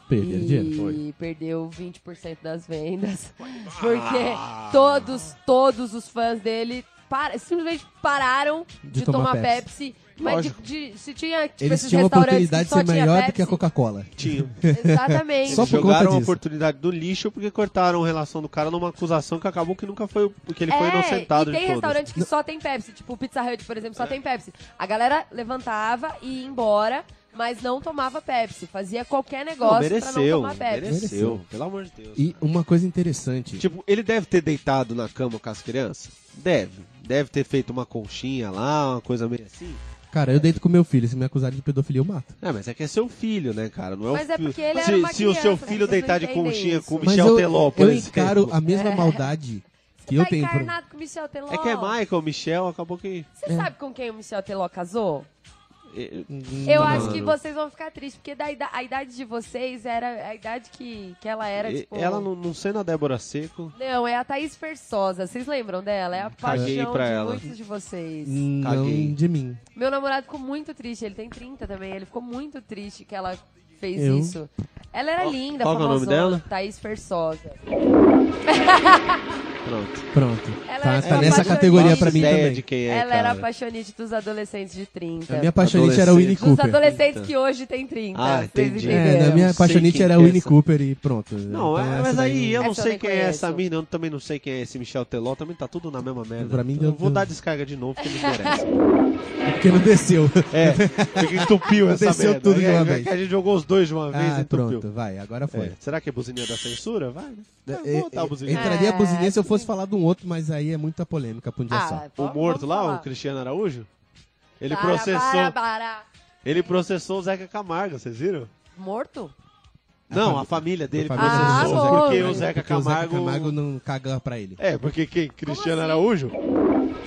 S3: Perder
S4: e
S3: dinheiro, foi.
S4: perdeu 20% das vendas. Porque todos, todos os fãs dele para- simplesmente pararam de, tomar, Pepsi. Mas de-
S2: Lógico.
S4: de- se tinha tipo,
S3: Eles
S4: esses
S3: tinham a
S4: restaurantes
S3: oportunidade de
S4: que só
S3: ser
S4: tinha
S3: maior do
S4: Pepsi,
S3: que a Coca-cola.
S2: Tinha.
S4: Exatamente.
S3: Só por conta
S2: Jogaram a
S3: disso.
S2: oportunidade do lixo porque cortaram a relação do cara numa acusação que acabou que nunca foi. Porque ele foi
S4: É,
S2: inocentado
S4: e tem
S2: de todas. É.
S4: restaurante que só tem Pepsi, tipo o Pizza Hut, por exemplo, só tem Pepsi. A galera levantava e ia embora, mas não tomava Pepsi, fazia qualquer
S2: Não,
S4: negócio pra não
S2: mereceu,
S4: tomar Pepsi.
S2: mereceu. Pelo amor de Deus.
S3: E uma coisa interessante.
S2: Tipo, ele deve ter deitado na cama com as crianças? Deve. Deve ter feito uma conchinha lá, uma coisa meio assim.
S3: Cara, eu deito com meu filho, se me acusarem de pedofilia, eu mato.
S2: Ah, mas é que é seu filho, né, cara? Não é
S4: Mas
S2: o
S4: é
S2: filho.
S4: porque ele era
S2: se
S4: uma
S2: se o seu filho
S4: criança, vocês não
S2: deitar de
S4: entendem
S2: conchinha
S4: isso.
S2: com o
S3: Mas
S2: Michel
S3: eu,
S2: Teló, por
S3: eu
S2: exemplo.
S3: encaro a
S4: É.
S3: mesma maldade que eu
S4: tá
S3: tenho. pro-
S4: encarnado com o Michel Teló.
S2: É que é Michael, Michel, acabou que.
S4: Você
S3: É.
S4: sabe com quem o Michel Teló casou?
S2: eh,
S4: Eu
S3: Não,
S4: acho
S3: não,
S4: que
S3: não.
S4: vocês vão ficar tristes, porque da ida- a idade de vocês era a idade que, que ela era,
S2: eh,
S4: tipo...
S2: Ela não, não sendo a Débora Seco.
S4: Não, é a Thaís Persosa. Vocês lembram dela? É a
S2: Caguei
S4: paixão
S2: pra
S4: de
S2: ela.
S4: muitos de vocês.
S3: Não
S2: Caguei.
S3: de mim.
S4: Meu namorado ficou muito triste, ele tem 30 também, ele ficou muito triste que ela fez
S3: Eu?
S4: isso. Ela era linda,
S2: qual que é o nome
S4: famosona,
S2: dela?
S4: Thaís Fersosa.
S2: Pronto.
S3: Pronto.
S4: Ela
S3: Tá, tá
S4: era uma
S3: nessa
S4: apaixonite.
S3: categoria pra mim
S2: ideia
S3: também.
S2: de quem é,
S4: ela era
S2: cara.
S4: apaixonite dos adolescentes de 30.
S3: É A minha apaixonite era o Winnie
S4: É. Dos
S3: Cooper.
S4: adolescentes
S2: Eita.
S4: que hoje tem 30.
S2: Ah,
S4: vocês
S2: entendi.
S4: entenderam?
S3: É, na
S2: Eu
S3: minha
S2: sei
S3: apaixonite
S2: quem
S3: era
S2: que é
S3: o Winnie
S2: essa.
S3: Cooper e pronto.
S2: Não,
S3: Então,
S2: é,
S3: essa
S2: mas
S3: daí
S2: aí eu
S4: Essa
S2: não
S4: eu
S2: sei
S4: nem
S2: quem é essa
S4: conheço.
S2: mina, eu também não sei quem é esse Michel Teló, também tá tudo na mesma merda.
S3: Pra mim
S2: Então eu
S3: deu-
S2: vou
S3: deu-
S2: dar descarga de novo, porque eles merecem.
S3: Porque não desceu.
S2: É, porque entupiu essa
S3: Desceu
S2: merda.
S3: tudo de
S2: É,
S3: uma
S2: é
S3: vez.
S2: que A gente jogou os dois de uma vez e
S3: Ah,
S2: entupiu.
S3: pronto, vai, agora
S2: É,
S3: foi.
S2: Será que é buzininha da censura? Vai, né?
S3: É,
S2: Eu vou botar a
S3: é,
S2: buzininha.
S3: entraria a
S4: É,
S3: buzininha se eu fosse falar de um outro, mas aí é muita polêmica pra um dia
S4: Ah,
S3: só.
S2: O
S4: vamos-
S2: morto
S4: vamos
S2: lá,
S4: falar.
S2: o Cristiano Araújo? Ele
S4: Bara, bara,
S2: processou.
S4: bara.
S2: Ele processou o Zeca Camargo, vocês viram?
S4: Morto?
S2: Não, a família dele
S3: A família
S4: Ah,
S2: processou
S4: bom.
S2: porque o
S4: Porque
S2: Zeca
S3: Porque o Zeca
S2: Camargo.
S3: Camargo não caga pra ele.
S2: É, porque quem? Cristiano
S4: assim?
S2: Araújo?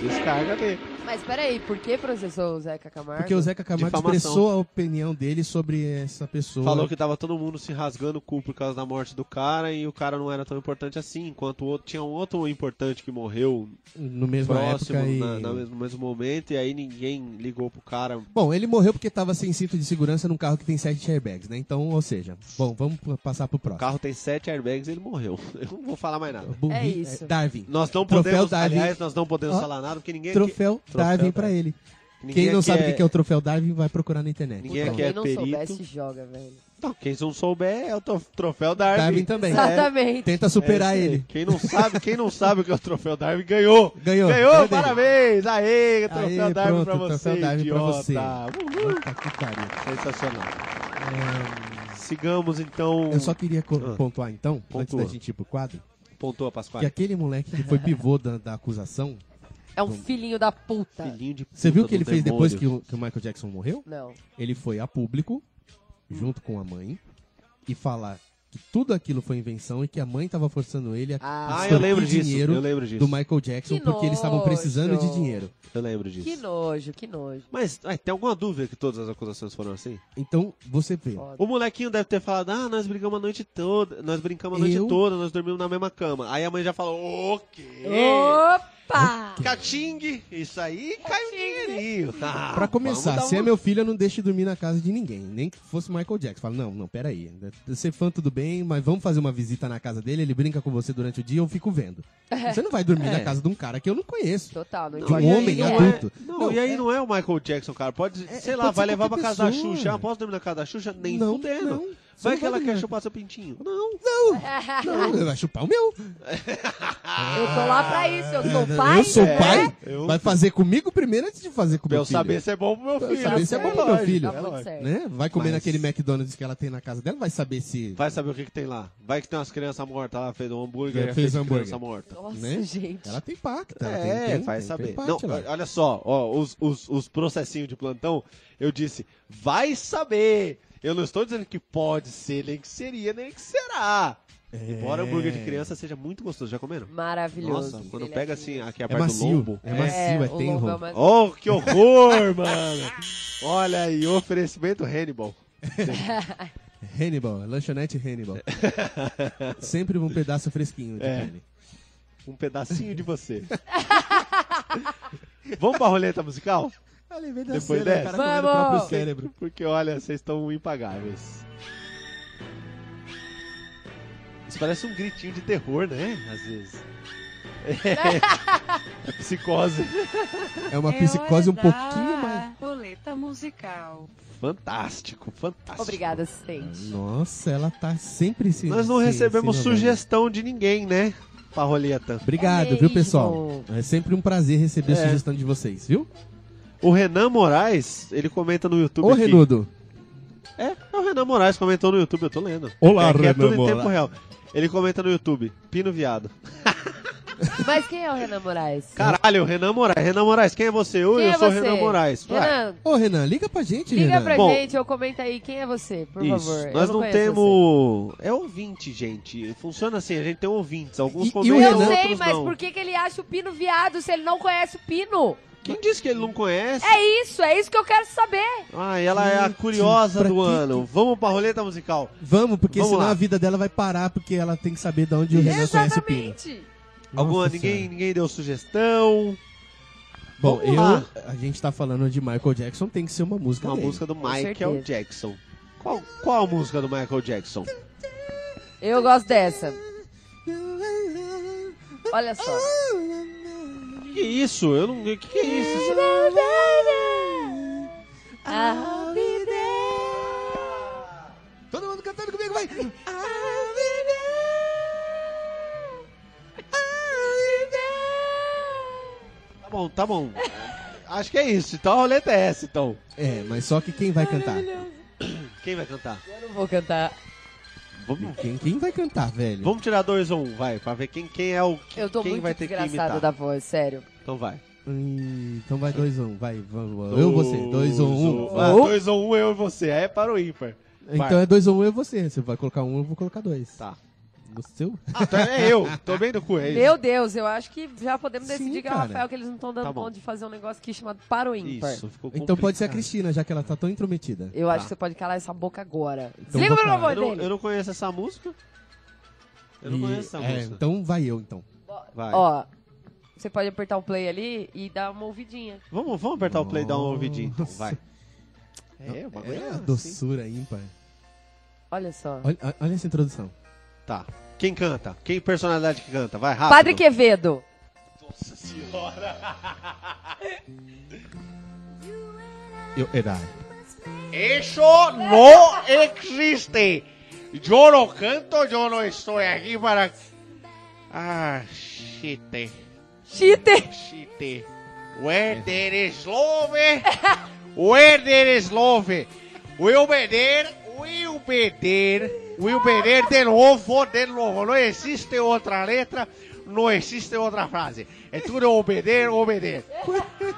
S2: Descarga dele.
S4: Mas peraí, por que processou o Zeca Camargo?
S3: Porque o Zeca Camargo
S2: Difamação.
S3: expressou a opinião dele sobre essa pessoa.
S2: Falou que tava todo mundo se rasgando o cu por causa da morte do cara e o cara não era tão importante assim, enquanto o outro tinha um outro importante que morreu
S3: no mesmo
S2: próximo,
S3: época e...
S2: na, na mesmo, mesmo momento, e aí ninguém ligou pro cara.
S3: Bom, ele morreu porque tava sem cinto de segurança num carro que tem sete airbags, né? Então, ou seja, bom, vamos p- passar pro
S2: O
S3: próximo.
S2: carro tem sete airbags e ele morreu. Eu não vou falar mais nada.
S3: Burri-
S4: É isso.
S3: Darwin.
S2: Nós não
S3: Troféu
S2: podemos,
S3: Darwin.
S2: aliás, nós não podemos
S3: Ó,
S2: falar nada, porque ninguém aqui,
S3: Troféu Darwin pra
S2: Darwin.
S3: ele.
S2: ninguém
S3: Quem não
S2: aqui
S3: sabe o que que é o troféu Darwin vai procurar na internet.
S2: Ninguém
S3: Pronto.
S2: aqui é
S4: Quem não
S2: perito.
S4: soubesse, joga, velho.
S2: Não, quem não souber é o to- troféu Darwin.
S3: Darwin também.
S4: Exatamente.
S3: Tenta superar
S2: É isso aí.
S3: ele.
S2: Quem não sabe, quem não sabe o que é o troféu Darwin ganhou. Ganhou,
S3: Ganhou. Ganhou dele.
S2: parabéns. Aê, troféu
S3: Aê,
S2: Darwin
S3: pronto,
S2: pra você,
S3: troféu Darwin pra
S2: idiota.
S3: você.
S2: Uhul.
S3: Puta que pariu.
S2: Sensacional. Sigamos então.
S3: É. Eu só queria co-
S2: Ah.
S3: pontuar então, antes
S2: Pontua.
S3: da gente ir pro quadro,
S2: Pontua,
S3: que
S2: Pascoal.
S3: aquele moleque que foi pivô da, da acusação,
S4: É um filhinho da puta.
S2: Tá. Filhinho de
S3: você
S2: puta
S3: viu o que
S2: do
S3: ele fez
S2: demônio.
S3: depois que o, que o Michael Jackson morreu?
S4: Não.
S3: Ele foi a público, junto com a mãe, e falar que tudo aquilo foi invenção e que a mãe tava forçando ele a
S4: Ah,
S2: Ah,
S3: extorquir
S2: eu lembro disso.
S3: dinheiro
S2: Eu lembro disso.
S3: do Michael Jackson
S4: Que
S3: porque eles estavam precisando de
S4: nojo.
S3: dinheiro.
S2: Eu lembro disso.
S4: Que nojo, que nojo.
S2: Mas ué, tem alguma dúvida que todas as acusações foram assim?
S3: Então, você vê.
S4: Foda.
S2: O molequinho deve ter falado: Ah, nós brigamos a noite toda, nós brincamos a noite
S3: Eu?
S2: toda, nós dormimos na mesma cama. Aí a mãe já falou: Ok.
S4: Opa! Opa!
S2: Catingue, isso aí cai um dinheirinho. Tá,
S3: Pra
S2: vamos
S3: começar,
S2: dar
S3: se é
S2: uma-
S3: meu filho, eu não deixo dormir na casa de ninguém. Nem que fosse Michael Jackson. Fala, não, não, peraí. Ser fã, tudo bem, mas vamos fazer uma visita na casa dele, ele brinca com você durante o dia, eu fico vendo.
S2: É.
S3: Você não vai dormir na casa de um cara que eu não conheço.
S4: Total, não
S3: De
S4: entendi.
S3: um homem
S2: não é-
S3: adulto. É,
S2: Não, e aí não é o Michael Jackson, cara. Pode, sei lá,
S3: pode
S2: vai
S3: ser
S2: levar pra
S3: qualquer
S2: casa da
S3: pessoa.
S2: Xuxa. Ah, posso dormir na casa da Xuxa? Nem
S3: Não,
S2: fudendo.
S3: não. Você
S2: Vai
S3: não
S2: que ela
S3: vai
S2: quer
S3: dormir.
S2: chupar seu pintinho.
S3: Não, não. Não, vai chupar o meu.
S4: Eu tô lá pra isso, eu sou pai.
S3: Eu sou
S4: né?
S3: pai?
S2: É? Eu-
S3: Vai fazer comigo primeiro antes de fazer com
S2: Pra eu
S3: meu filho.
S2: saber se é bom pro meu
S3: Pra eu
S2: filho.
S3: saber se é bom pro meu
S2: lógico,
S3: filho.
S4: Tá
S2: é
S4: muito
S2: lógico.
S4: certo.
S3: Né? Vai comer
S2: Mas-
S3: naquele McDonald's que ela tem na casa dela, vai saber se.
S2: Vai saber o que, que tem lá. Vai que tem umas crianças mortas lá, fez um hambúrguer.
S3: Fez
S2: de
S3: hambúrguer.
S2: Criança morta.
S4: Nossa,
S3: né?
S4: gente.
S3: Ela tem pacto. ela Tá, tem-
S2: É,
S3: tem-
S2: vai
S3: tem- É
S2: saber.
S3: tem pacto
S2: Não,
S3: lá.
S2: olha só, ó, os, os, os processinhos de plantão, eu disse, vai saber. Eu não estou dizendo que pode ser, nem que seria, nem que será.
S3: É.
S2: Embora o hambúrguer de criança seja muito gostoso, já comeram?
S4: Maravilhoso.
S2: Nossa, quando pega assim, aqui a
S3: É
S2: parte do
S3: macio.
S2: lombo.
S3: É macio, é
S4: o
S3: tenro.
S4: lombo é uma-
S2: Oh, que horror, mano! Olha aí, oferecimento Hannibal.
S3: Hannibal, é lanchonete Hannibal. Sempre um pedaço fresquinho de
S2: É.
S3: carne.
S2: Um pedacinho de você. Vamos pra roleta musical?
S3: Eu lembrei da
S2: Depois
S3: cena,
S2: dessa?
S3: o cara comendo o
S4: Vamos!
S3: próprio cérebro.
S2: Porque olha, vocês estão impagáveis. Isso parece um gritinho de terror, né? Às vezes. É, psicose.
S3: É uma
S1: É
S3: psicose um
S1: hora da
S3: pouquinho mais.
S1: Boleta musical.
S2: Fantástico, fantástico.
S4: Obrigada, assistente.
S3: Hum, Nossa, ela tá sempre se.
S2: Nós não
S3: se-
S2: recebemos
S3: se inovando.
S2: sugestão de ninguém, né? Pra roleta.
S3: Obrigado,
S4: É
S3: viu,
S4: mesmo.
S3: pessoal? É sempre um prazer receber a
S2: É.
S3: sugestão de vocês, viu?
S2: O Renan Moraes, ele comenta no YouTube.
S3: Ô,
S2: aqui.
S3: Renudo.
S2: É, é o Renan Moraes comentou no YouTube, eu tô lendo.
S3: Olá,
S2: é, que é
S3: Renan
S2: tudo em tempo
S3: Moraes.
S2: real. Ele comenta no YouTube, pino viado.
S4: Mas quem é o Renan Moraes?
S2: Caralho, o Renan Moraes. Renan Moraes, quem é você? Eu,
S4: Quem
S2: eu
S4: é
S2: sou o
S4: você?
S2: Renan Moraes. Ué,
S4: Renan,
S3: Ô, Renan, liga pra gente,
S4: liga
S3: Renan.
S4: pra
S2: Bom.
S4: gente ou comenta aí quem é você, por
S2: Isso,
S4: favor. Eu
S2: nós não,
S4: conheço
S2: temos. É ouvinte, gente. Funciona assim, a gente tem ouvintes. Alguns
S3: E- e o
S2: comentam,
S4: você. Eu
S3: Renan-
S4: sei,
S2: outros
S4: mas
S2: não.
S4: por que, que ele acha o Pino viado se ele não conhece o Pino?
S2: Quem disse que ele não conhece?
S4: É isso, é isso que eu quero saber.
S2: Ah, ela é a
S3: Gente,
S2: curiosa
S3: pra
S2: do
S3: que
S2: ano. Vamos pra roleta musical.
S3: Vamos, porque
S2: Vamos
S3: senão
S2: lá.
S3: a vida dela vai parar, porque ela tem que saber de onde o Renan conhece o Pino.
S4: Exatamente.
S2: Alguma,
S3: Nossa
S2: ninguém, ninguém deu sugestão.
S3: Senhora. Bom,
S2: Vamos
S3: eu.
S2: lá.
S3: A gente tá falando de Michael Jackson, tem que ser uma música.
S2: Uma
S3: dele.
S2: música do Michael
S4: certeza.
S2: Jackson. Qual, qual a música do Michael Jackson?
S4: Eu gosto dessa. Olha só.
S2: Que que é isso? Eu não. Que que é isso? Isso é-
S4: I'll be
S3: Todo mundo cantando comigo, vai!
S2: Tá bom, tá bom. Acho que é isso. Então a roleta é essa, então.
S3: É, mas só que quem vai cantar?
S2: Quem vai cantar?
S4: Eu não vou cantar.
S2: Vamos,
S3: Quem, quem vai cantar, velho?
S2: vamos tirar dois ou um, vai, pra ver quem, quem é o.
S4: Eu tô
S2: quem
S4: muito
S2: vai ter que
S4: desgraçada
S2: imitar.
S4: da voz, sério.
S2: Então vai.
S3: Hum, então vai 2 um, vai. Vamos, eu você. 2 ou 1.
S2: Ah, dois ou um, eu e você. Aí é para o ímpar.
S3: Então é 2 ou 1 um, eu você. Você vai colocar um, eu vou colocar dois.
S2: Tá.
S3: No seu?
S2: Ah, então é eu. Tô bem do cu, é isso.
S4: Meu Deus, tá. eu acho que já podemos
S3: Sim,
S4: decidir que é o
S3: cara.
S4: Rafael, que eles não estão dando
S2: Tá bom.
S4: conta de fazer um negócio aqui chamado para o ímpar.
S2: Isso, ficou
S3: Então pode ser a
S2: É complicado.
S3: Cristina, já que ela tá tão intrometida.
S4: Eu acho
S2: Tá.
S4: que você pode calar essa boca agora.
S3: Então
S4: Desliga o
S3: vou calar.
S4: microfone
S2: Eu não, eu
S4: dele.
S2: não conheço essa música. Eu não
S3: E-
S2: conheço essa
S3: é,
S2: música.
S3: Então vai eu, então.
S2: Vai.
S4: Ó, você pode apertar o play ali e dar uma ouvidinha.
S2: Vamos, vamos apertar o play e dar um ouvidinho. Então,
S3: Nossa.
S2: vai. É, o bagulho
S3: É,
S2: é
S3: a
S2: assim.
S3: doçura ímpar.
S4: Olha só.
S3: Olha, olha essa introdução.
S2: Tá. Quem canta? Quem personalidade que canta? Vai, rápido.
S4: Padre Quevedo.
S2: Nossa senhora.
S3: Eu, era.
S2: Isso não existe. Eu não canto, eu não estou aqui para. Ah, shit,
S4: Cheater.
S2: shit. Where there is love, where there is love, will be there, will be there, will be there de novo, de novo. Não existe outra letra, não existe outra frase. É tudo obedecer, obedecer.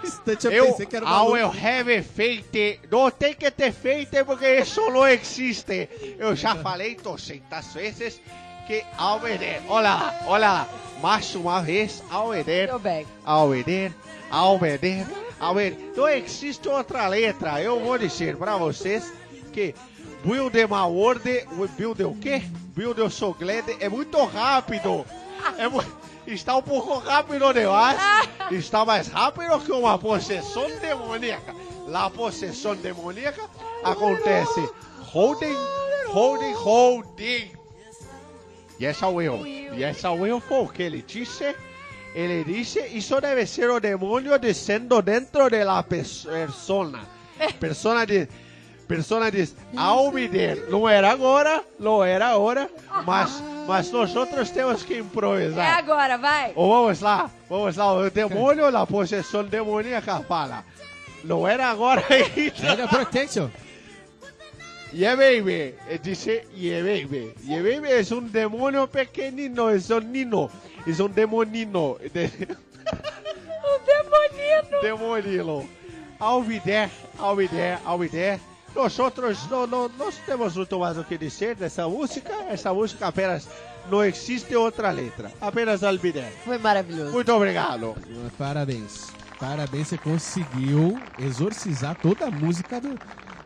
S3: Instante
S2: Eu, ao eu have feito, não tem que ter feito porque isso não existe. Eu já falei 200 vezes que ao vender, olha lá, olha lá, mais uma vez, ao vender,
S4: Meu bem.
S2: ao vender, ao vender, ao vender. Não existe outra letra. Eu vou dizer pra vocês que build my world, build o quê? Build eu sou glad, é muito rápido. É muito. está um pouco rápido demais. Está mais rápido que uma possessão demoníaca. La possessão demoníaca acontece holding, holding, holding. Yes, I will. Yes, I will foi o que ele disse. Ele disse, isso deve ser o demônio descendo dentro de la pes- persona. Persona diz, persona "Ah, diz, ao me ver, não era agora, não era agora, mas, mas nós outros temos que
S4: É
S2: improvisar.
S4: agora, vai.
S2: Ô, vamos lá, vamos lá, o demônio, la possessão demoníaca fala. Não era agora ainda.
S3: Era protection.
S2: Yebebe, eh, dice Yebebe. Yebebe es un demonio pequeñino, es un nino, es un demonino. eh, De-
S4: O demonino.
S2: demonino. Alvider, Alvider, Alvider. Nós outros não, não, nós temos muito mais o que dizer dessa música. Essa música apenas não existe outra letra, apenas Alvider.
S4: Foi maravilhoso.
S2: Muito obrigado.
S3: Parabéns. Parabéns, você conseguiu exorcizar toda a música do,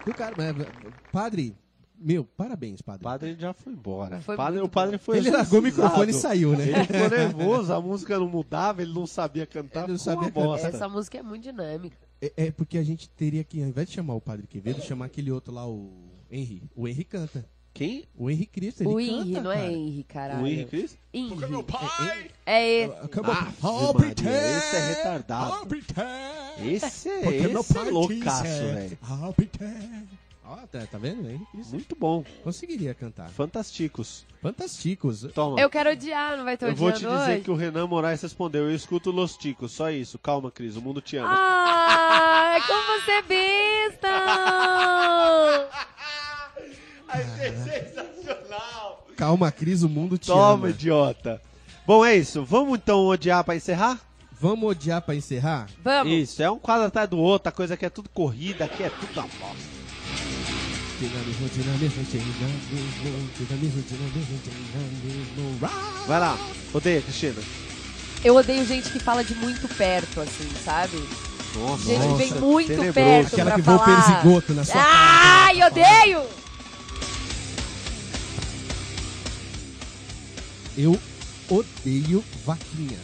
S3: do cara. Mas, Padre, meu, parabéns, padre.
S2: padre já foi embora.
S4: Foi
S2: Padre-
S4: muito
S2: o padre foi
S3: Ele largou o
S2: assassinado.
S3: microfone e saiu, né?
S2: Ele ficou nervoso, a música não mudava, ele não sabia cantar.
S3: Ele não
S2: ficou uma
S3: sabia cantar.
S2: bosta.
S4: Essa música é muito dinâmica.
S3: É, é porque a gente teria que, ao invés de chamar o Padre Quevedo, chamar aquele outro lá, o Henry. O Henry canta.
S2: Quem?
S3: O Henry Cristo, ele
S4: O
S3: canta,
S4: Henry, não
S3: cara.
S4: é Henry, caralho.
S2: O Henrique Cristo?
S4: Henry. É ele.
S3: Acabou.
S2: Ah, Maria,
S3: Oh, pretend!
S2: esse é retardado.
S3: Oh, pretend!
S2: Esse é,
S3: Porque meu
S2: esse é
S3: pai
S2: loucaço,
S3: disse,
S2: velho.
S3: "Oh, pretend!" Ó, tá, tá vendo? Henry Cristo
S2: Muito bom.
S3: conseguiria cantar.
S2: Fantásticos.
S3: Fantásticos.
S2: Toma.
S4: Eu quero odiar, não vai ter
S2: Eu vou
S4: odiando
S2: te dizer
S4: hoje?
S2: que o Renan Moraes respondeu. Eu escuto Los Ticos, só isso. Calma, Cris, o mundo te ama.
S4: Ah, como você é besta!
S2: sensacional.
S3: Calma, Cris, o mundo te
S2: Toma,
S3: ama.
S2: idiota. Bom, é isso. Vamos então odiar pra encerrar?
S3: Vamos odiar pra encerrar?
S4: Vamos.
S2: Isso, é um quadro atrás do outro, a coisa que é tudo corrida, aqui é tudo a bosta.
S3: Dinamismo, dinamismo, dinamismo, dinamismo, dinamismo, dinamismo. Ra-
S2: Vai lá, odeia, Cristina.
S4: Eu odeio gente que fala de muito perto, assim, sabe?
S2: Nossa,
S4: Gente que vem
S2: nossa,
S4: muito
S2: tenebroso.
S4: perto
S3: Aquela
S4: pra
S3: que voa o
S4: falar.
S3: perzigoto na sua
S2: Ah!
S3: cara.
S4: Ai, odeio!
S3: Eu odeio vaquinha.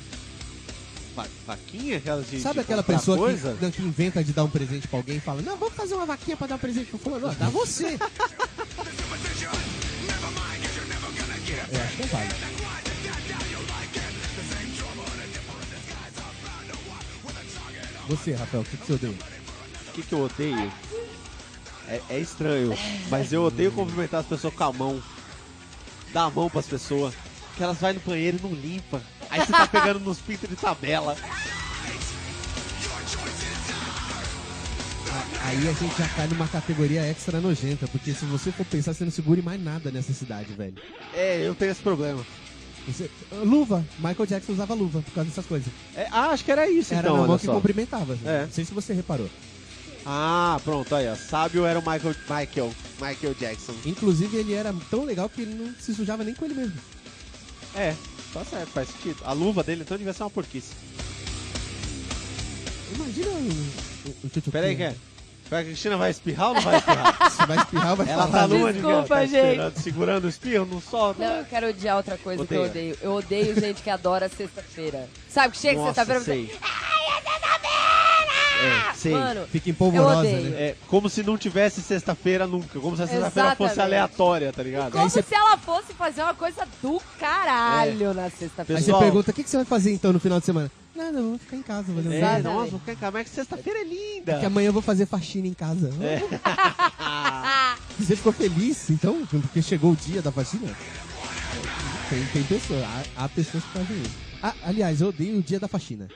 S2: Va- Vaquinha, aquela de.
S3: Sabe
S2: tipo de
S3: aquela
S2: comprar
S3: pessoa
S2: coisa?
S3: que, que inventa de dar um presente pra alguém e fala, não, vamos fazer uma vaquinha pra dar um presente pro fulano? Não, Dá você. É, Eu acho que não vale. Você, Rafael, o que, que você odeia?
S2: O que, que eu odeio? É, é estranho, mas eu odeio cumprimentar as pessoas com a mão. Dar a mão pras pessoas. Que elas vão no banheiro e não limpa. Aí você tá pegando nos pintos de tabela.
S3: Aí a gente já cai numa categoria extra nojenta, porque se você for pensar, você não segure mais nada nessa cidade, velho.
S2: É, eu tenho esse problema.
S3: Você- ah, luva. Michael Jackson usava luva por causa dessas coisas.
S2: É, ah, acho que era isso
S3: Era
S2: então,
S3: na mão
S2: olha
S3: que
S2: só.
S3: cumprimentava.
S2: É.
S3: Não sei se você reparou.
S2: Ah, pronto, aí ó. Sábio era o Michael, Michael, Michael Jackson.
S3: Inclusive, ele era tão legal que ele não se sujava nem com ele mesmo.
S2: É, tá certo, faz sentido. A luva dele então devia ser uma porquice.
S3: Imagina o, o, o tchutchuquinha.
S2: Pera aí, que é. Pera, a Cristina vai espirrar ou não vai espirrar?
S3: Se vai espirrar, vai
S2: Ela tá
S3: falar.
S2: numa de
S4: Desculpa,
S2: tá
S4: gente.
S2: esperando, segurando o espirro, não solta.
S4: Não, eu quero odiar outra coisa que eu
S2: Odeia.
S4: odeio. Eu odeio gente que adora sexta-feira. Sabe que tá chega
S2: Nossa,
S4: sexta-feira
S2: sei.
S4: e
S2: É, sei.
S4: Mano,
S3: Fica empolvorosa,
S4: Eu odeio.
S3: né?
S2: É, como se não tivesse sexta-feira nunca. Como se a sexta-feira fosse
S4: Exatamente.
S2: aleatória, tá ligado?
S4: como
S3: cê-
S4: se ela fosse fazer uma coisa do caralho na sexta-feira.
S3: Aí você
S2: Pessoal.
S3: pergunta, o que, que você vai fazer então no final de semana? Nada, eu vou ficar em casa. Vou um
S2: É,
S4: Exatamente.
S2: nossa, vou ficar como é que sexta-feira é linda.
S3: Que amanhã eu vou fazer faxina em casa.
S2: É. Ah,
S3: Você ficou feliz, então? Porque chegou o dia da vacina? Tem, tem pessoas, há, há pessoas que fazem isso. Ah, aliás, eu odeio o dia da faxina.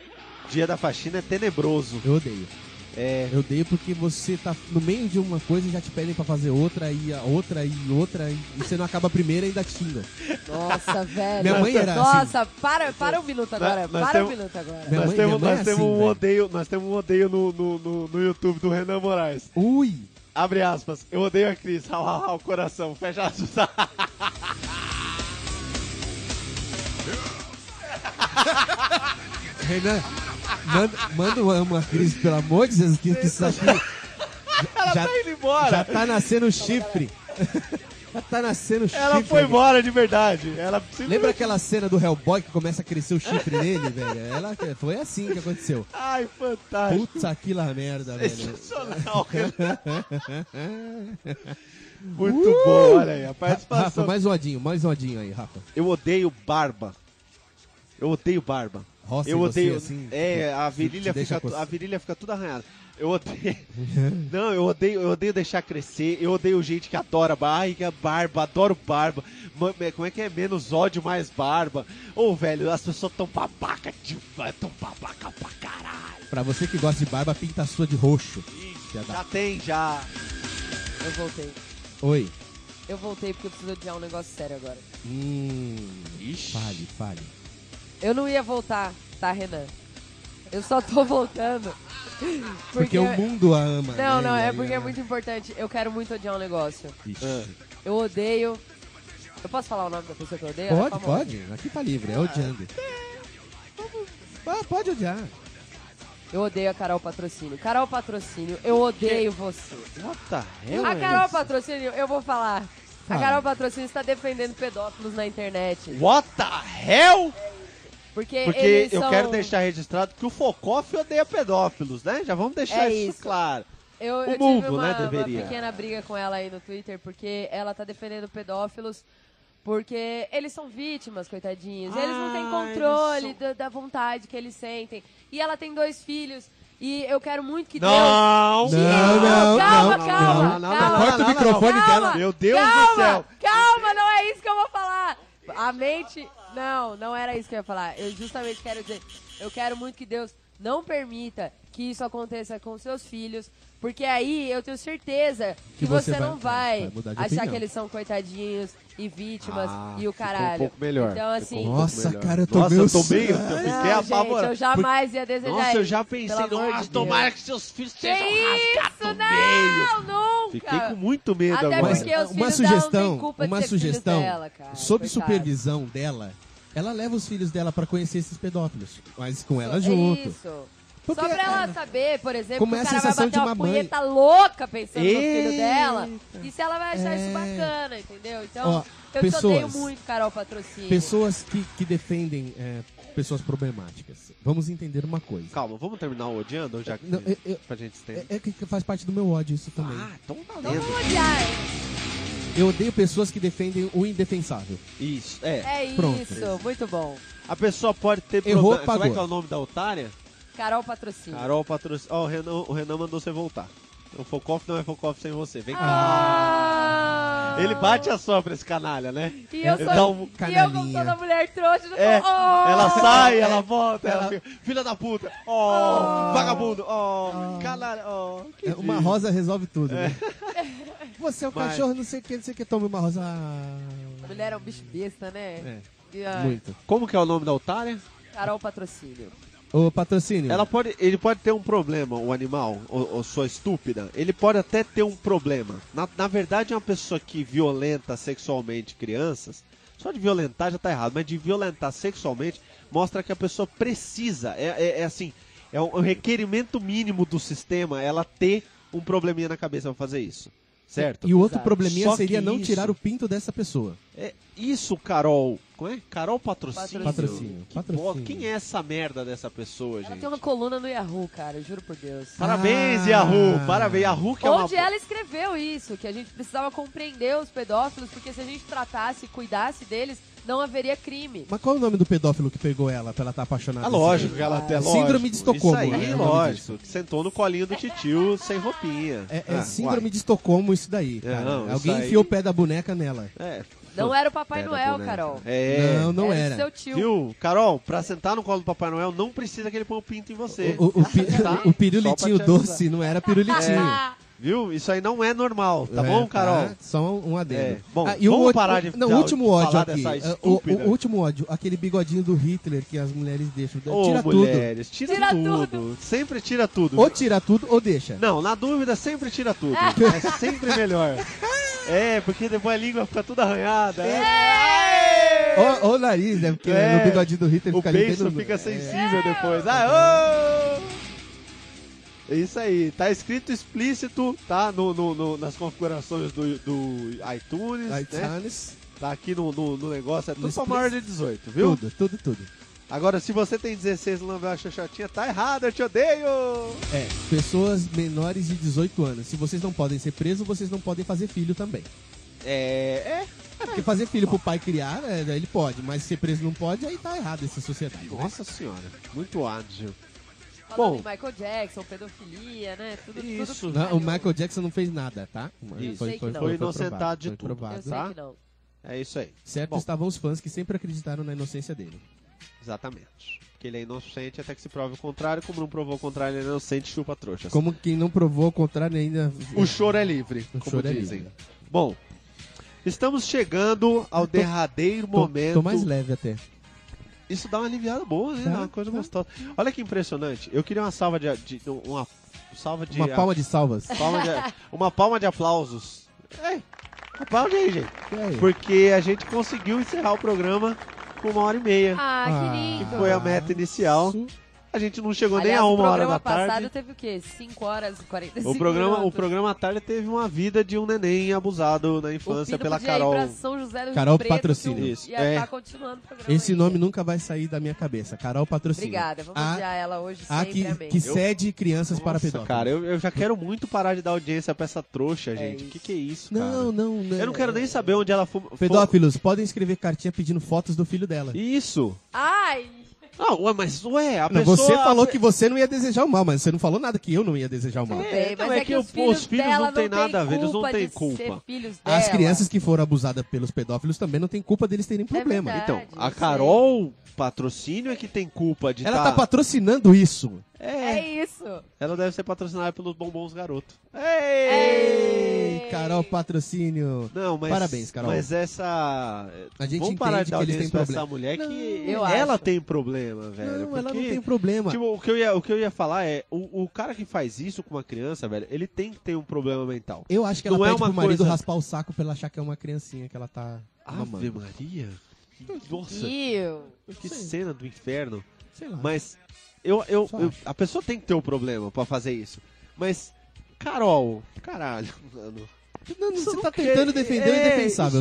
S2: Dia da faxina é tenebroso.
S3: Eu odeio.
S2: É,
S3: Eu odeio porque você tá no meio de uma coisa e já te pedem pra fazer outra e a outra e outra e, e você não acaba a primeira e ainda te xingam.
S4: Nossa, velho.
S3: Minha mãe era assim.
S4: Nossa, para, para um minuto agora.
S2: Nós- nós
S4: para um
S2: temos-
S4: minuto agora.
S3: Minha
S2: nós,
S3: mãe- minha
S2: temos,
S3: mãe é
S2: nós, temos
S3: assim,
S2: um
S3: velho.
S2: odeio, nós temos um odeio no, no, no, no YouTube do Renan Moraes.
S3: Ui!
S2: Abre aspas. Eu odeio a Cris. Ha, ha, ha, o coração. Fecha aspas. Tá
S3: Renan, manda, manda um amo a Cris, pelo amor de Jesus, que isso aqui
S2: Ela
S3: tá Já-
S2: tá indo embora.
S3: já tá nascendo um chifre. Ela tá nascendo chifre.
S2: Ela foi
S3: velho.
S2: embora de verdade. Ela
S3: Lembra aquela cena do Hellboy que começa a crescer o chifre nele, velho? Ela foi assim que aconteceu.
S2: Ai, fantástico.
S3: Puta que lá merda, velho.
S2: Sensacional, Renan. Muito bom, olha aí. A
S3: Rafa,
S2: participação.
S3: mais um odinho, mais um odinho aí, Rafa.
S2: Uh! Eu odeio barba. Eu odeio barba.
S3: Roça em
S2: eu
S3: você,
S2: odeio.
S3: assim,
S2: é, a
S3: te- te
S2: virilha,
S3: deixa
S2: fica, tu-
S3: coça-
S2: a virilha fica toda arranhada. Eu odeio. Não, eu odeio, eu odeio deixar crescer. Eu odeio gente que adora barriga, barba, adoro barba. Ma- me- Como é que é? Menos ódio, mais barba. Ô, velho, as pessoas tão babaca de. tão babaca pra caralho.
S3: Pra você que gosta de barba, pinta a sua de roxo. Já dá.
S2: Já tem, já.
S4: Eu voltei.
S3: Oi.
S4: Eu voltei porque eu preciso odiar um negócio sério agora.
S3: Hum,
S2: Ixi.
S3: fale, fale.
S4: Eu não ia voltar, tá, Renan? Eu só tô voltando.
S3: Porque, o mundo a ama.
S4: é- Não,
S3: né?
S4: não,
S3: E
S4: é
S3: aí
S4: porque é
S3: ela-
S4: muito importante. Eu quero muito odiar um negócio.
S3: Ixi.
S2: Ah.
S4: Eu odeio. Eu posso falar o nome da pessoa que eu odeio? Ela é
S3: Pode,
S4: famosa.
S3: pode. Aqui tá livre, é odiando. Ah, pode odiar.
S4: Eu odeio a Carol Patrocínio. Carol Patrocínio, eu odeio você.
S2: What the hell?
S4: A
S2: man?
S4: Carol Patrocínio, eu vou falar. A
S3: Fala.
S4: Carol Patrocínio está defendendo pedófilos na internet.
S2: What the hell?
S4: Porque,
S2: Porque
S4: eles
S2: eu
S4: são...
S2: quero deixar registrado que o Focoff odeia pedófilos, né? Já vamos deixar
S4: É
S2: isso,
S4: isso.
S2: claro.
S4: Eu,
S2: O
S4: eu
S2: mundo,
S4: tive uma,
S2: né,
S4: uma
S2: deveria.
S4: pequena briga com ela aí no Twitter, porque ela tá defendendo pedófilos, porque eles são vítimas, coitadinhos. eles não
S2: Ah,
S4: têm
S2: eles
S4: controle
S2: são-
S4: da, da vontade que eles sentem. E ela tem dois filhos, e eu quero muito que Deus...
S2: Não!
S3: Não, não,
S4: Calma,
S3: não,
S4: calma,
S3: não, não,
S4: calma.
S3: Corta o microfone dela.
S2: Meu Deus
S4: calma,
S2: do céu!
S4: Calma, não é isso que eu vou falar. A mente... Não, não era isso que eu ia falar. Eu justamente quero dizer, eu quero muito que Deus não permita que isso aconteça com seus filhos, porque aí eu tenho certeza
S3: Que
S4: que, você,
S3: você vai-
S4: não vai,
S3: vai mudar de
S4: achar
S3: opinião.
S4: que eles são coitadinhos e vítimas
S2: Ah,
S4: e o
S2: ficou um
S4: caralho.
S2: pouco melhor.
S4: Então, assim...
S2: Ficou um pouco
S3: Nossa,
S2: melhor.
S3: cara, eu
S2: Nossa,
S3: tomei
S2: eu
S3: o
S2: tomei, eu
S3: sangue.
S2: fiquei
S4: Não, gente, eu
S2: apavorado.
S4: jamais ia desejar
S2: Nossa, eu já
S4: isso, pelo
S2: pensei,
S4: amor de
S2: nossa,
S4: Deus.
S2: tomara que seus filhos
S4: Que
S2: sejam rasgados
S4: isso,
S2: no meio.
S4: não, nunca!
S2: Fiquei com muito medo
S4: Até
S2: agora.
S4: É porque os
S3: uma
S4: filhos dela não
S3: sugestão,
S4: têm culpa de
S3: uma
S4: ser filhos
S3: sugestão,
S4: dela, cara,
S3: sob
S4: coitado.
S3: supervisão dela, ela leva os filhos dela pra conhecer esses pedófilos, mas com ela
S4: É
S3: junto.
S4: Isso.
S3: Porque,
S4: Só pra ela
S3: é,
S4: saber, por exemplo,
S3: como
S4: que
S3: é
S4: o
S3: a
S4: cara vai
S3: sensação
S4: bater
S3: de
S4: uma
S3: uma mãe.
S4: punheta louca pensando no filho dela.
S2: Eita.
S4: E se ela vai achar isso
S3: É.
S4: bacana, entendeu? Então,
S3: Ó,
S4: eu te
S3: pessoas-
S4: odeio muito, Carol Patrocínio.
S3: Pessoas que, que defendem é, pessoas problemáticas. Vamos entender uma coisa.
S2: Calma, vamos terminar o odiando ou já que...
S3: Não, eu- eu-
S2: pra gente ter...
S3: É, é que faz parte do meu ódio isso também.
S2: Ah, então tá
S4: Não
S2: dentro.
S4: vamos odiar. hein?
S3: Eu odeio pessoas que defendem o indefensável.
S2: Isso, é.
S4: É
S3: Pronto.
S4: isso, muito bom.
S2: A pessoa pode ter
S3: Errou,
S2: problema... Como é
S3: pagou.
S2: que é o nome da otária?
S4: Carol Patrocínio.
S2: Carol patrocina... Ó, o, Renan, o Renan mandou você voltar. O Focoff não é Focoff sem você. Vem cá.
S4: Ah!
S2: Ele bate a sobra esse canalha, né?
S4: E eu,
S2: Ele
S4: sou,
S2: dá um
S4: e eu como
S3: canalinha.
S4: toda mulher trouxa, não
S2: É,
S4: tô- Oh!
S2: ela sai, ela volta, ela fica, filha da puta, ó, vagabundo, ó, canalha, ó. que
S3: É, uma
S2: diz.
S3: rosa resolve tudo. né? Você é o
S2: Mas-
S3: cachorro, não sei o que, não sei o que, toma uma rosa. Ah,
S4: Mulher é um bicho besta, né?
S3: É,
S4: E a
S3: muito.
S2: Como que é o nome da otária?
S4: Carol Patrocínio.
S3: Ô, patrocínio.
S2: Ela pode, ele pode ter um problema, o animal, ou, ou sua estúpida, ele pode até ter um problema. Na, na verdade, uma pessoa que violenta sexualmente crianças, só de violentar já tá errado, mas de violentar sexualmente mostra que a pessoa precisa, é, é- é assim, é um, um requerimento mínimo do sistema ela ter um probleminha na cabeça pra fazer isso, certo?
S3: E o outro
S4: Exato.
S3: probleminha
S2: Só
S3: seria
S2: que
S3: não
S2: isso-
S3: tirar o pinto dessa pessoa.
S2: É isso, Carol. Como é? Carol Patrocínio.
S3: Patrocínio,
S2: Que
S3: patrocínio.
S2: bosta. Quem é essa merda dessa pessoa,
S4: Ela
S2: gente? Tá
S4: tem uma coluna no Yahoo, cara, eu juro por Deus.
S2: Parabéns,
S3: Ah.
S2: Yahoo! Parabéns, Yahoo que é uma.
S4: Onde ela escreveu isso, que a gente precisava compreender os pedófilos, porque se a gente tratasse e cuidasse deles, não haveria crime.
S3: Mas qual é o nome do pedófilo que pegou ela pra ela estar apaixonada?
S2: É lógico que ela
S4: Ah.
S2: até lógico.
S3: Síndrome de Estocolmo,
S2: Isso
S3: né,
S2: aí,
S3: o nome
S2: lógico. Que sentou no colinho do titio sem roupinha.
S3: É, é
S2: Ah,
S3: síndrome
S2: uai.
S3: de Estocolmo isso daí,
S2: É,
S3: cara.
S2: não, isso
S3: Alguém
S2: aí-
S3: enfiou o pé da boneca nela.
S2: É.
S4: Não era o Papai
S2: Pera,
S4: Noel,
S2: boneca.
S4: Carol.
S2: É.
S3: Não, não era.
S4: do seu tio.
S2: Viu? Carol, pra sentar no colo do Papai Noel, não precisa que ele ponha o pinto em você.
S3: O, o, o pi-
S2: Tá.
S3: o pirulitinho
S2: Só pra te avisar.
S3: doce não era pirulitinho.
S4: Ah,
S2: Viu? Isso aí não é normal, tá
S3: É,
S2: bom, Carol?
S3: Só um, um adendo.
S2: É, bom, vamos
S3: e o ulti-
S2: parar de
S3: Não, o
S2: falar
S3: último ódio
S2: dessa
S3: aqui. é, O,
S2: estúpida.
S3: o último ódio, aquele bigodinho do Hitler que as mulheres deixam.
S2: Ô,
S3: tira
S2: mulheres, tira,
S4: Tira
S2: tudo.
S4: tudo.
S2: Sempre tira tudo.
S3: tudo. Ou tira tudo ou deixa.
S2: Não, na dúvida, sempre tira tudo. é sempre melhor. É, porque depois a língua fica toda arranhada. É.
S3: Ou, ou o nariz, né? Porque
S2: É.
S3: no bigodinho do Hitler
S2: O
S3: fica ali.
S2: beijo
S3: todo-
S2: fica
S3: é.
S2: sensível depois. Ah, ô! né? É Isso aí, tá escrito explícito, tá? No, no- no- nas configurações do, do iTunes, né?
S3: iTunes,
S2: Tá aqui no, no- no negócio, é tudo
S3: No
S2: pra
S3: explí-
S2: maior de 18, viu?
S3: tudo, tudo, tudo.
S2: Agora, se você tem 16 e não vê a xoxotinha, tá errado, eu te odeio!
S3: É, pessoas menores de 18 anos. Se vocês não podem ser presos, vocês não podem fazer filho também.
S2: É, é.
S3: Porque fazer filho pro pai criar, é, ele pode, mas ser preso não pode, aí tá errado essa sociedade. né?
S2: Nossa senhora, muito ágil.
S4: Falando
S2: Bom.
S4: de Michael Jackson, pedofilia, né? Tudo,
S2: Isso.
S4: tudo que
S3: Não,
S4: saiu.
S3: o Michael Jackson não fez nada, tá?
S4: Eu sei que não.
S2: Foi inocentado
S3: provado,
S2: de
S3: foi
S2: tudo.
S4: Eu
S3: provado.
S4: sei
S2: tá?
S4: que não.
S2: É isso aí,
S3: Certo
S2: Bom.
S3: estavam os fãs que sempre acreditaram na inocência dele.
S2: exatamente. Que ele é inocente até que se prove o contrário, como não provou o contrário, ele é inocente, chupa trouxas.
S3: Como quem não provou ao contrário né, ainda.
S2: O choro é livre,
S3: O
S2: como
S3: choro é
S2: dizem.
S3: livre.
S2: Bom, estamos chegando ao
S3: Tô-
S2: derradeiro
S3: Tô-
S2: momento.
S3: Tô mais leve até.
S2: Isso dá uma aliviada boa, né?
S3: Dá,
S2: Dá uma coisa
S3: dá.
S2: gostosa. Olha que impressionante. Eu queria uma salva de. de- uma salva de.
S3: Uma palma de salvas.
S2: palma de- uma palma de aplausos. É, aplaude aí, gente.
S3: E aí?
S2: Porque a gente conseguiu encerrar o programa com uma hora e meia.
S4: Ah,
S3: Ah,
S4: querido.
S2: Foi a meta inicial.
S3: Su-
S2: A gente não chegou
S4: Aliás,
S2: nem a
S4: o
S2: uma hora
S4: programa
S2: da
S4: passado
S2: tarde.
S4: teve o quê? 5 horas e 45
S2: O programa, o
S4: minutos.
S2: programa à tarde teve uma vida de um neném abusado na
S4: O
S2: infância
S4: Pino
S2: pela
S4: podia
S2: Carol.
S4: Ir pra São José do Rio
S3: Carol
S4: Preto,
S3: Patrocínio.
S4: que o-
S2: Isso,
S4: Ia
S2: é.
S4: tá continuando o programa
S3: Esse
S4: aí.
S3: nome nunca vai sair da minha cabeça. Carol
S2: assim.
S3: Patrocínio.
S4: Obrigada, vamos
S2: Ah,
S3: A-
S4: odiar ela hoje
S3: A
S4: sempre,
S3: que,
S4: amém.
S3: que cede crianças para
S2: Nossa,
S3: pedófilos.
S2: cara, eu, eu já quero muito parar de dar audiência pra essa trouxa, gente. O
S4: isso.
S2: que, que é isso, cara?
S3: Não, não, não.
S2: Eu não quero nem saber onde ela foi.
S3: Pedófilos, podem escrever cartinha pedindo fotos do filho dela.
S2: Isso!
S4: Ai,
S2: Não, ué, mas ué, a
S3: Não,
S2: pessoa.
S3: você falou que é você não ia desejar o mal, mas você não falou nada que eu não ia desejar o mal.
S4: bem,
S2: não,
S4: mas
S2: é
S4: é,
S2: que
S4: que,
S2: eu-
S4: os filhos,
S2: os filhos
S4: dela
S2: não têm nada a ver, eles não
S4: culpa
S2: têm
S4: de
S2: culpa.
S4: ser filhos dela.
S3: As crianças que foram abusadas pelos pedófilos também não têm culpa deles terem problema.
S4: É verdade.
S2: Então, a
S4: Sim.
S2: Carol patrocínio é que tem culpa de
S3: Ela
S2: tá...
S3: tá patrocinando isso.
S2: É,
S4: É isso.
S2: ela deve ser patrocinada pelos bombons garoto.
S4: Ei! É
S3: Ei, Carol, patrocínio.
S2: Não, mas
S3: Parabéns, Carol.
S2: Mas essa
S3: A gente
S2: Vamos
S3: entende
S2: parar de
S3: que
S2: dar
S3: eles
S2: audiência
S3: têm
S2: pra
S3: problema.
S2: essa mulher que
S4: eu
S2: ela
S4: acho.
S2: tem problema, velho.
S3: não, ela não
S2: porque-
S3: tem problema.
S2: Tipo, o que, eu ia, o que eu ia falar é, o, o cara que faz isso com uma criança, velho, ele tem que ter um problema mental.
S3: eu acho que ela
S2: não é
S3: pede
S2: uma
S3: pro marido
S2: coisa- Ah,
S3: raspar o saco pra ela achar que é uma criancinha que ela tá
S2: Ave
S3: mamando.
S2: Maria? Nossa,
S4: Tio.
S2: que cena do inferno.
S3: Sei lá.
S2: Mas eu, eu,
S3: Ah. Só
S2: eu-
S3: acho.
S2: a pessoa tem que ter um problema pra fazer isso. Mas, Carol, caralho, mano.
S3: Não, não,
S2: Isso
S3: você
S2: não
S3: tá
S2: que-
S3: tentando
S2: é,
S3: defender o indefensável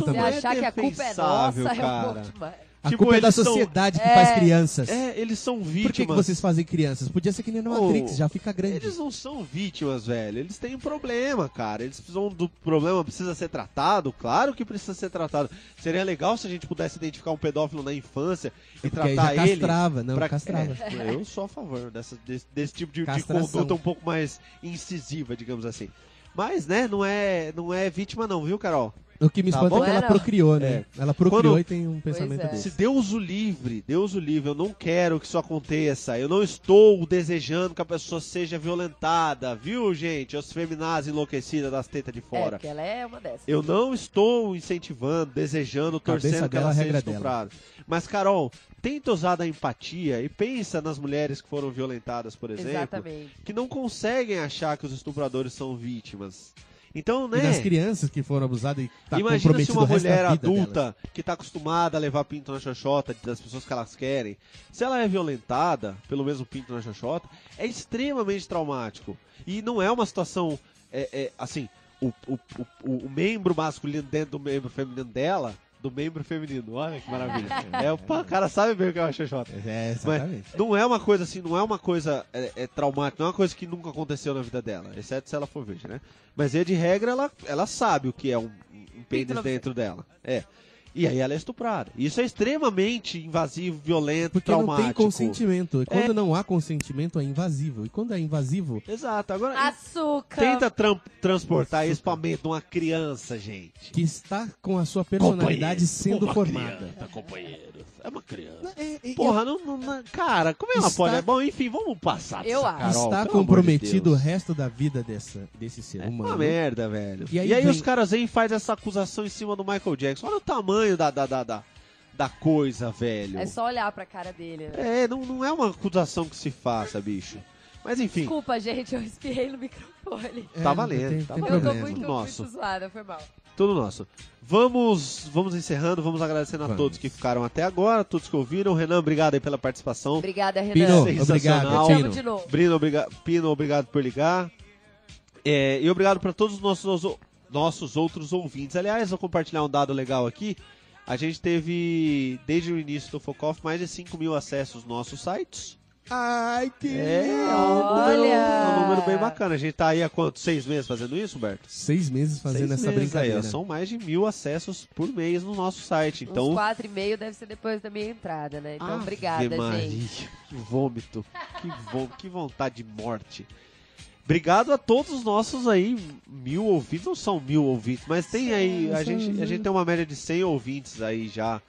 S2: isso
S4: Se
S3: também.
S2: não é
S4: achar que a culpa é
S2: defensável,
S4: nossa, é um
S2: cara.
S4: pouco demais.
S3: A
S2: Tipo,
S3: culpa é da
S2: eles são-
S3: sociedade que
S4: É.
S3: faz crianças.
S2: É, eles são
S3: Por
S2: vítimas.
S3: que, que vocês fazem crianças? Podia ser que nem na
S2: Oh,
S3: Matrix, já fica grande.
S2: Eles não são vítimas, velho. Eles têm um problema, cara. Eles precisam do problema, precisa ser tratado. Claro que precisa ser tratado. Seria legal se a gente pudesse identificar um pedófilo na infância e
S3: É Porque aí
S2: tratar
S3: já
S2: ele.
S3: castrava, não,
S2: pra-
S3: castrava.
S2: É, eu sou a favor dessa- desse, desse tipo de, de
S3: Castração.
S2: conduta um pouco mais incisiva, digamos assim. Mas, né, não é, não é vítima não, viu, Carol?
S3: O que me
S2: Tá
S3: espanta
S4: bom?
S3: é que ela
S4: Era.
S3: procriou, né? Ela procriou
S2: Quando-
S3: e tem um pensamento
S4: é.
S2: Se
S3: desse.
S2: Deus o livre, Deus o livre, eu não quero que isso aconteça. Eu não estou desejando que a pessoa seja violentada, viu, gente? Os feminazes enlouquecidas das tetas de
S4: É,
S2: fora.
S4: porque ela é uma dessas.
S2: Eu não estou incentivando, desejando,
S3: Cabeça
S2: torcendo que
S3: dela,
S2: ela seja
S3: regra dela.
S2: estuprada. Mas, Carol, tenta usar da empatia e pensa nas mulheres que foram violentadas, por exemplo,
S4: Exatamente.
S2: que não conseguem achar que os estupradores são vítimas. Então, né?
S3: E das crianças que foram abusadas e tá
S2: Imagina se
S3: comprometido
S2: uma
S3: o resto
S2: mulher
S3: da vida
S2: adulta
S3: delas.
S2: que tá acostumada a levar pinto na xoxota das pessoas que elas querem, se ela é violentada pelo mesmo pinto na xoxota, é extremamente traumático. E não é uma situação é, é, assim, o, o, o, o- o membro masculino dentro do membro feminino dela, do membro feminino, olha que maravilha. é, o cara sabe bem o que é uma xoxota.
S3: É, exatamente.
S2: Não é uma coisa assim, não é uma coisa é, é, traumática, não é uma coisa que nunca aconteceu na vida dela, exceto se ela for virgem, né? Mas via de regra, ela, ela sabe o que é um, um pênis
S4: Pinto-
S2: dentro dela. É. E aí ela é estuprada. Isso é extremamente invasivo, violento,
S3: Porque não
S2: traumático. É.
S3: tem consentimento. E quando não há consentimento, é invasivo. E quando é invasivo,
S2: Exato. Agora
S4: Açúcar.
S2: tenta tran- transportar isso pra mente de uma criança, gente.
S3: que está com a sua personalidade sendo formada.
S2: Criança, companheiro. É uma criança.
S3: É, é,
S2: Porra, não, não- não- Cara, como ela
S3: Está-
S2: pode? É bom, enfim, vamos passar.
S4: Eu
S2: dessa
S4: acho.
S2: Carol,
S3: está
S2: pelo amor de
S3: comprometido o
S2: Deus.
S3: resto da vida dessa, desse ser
S2: É uma
S3: humano.
S2: merda, velho. E
S3: né? E
S2: aí,
S3: aí vem-
S2: os caras vêm e fazem essa acusação em cima do Michael Jackson. Olha o tamanho da, da, da, da, da coisa, velho.
S4: É só olhar pra cara dele. Né?
S2: É, não, não é uma acusação que se faça, bicho. Mas enfim,
S4: Desculpa, gente, eu espirrei no microfone.
S3: É,
S2: tá
S3: não
S2: valendo.
S3: tem-
S2: tá
S3: tem
S4: Eu tô
S2: valendo.
S3: problema.
S4: muito, muito
S2: Nosso.
S4: zoada, foi mal.
S2: Tudo nosso. Vamos, vamos encerrando, vamos agradecendo a
S3: Vamos.
S2: todos que ficaram até agora, todos que ouviram. Renan, obrigado aí pela participação.
S4: Obrigada, Renan.
S3: Pino,
S2: Sensacional.
S3: obrigado,
S4: Te amo
S3: Pino.
S4: de novo.
S2: Brino, obriga- Pino, obrigado por ligar. É, e obrigado para todos os nossos, ou- nossos outros ouvintes. Aliás, vou compartilhar um dado legal aqui. A gente teve, desde o início do Focoff, mais de 5 mil acessos nos nossos sites.
S3: Ai, que
S2: É, é um
S3: legal.
S2: número,
S4: Olha!
S2: é um número bem bacana. A gente tá aí há quanto? Seis meses fazendo isso, Humberto?
S3: Seis meses fazendo
S2: Seis
S3: essa
S2: meses aí, ó.
S3: brincadeira.
S2: são mais de mil acessos por mês no nosso site. Então, Ah,
S4: Uns quatro e meio deve ser depois da minha entrada, né?
S3: Ah,
S4: Então,
S2: Ave
S4: obrigada,
S2: Maria,
S4: gente.
S2: Que vômito. Que, vô- que vontade de morte. Obrigado a todos os nossos aí, mil ouvintes, não são mil ouvintes, mas tem aí, a gente, a gente tem uma média de 100 ouvintes aí já,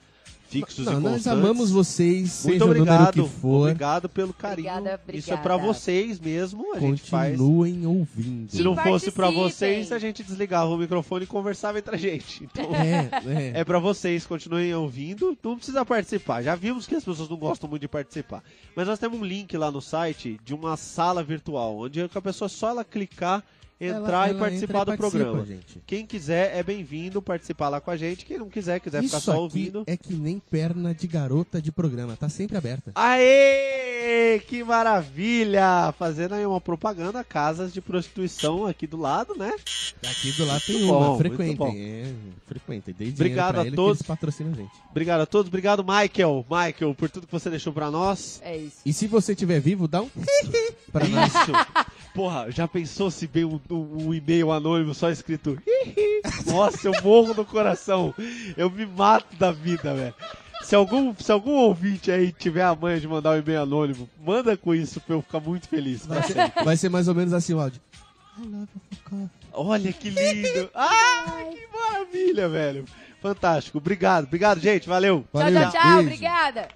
S2: fixos
S3: Não,
S2: e
S3: nós
S2: constantes.
S3: amamos vocês,
S2: Muito
S3: seja o
S2: obrigado,
S3: número que for,
S2: obrigado pelo carinho,
S4: Obrigada,
S2: isso é pra
S4: obrigada.
S2: vocês mesmo, a gente faz.
S3: continuem ouvindo.
S2: Se não
S4: E
S2: fosse pra
S4: participem.
S2: vocês, a gente desligava o microfone e conversava entre a gente. Então,
S3: É, é.
S2: é pra vocês, continuem ouvindo, não precisa participar. Já vimos que as pessoas não gostam muito de participar. Mas nós temos um link lá no site de uma sala virtual, onde a pessoa é só ela clicar, entrar
S3: Ela-
S2: e
S3: ela
S2: participar
S3: entra
S2: do
S3: e participa,
S2: programa.
S3: gente.
S2: Quem quiser é bem-vindo participar lá com a gente. Quem não quiser, quiser
S3: Isso
S2: ficar só
S3: aqui
S2: ouvindo.
S3: é que nem perna de garota de programa, tá sempre aberta.
S2: Aê! Que maravilha! Fazendo aí uma propaganda, casas de prostituição aqui do lado, né?
S3: Aqui do lado tem
S2: Muito
S3: uma,
S2: bom, muito bom.
S3: frequentem. É, frequentem, dei dinheiro
S2: Obrigado
S3: pra
S2: a
S3: ele que
S2: todos.
S3: eles patrocinam a gente.
S2: Obrigado a todos, obrigado, Michael. Michael, por tudo que você deixou pra nós.
S4: É isso.
S3: E se você tiver vivo, dá um pra nós.
S2: Isso. Porra, já pensou se vem um, um- um e-mail anônimo só escrito "Hihi"? Nossa, eu morro no coração. Eu me mato da vida, velho. Se algum, se algum ouvinte aí tiver a manha de mandar um e-mail anônimo, manda com isso pra eu ficar muito feliz.
S3: Vai ser, vai ser mais ou menos assim o áudio. I love you, Foucault.
S2: Olha que lindo. Ah, que maravilha, velho. Fantástico. Obrigado, obrigado, gente. Valeu.
S4: Tchau,
S3: Valeu,
S4: tchau, tchau.
S3: beijo.
S4: Obrigada.